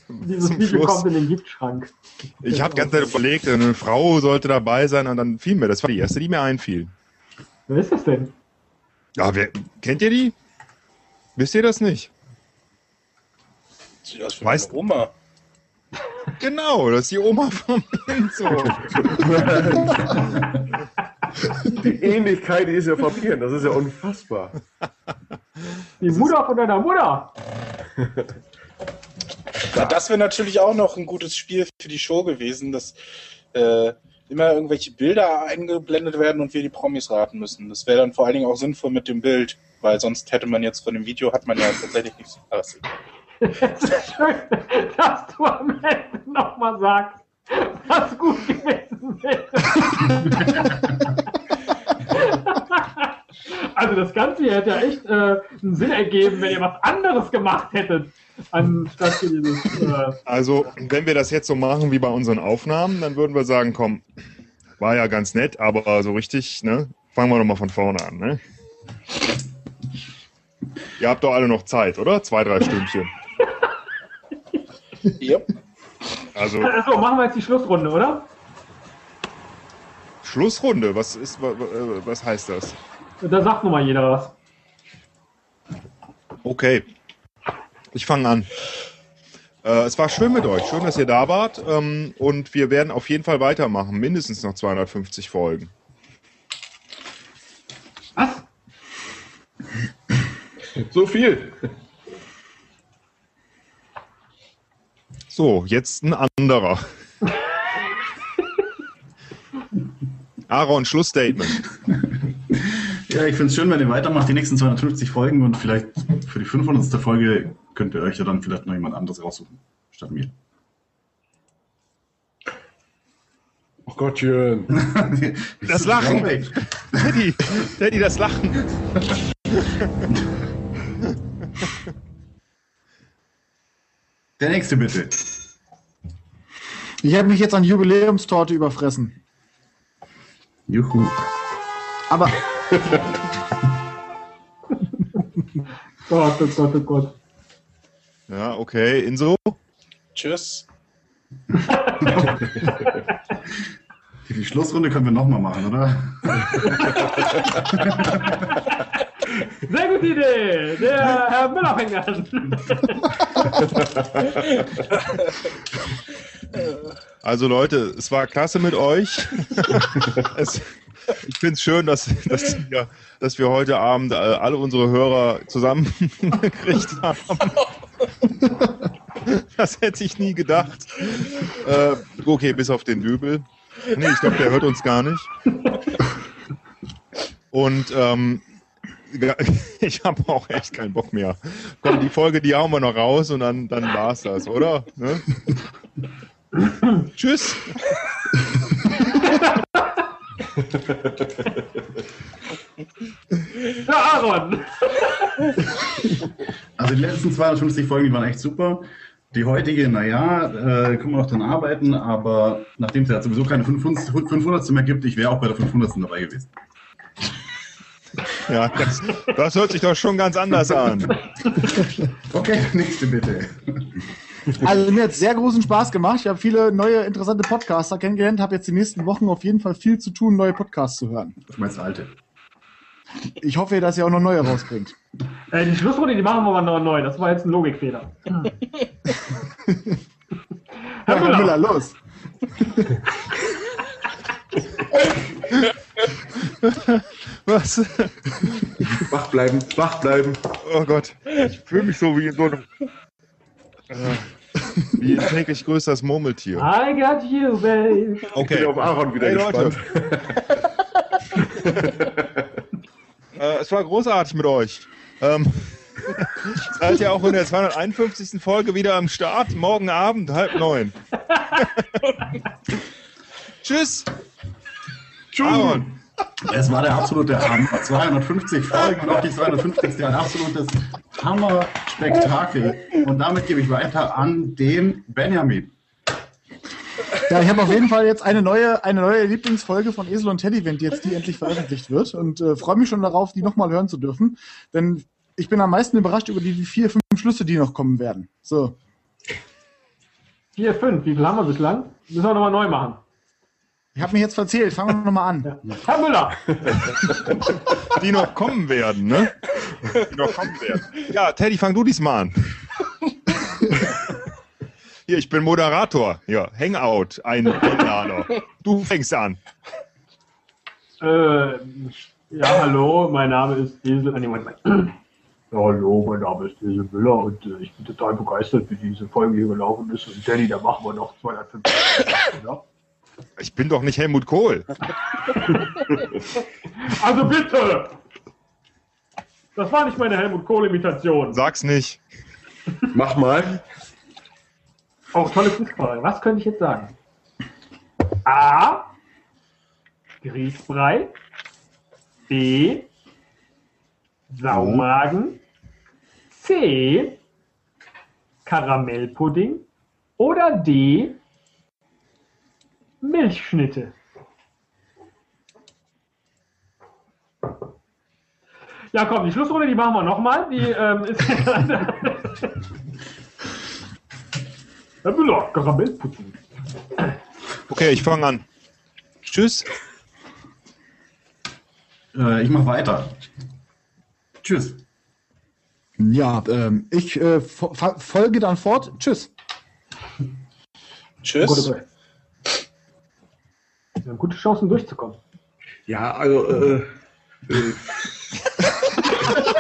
Speaker 3: dieses
Speaker 2: zum
Speaker 3: Video
Speaker 2: Schluss.
Speaker 3: kommt in den Giftschrank.
Speaker 2: Ich habe ganz Zeit überlegt, eine Frau sollte dabei sein und dann fiel mir. Das war die erste, die mir einfiel.
Speaker 3: Wer ist das denn?
Speaker 2: Ja, wer, kennt ihr die? Wisst ihr das nicht?
Speaker 7: Sieht aus wie
Speaker 2: Weißt-
Speaker 7: meine Oma.
Speaker 2: Genau, das ist die Oma vom Enzo.
Speaker 8: Die Ähnlichkeit die ist ja verbieren. Das ist ja unfassbar.
Speaker 3: Die Mutter von deiner Mutter.
Speaker 7: Ja, das wäre natürlich auch noch ein gutes Spiel für die Show gewesen, dass äh, immer irgendwelche Bilder eingeblendet werden und wir die Promis raten müssen. Das wäre dann vor allen Dingen auch sinnvoll mit dem Bild, weil sonst hätte man jetzt von dem Video hat man ja tatsächlich nichts. anderes.
Speaker 3: Es ist schön, dass du am Ende nochmal sagst, was gut gewesen wäre. Also das Ganze hier hätte ja echt äh, einen Sinn ergeben, wenn ihr was anderes gemacht hättet, anstatt hier dieses... Äh,
Speaker 2: Also, wenn wir das jetzt so machen wie bei unseren Aufnahmen, dann würden wir sagen, komm, war ja ganz nett, aber so richtig, ne? Fangen wir nochmal von vorne an, ne? Ihr habt doch alle noch Zeit, oder? Zwei, drei Stündchen.
Speaker 7: Yep.
Speaker 2: Also,
Speaker 3: Achso, machen wir jetzt die Schlussrunde, oder?
Speaker 2: Schlussrunde, was ist, wa- wa- äh, was heißt das?
Speaker 3: Da sagt nun mal jeder was.
Speaker 2: Okay. Ich fange an. Äh, es war schön mit euch. Schön, dass ihr da wart. Ähm, und wir werden auf jeden Fall weitermachen. Mindestens noch 250 Folgen.
Speaker 3: Was?
Speaker 8: So viel.
Speaker 2: So, jetzt ein anderer. Aaron, Schlussstatement.
Speaker 9: Ja, ich finde es schön, wenn ihr weitermacht, die nächsten 250 Folgen und vielleicht für die 500. Folge könnt ihr euch ja dann vielleicht noch jemand anderes raussuchen, statt mir.
Speaker 8: Oh Gottchen.
Speaker 2: Das Lachen. Teddy, Teddy, das Lachen.
Speaker 9: Der nächste bitte.
Speaker 5: Ich habe mich jetzt an Jubiläumstorte überfressen.
Speaker 9: Juhu.
Speaker 5: Aber
Speaker 3: Gott, oh Gott, oh Gott.
Speaker 2: Ja, okay. Inso?
Speaker 7: Tschüss.
Speaker 9: Die- Die Schlussrunde können wir nochmal machen, oder?
Speaker 3: Sehr gute Idee! Der Herr Müller fängt an.
Speaker 2: Also Leute, es war klasse mit euch. es, ich finde es schön, dass, dass, wir, dass wir heute Abend äh, alle unsere Hörer zusammengekriegt haben. das hätte ich nie gedacht. Äh, okay, bis auf den Dübel. Nee, ich glaube, der hört uns gar nicht. Und ähm, ja, ich habe auch echt keinen Bock mehr. Komm, die Folge, die hauen wir noch raus und dann, dann war's das, oder? Ne? Tschüss.
Speaker 3: Ja, Aaron!
Speaker 9: Also die letzten 250 Folgen, die waren echt super. Die heutige, naja, äh, können wir noch dran arbeiten, aber nachdem es ja sowieso keine 500. 500. mehr gibt, ich wäre auch bei der 500. dabei gewesen.
Speaker 2: Ja, das, das hört sich doch schon ganz anders an.
Speaker 9: Okay, nächste bitte.
Speaker 5: Also mir hat sehr großen Spaß gemacht. Ich habe viele neue interessante Podcaster kennengelernt, habe jetzt die nächsten Wochen auf jeden Fall viel zu tun, neue Podcasts zu hören.
Speaker 9: Du meinst alte.
Speaker 5: Ich hoffe, dass ihr auch noch neue rausbringt.
Speaker 3: Äh, die Schlussrunde, die machen wir mal noch neu. Das war jetzt ein Logikfehler.
Speaker 5: Herr Müller, los.
Speaker 2: Was?
Speaker 4: Wach bleiben, wach bleiben.
Speaker 2: Oh Gott, ich fühle mich so wie in so einem. Äh, wie ein täglich größeres Murmeltier.
Speaker 3: I got you, babe.
Speaker 4: Ah, Ich bin auf Aaron wieder
Speaker 2: Hey, Leute.
Speaker 4: gespannt.
Speaker 2: Äh, es war großartig mit euch. Ähm, seid ihr auch in der 251. Folge wieder am Start? Morgen Abend, halb neun. Tschüss. Tschüss. Aaron.
Speaker 9: Es war der absolute Hammer. 250 Folgen und auch die 250. ein absolutes Hammer-Spektakel. Und damit gebe ich weiter an den Benjamin.
Speaker 5: Ja, ich habe auf jeden Fall jetzt eine neue, eine neue Lieblingsfolge von Esel und Teddy, wenn die jetzt die endlich veröffentlicht wird. Und äh, freue mich schon darauf, die nochmal hören zu dürfen. Denn ich bin am meisten überrascht über die vier, fünf Schlüsse, die noch kommen werden. So.
Speaker 3: 4, 5. Wie viel haben wir bislang? Müssen wir nochmal neu machen.
Speaker 5: Ich habe mich jetzt verzählt. Fangen wir nochmal an.
Speaker 3: Herr Müller!
Speaker 2: Die noch kommen werden, ne? Die noch kommen werden. Ja, Teddy, fang du diesmal an. Hier, ich bin Moderator. Ja, Hangout, ein Einlader. Du fängst an.
Speaker 3: Äh, ja, hallo, mein Name ist Esel. Ah, nee, Moment, Moment. Ja, hallo, mein Name ist Esel Müller und äh, ich bin total begeistert, wie diese Folge hier gelaufen ist. Und Daddy, da machen wir noch 250. Ja?
Speaker 2: Ich bin doch nicht Helmut Kohl.
Speaker 3: Also bitte! Das war nicht meine Helmut Kohl-Imitation.
Speaker 2: Sag's nicht.
Speaker 4: Mach mal.
Speaker 3: Auch Oh, tolle Fußball. Was könnte ich jetzt sagen? A. Grießbrei. B. Saumagen. C. Karamellpudding. Oder D. Milchschnitte. Ja, komm, die Schlussrunde, die machen wir nochmal. Die ähm, ist. Herr Müller, Karamellpudding.
Speaker 2: Okay, ich fange an. Tschüss.
Speaker 9: Äh, ich mache weiter. Tschüss.
Speaker 5: Ja, ähm, ich äh, fo- fa- folge dann fort. Tschüss.
Speaker 7: Tschüss.
Speaker 3: Wir haben gute Chancen durchzukommen.
Speaker 4: Ja, also, äh, äh,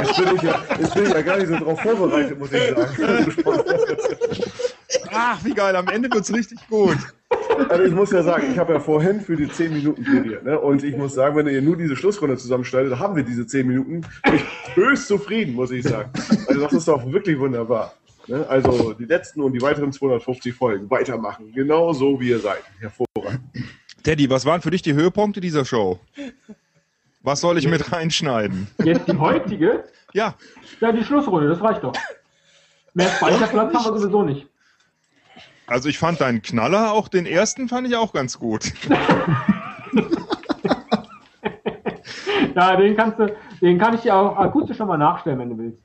Speaker 4: Jetzt bin, ich ja, jetzt bin ich ja gar nicht so drauf vorbereitet, muss ich sagen.
Speaker 2: Ach, wie geil, am Ende wird's richtig gut.
Speaker 4: Also ich muss ja sagen, ich habe ja vorhin für die 10 Minuten plädiert. Ne? Und ich muss sagen, wenn ihr nur diese Schlussrunde zusammenschneidet, haben wir diese 10 Minuten. Bin ich höchst zufrieden, muss ich sagen. Also das ist doch wirklich wunderbar. Ne? Also die letzten und die weiteren 250 Folgen weitermachen. Genau so, wie ihr seid. Hervorragend.
Speaker 2: Teddy, was waren für dich die Höhepunkte dieser Show? Was soll ich mit reinschneiden?
Speaker 3: Jetzt die heutige?
Speaker 2: Ja,
Speaker 3: Ja, die Schlussrunde, das reicht doch. Mehr Speicherplatz haben wir sowieso nicht.
Speaker 2: also ich fand deinen Knaller auch, den ersten fand ich auch ganz gut.
Speaker 3: Ja, den kannst du, den kann ich dir auch akustisch schon mal nachstellen, wenn du willst.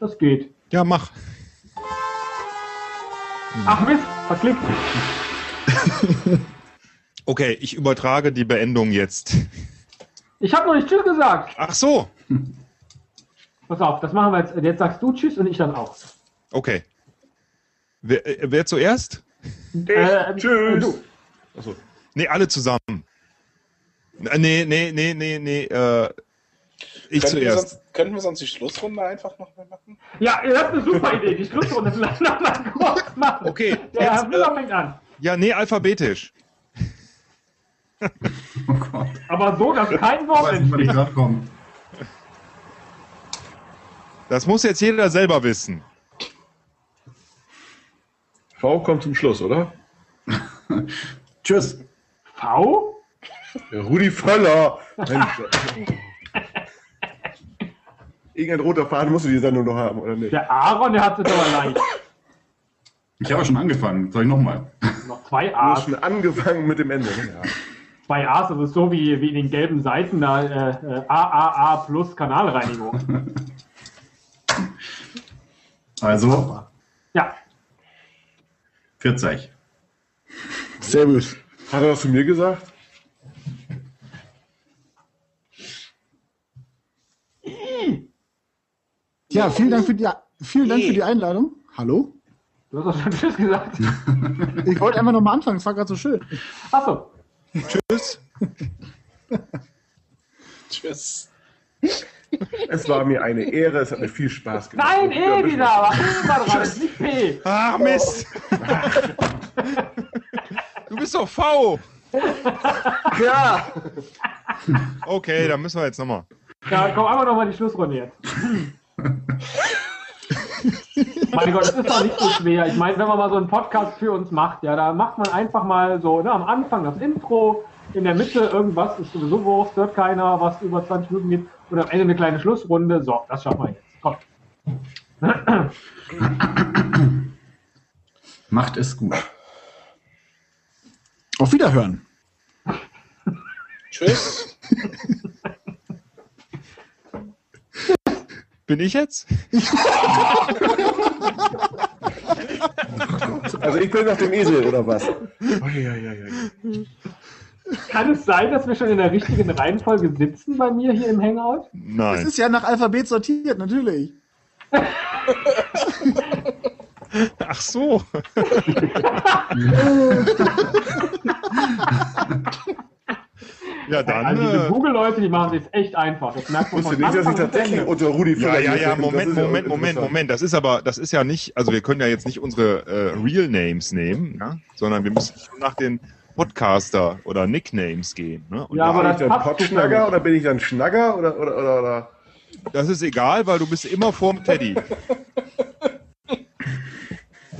Speaker 3: Das geht.
Speaker 2: Ja, mach.
Speaker 3: Ach Mist, verklickt.
Speaker 2: Okay, ich übertrage die Beendung jetzt.
Speaker 3: Ich habe noch nicht Tschüss gesagt.
Speaker 2: Ach so,
Speaker 3: Pass auf, das machen wir jetzt. Jetzt sagst du Tschüss und ich dann auch.
Speaker 2: okay. Wer, äh, wer zuerst?
Speaker 3: Äh,
Speaker 4: Tschüss.
Speaker 3: Du.
Speaker 2: Nee, alle zusammen. Äh, Nee, nee, nee, nee, nee. Äh, ich
Speaker 7: Könnten wir,
Speaker 2: zuerst.
Speaker 7: sonst, könnten wir sonst die Schlussrunde einfach nochmal machen?
Speaker 3: Ja, das ist eine super Idee. Die Schlussrunde vielleicht noch mal kurz machen.
Speaker 2: Okay,
Speaker 3: Der
Speaker 9: äh,
Speaker 3: Herr Müller fängt an.
Speaker 2: Ja, nee, alphabetisch.
Speaker 9: Oh Gott,
Speaker 3: Aber so, dass kein
Speaker 9: ich
Speaker 3: Wort
Speaker 9: weiß nicht, wann ich
Speaker 3: entsteht.
Speaker 9: dran komme.
Speaker 2: Das muss jetzt jeder selber wissen.
Speaker 4: V kommt zum Schluss, oder?
Speaker 9: Tschüss.
Speaker 3: V?
Speaker 4: Rudi Völler! Mensch. Irgendein roter Faden musst du die Sendung noch haben, oder nicht?
Speaker 3: Der Aaron, der hat es aber leicht.
Speaker 9: Ich habe ja schon angefangen. Soll ich nochmal?
Speaker 3: Noch zwei
Speaker 4: Du
Speaker 3: A's.
Speaker 4: hast schon angefangen mit dem Ende. ne?
Speaker 3: Bei A's ist es so wie, wie in den gelben Seiten da äh, äh, AAA plus Kanalreinigung.
Speaker 9: Also,
Speaker 3: Ja,
Speaker 9: 40.
Speaker 4: Sehr gut. Hat er das zu mir gesagt?
Speaker 5: Ja, vielen Dank für die, vielen Dank für die Einladung. Hallo?
Speaker 3: du hast doch schon Tschüss gesagt.
Speaker 5: Ich wollte einfach nochmal anfangen, es war gerade so schön.
Speaker 3: Achso,
Speaker 5: Tschüss.
Speaker 7: Tschüss.
Speaker 4: Es war mir eine Ehre, es hat mir viel Spaß gemacht.
Speaker 3: nein, eh wieder, war eh mal dran,
Speaker 4: Tschüss.
Speaker 3: ist nicht P.
Speaker 2: Ah,
Speaker 10: Ach, Mist. du bist doch V.
Speaker 4: Ja!
Speaker 2: Okay, dann müssen wir jetzt nochmal.
Speaker 3: Ja, komm einfach nochmal die Schlussrunde jetzt. mein Gott, das ist doch nicht so schwer. Ich meine, wenn man mal so einen Podcast für uns macht, ja, da macht man einfach mal so, ne, am Anfang das Intro, in der Mitte irgendwas, ist sowieso Wurst, hört keiner, was über 20 Minuten geht, und am Ende eine kleine Schlussrunde. So, das schaffen wir jetzt. Komm.
Speaker 9: Macht es gut.
Speaker 5: Auf Wiederhören.
Speaker 7: Tschüss.
Speaker 10: Bin ich jetzt?
Speaker 4: Also ich bin auf dem Esel, oder was?
Speaker 3: Kann es sein, dass wir schon in der richtigen Reihenfolge sitzen bei mir hier im Hangout?
Speaker 5: Es
Speaker 2: Nein.
Speaker 5: ist ja nach Alphabet sortiert, natürlich.
Speaker 10: Ach so.
Speaker 2: Ja, dann.
Speaker 3: Also diese
Speaker 2: Äh,
Speaker 3: Google-Leute, die machen es jetzt echt einfach. Das merkt man
Speaker 4: Wusste
Speaker 3: von
Speaker 4: nicht, dass ich
Speaker 3: Anfang bis
Speaker 4: tatsächlich
Speaker 3: Ende.
Speaker 4: unter Rudi
Speaker 2: ja, ja,
Speaker 4: Völler
Speaker 2: ja,
Speaker 4: gesessen bin. Das
Speaker 2: Moment,
Speaker 4: ist ja
Speaker 2: Moment, Moment,
Speaker 4: interessant.
Speaker 2: Moment. Das ist aber, das ist ja nicht, also wir können ja jetzt nicht unsere äh, Real Names nehmen, ne? sondern wir müssen schon nach den Podcaster oder Nicknames gehen. Ne? Und
Speaker 3: Ja, aber
Speaker 4: Bin ich
Speaker 3: das
Speaker 4: dann
Speaker 3: passt nicht mehr
Speaker 4: Potschnagger oder bin ich dann Schnagger oder oder oder, oder?
Speaker 2: das ist egal, weil du bist immer vorm Teddy.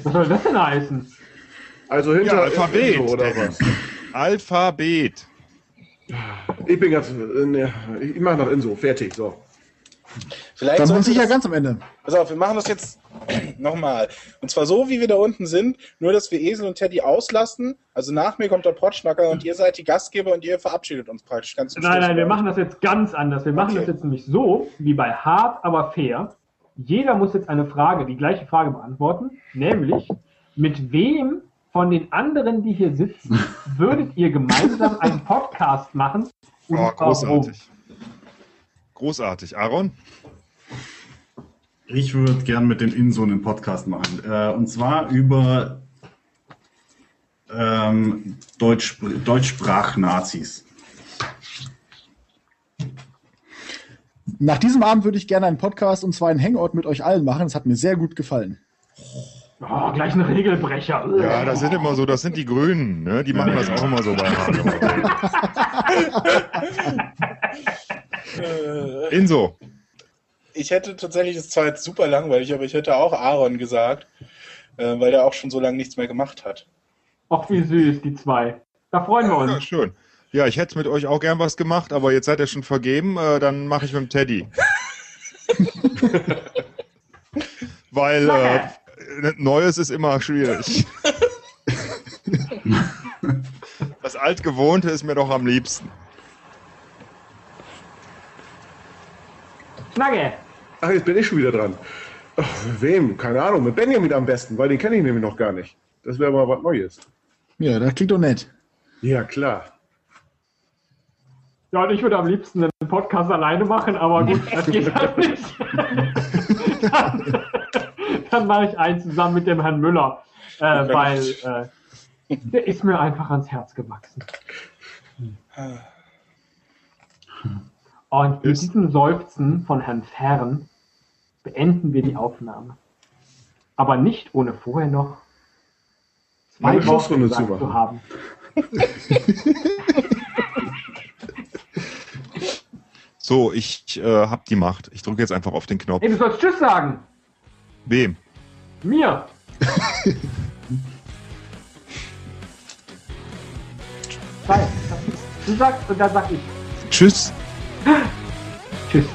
Speaker 3: Was soll das denn heißen?
Speaker 4: Also hinter
Speaker 2: Ja, Alphabet.
Speaker 4: Intro oder was?
Speaker 2: Alphabet.
Speaker 4: Ich bin ganz äh, ne, ich mache noch Inso, fertig, so.
Speaker 7: Vielleicht
Speaker 5: Dann
Speaker 7: sollten
Speaker 5: muss ich
Speaker 7: wir
Speaker 5: ja
Speaker 7: das-
Speaker 5: ganz am Ende.
Speaker 7: Pass auf, wir machen das jetzt nochmal. Und zwar so, wie wir da unten sind, nur dass wir Esel und Teddy auslassen. Also nach mir kommt der Potschnacker und ihr seid die Gastgeber und ihr verabschiedet uns praktisch ganz zum
Speaker 3: Nein,
Speaker 7: Schluss.
Speaker 3: nein, wir machen das jetzt ganz anders. Wir machen
Speaker 7: Okay.
Speaker 3: das jetzt nämlich so, wie bei Hart, aber fair. Jeder muss jetzt eine Frage, die gleiche Frage beantworten, nämlich mit wem von den anderen, die hier sitzen, würdet ihr gemeinsam einen Podcast machen?
Speaker 2: Oh,
Speaker 3: Und warum?
Speaker 2: großartig. Großartig. Aaron?
Speaker 9: Ich würde gern mit dem Inso einen Podcast machen. Äh, und zwar über ähm, Deutsch, Deutschsprach-Nazis.
Speaker 5: Nach diesem Abend würde ich gerne einen Podcast und zwar einen Hangout mit euch allen machen. Es hat mir sehr gut gefallen.
Speaker 3: Oh, gleich ein Regelbrecher.
Speaker 2: Ja, das sind immer so, das sind die Grünen, ne? Die machen das auch immer so bei Hagen. Inso.
Speaker 7: Äh, Ich hätte tatsächlich, das ist zwar jetzt super langweilig, aber ich hätte auch Aaron gesagt, äh, weil der auch schon so lange nichts mehr gemacht hat.
Speaker 3: Ach, wie süß, die zwei. Da freuen wir
Speaker 2: Ja,
Speaker 3: uns.
Speaker 2: schön. Ja, ich hätte mit euch auch gern was gemacht, aber jetzt seid ihr schon vergeben, äh, dann mache ich mit dem Teddy. Weil äh, Neues ist immer schwierig. Das Altgewohnte ist mir doch am liebsten.
Speaker 3: Schnagge.
Speaker 4: Ach, jetzt bin ich schon wieder dran. Ach, mit wem? Keine Ahnung, mit Benjamin am besten, weil den kenne ich nämlich noch gar nicht. Das wäre mal was Neues.
Speaker 5: Ja, das klingt doch nett.
Speaker 4: Ja, klar.
Speaker 3: Ja, und ich würde am liebsten einen Podcast alleine machen, aber gut, das geht halt nicht. dann, dann mache ich einen zusammen mit dem Herrn Müller, äh, weil äh, der ist mir einfach ans Herz gewachsen.
Speaker 4: Hm.
Speaker 3: Und mit diesem Seufzen von Herrn Fern beenden wir die Aufnahme. Aber nicht ohne vorher noch
Speaker 4: Eine
Speaker 3: zwei Wochen
Speaker 4: Schlussrunde zu
Speaker 3: gesagt zu
Speaker 4: machen.
Speaker 3: haben.
Speaker 2: So, ich äh, hab die Macht. Ich drücke jetzt einfach auf den Knopf.
Speaker 3: Ey, du sollst Tschüss sagen!
Speaker 2: Wem?
Speaker 3: Mir! Zwei.
Speaker 2: Du sagst und dann sag ich.
Speaker 3: Tschüss.
Speaker 2: Tschüss.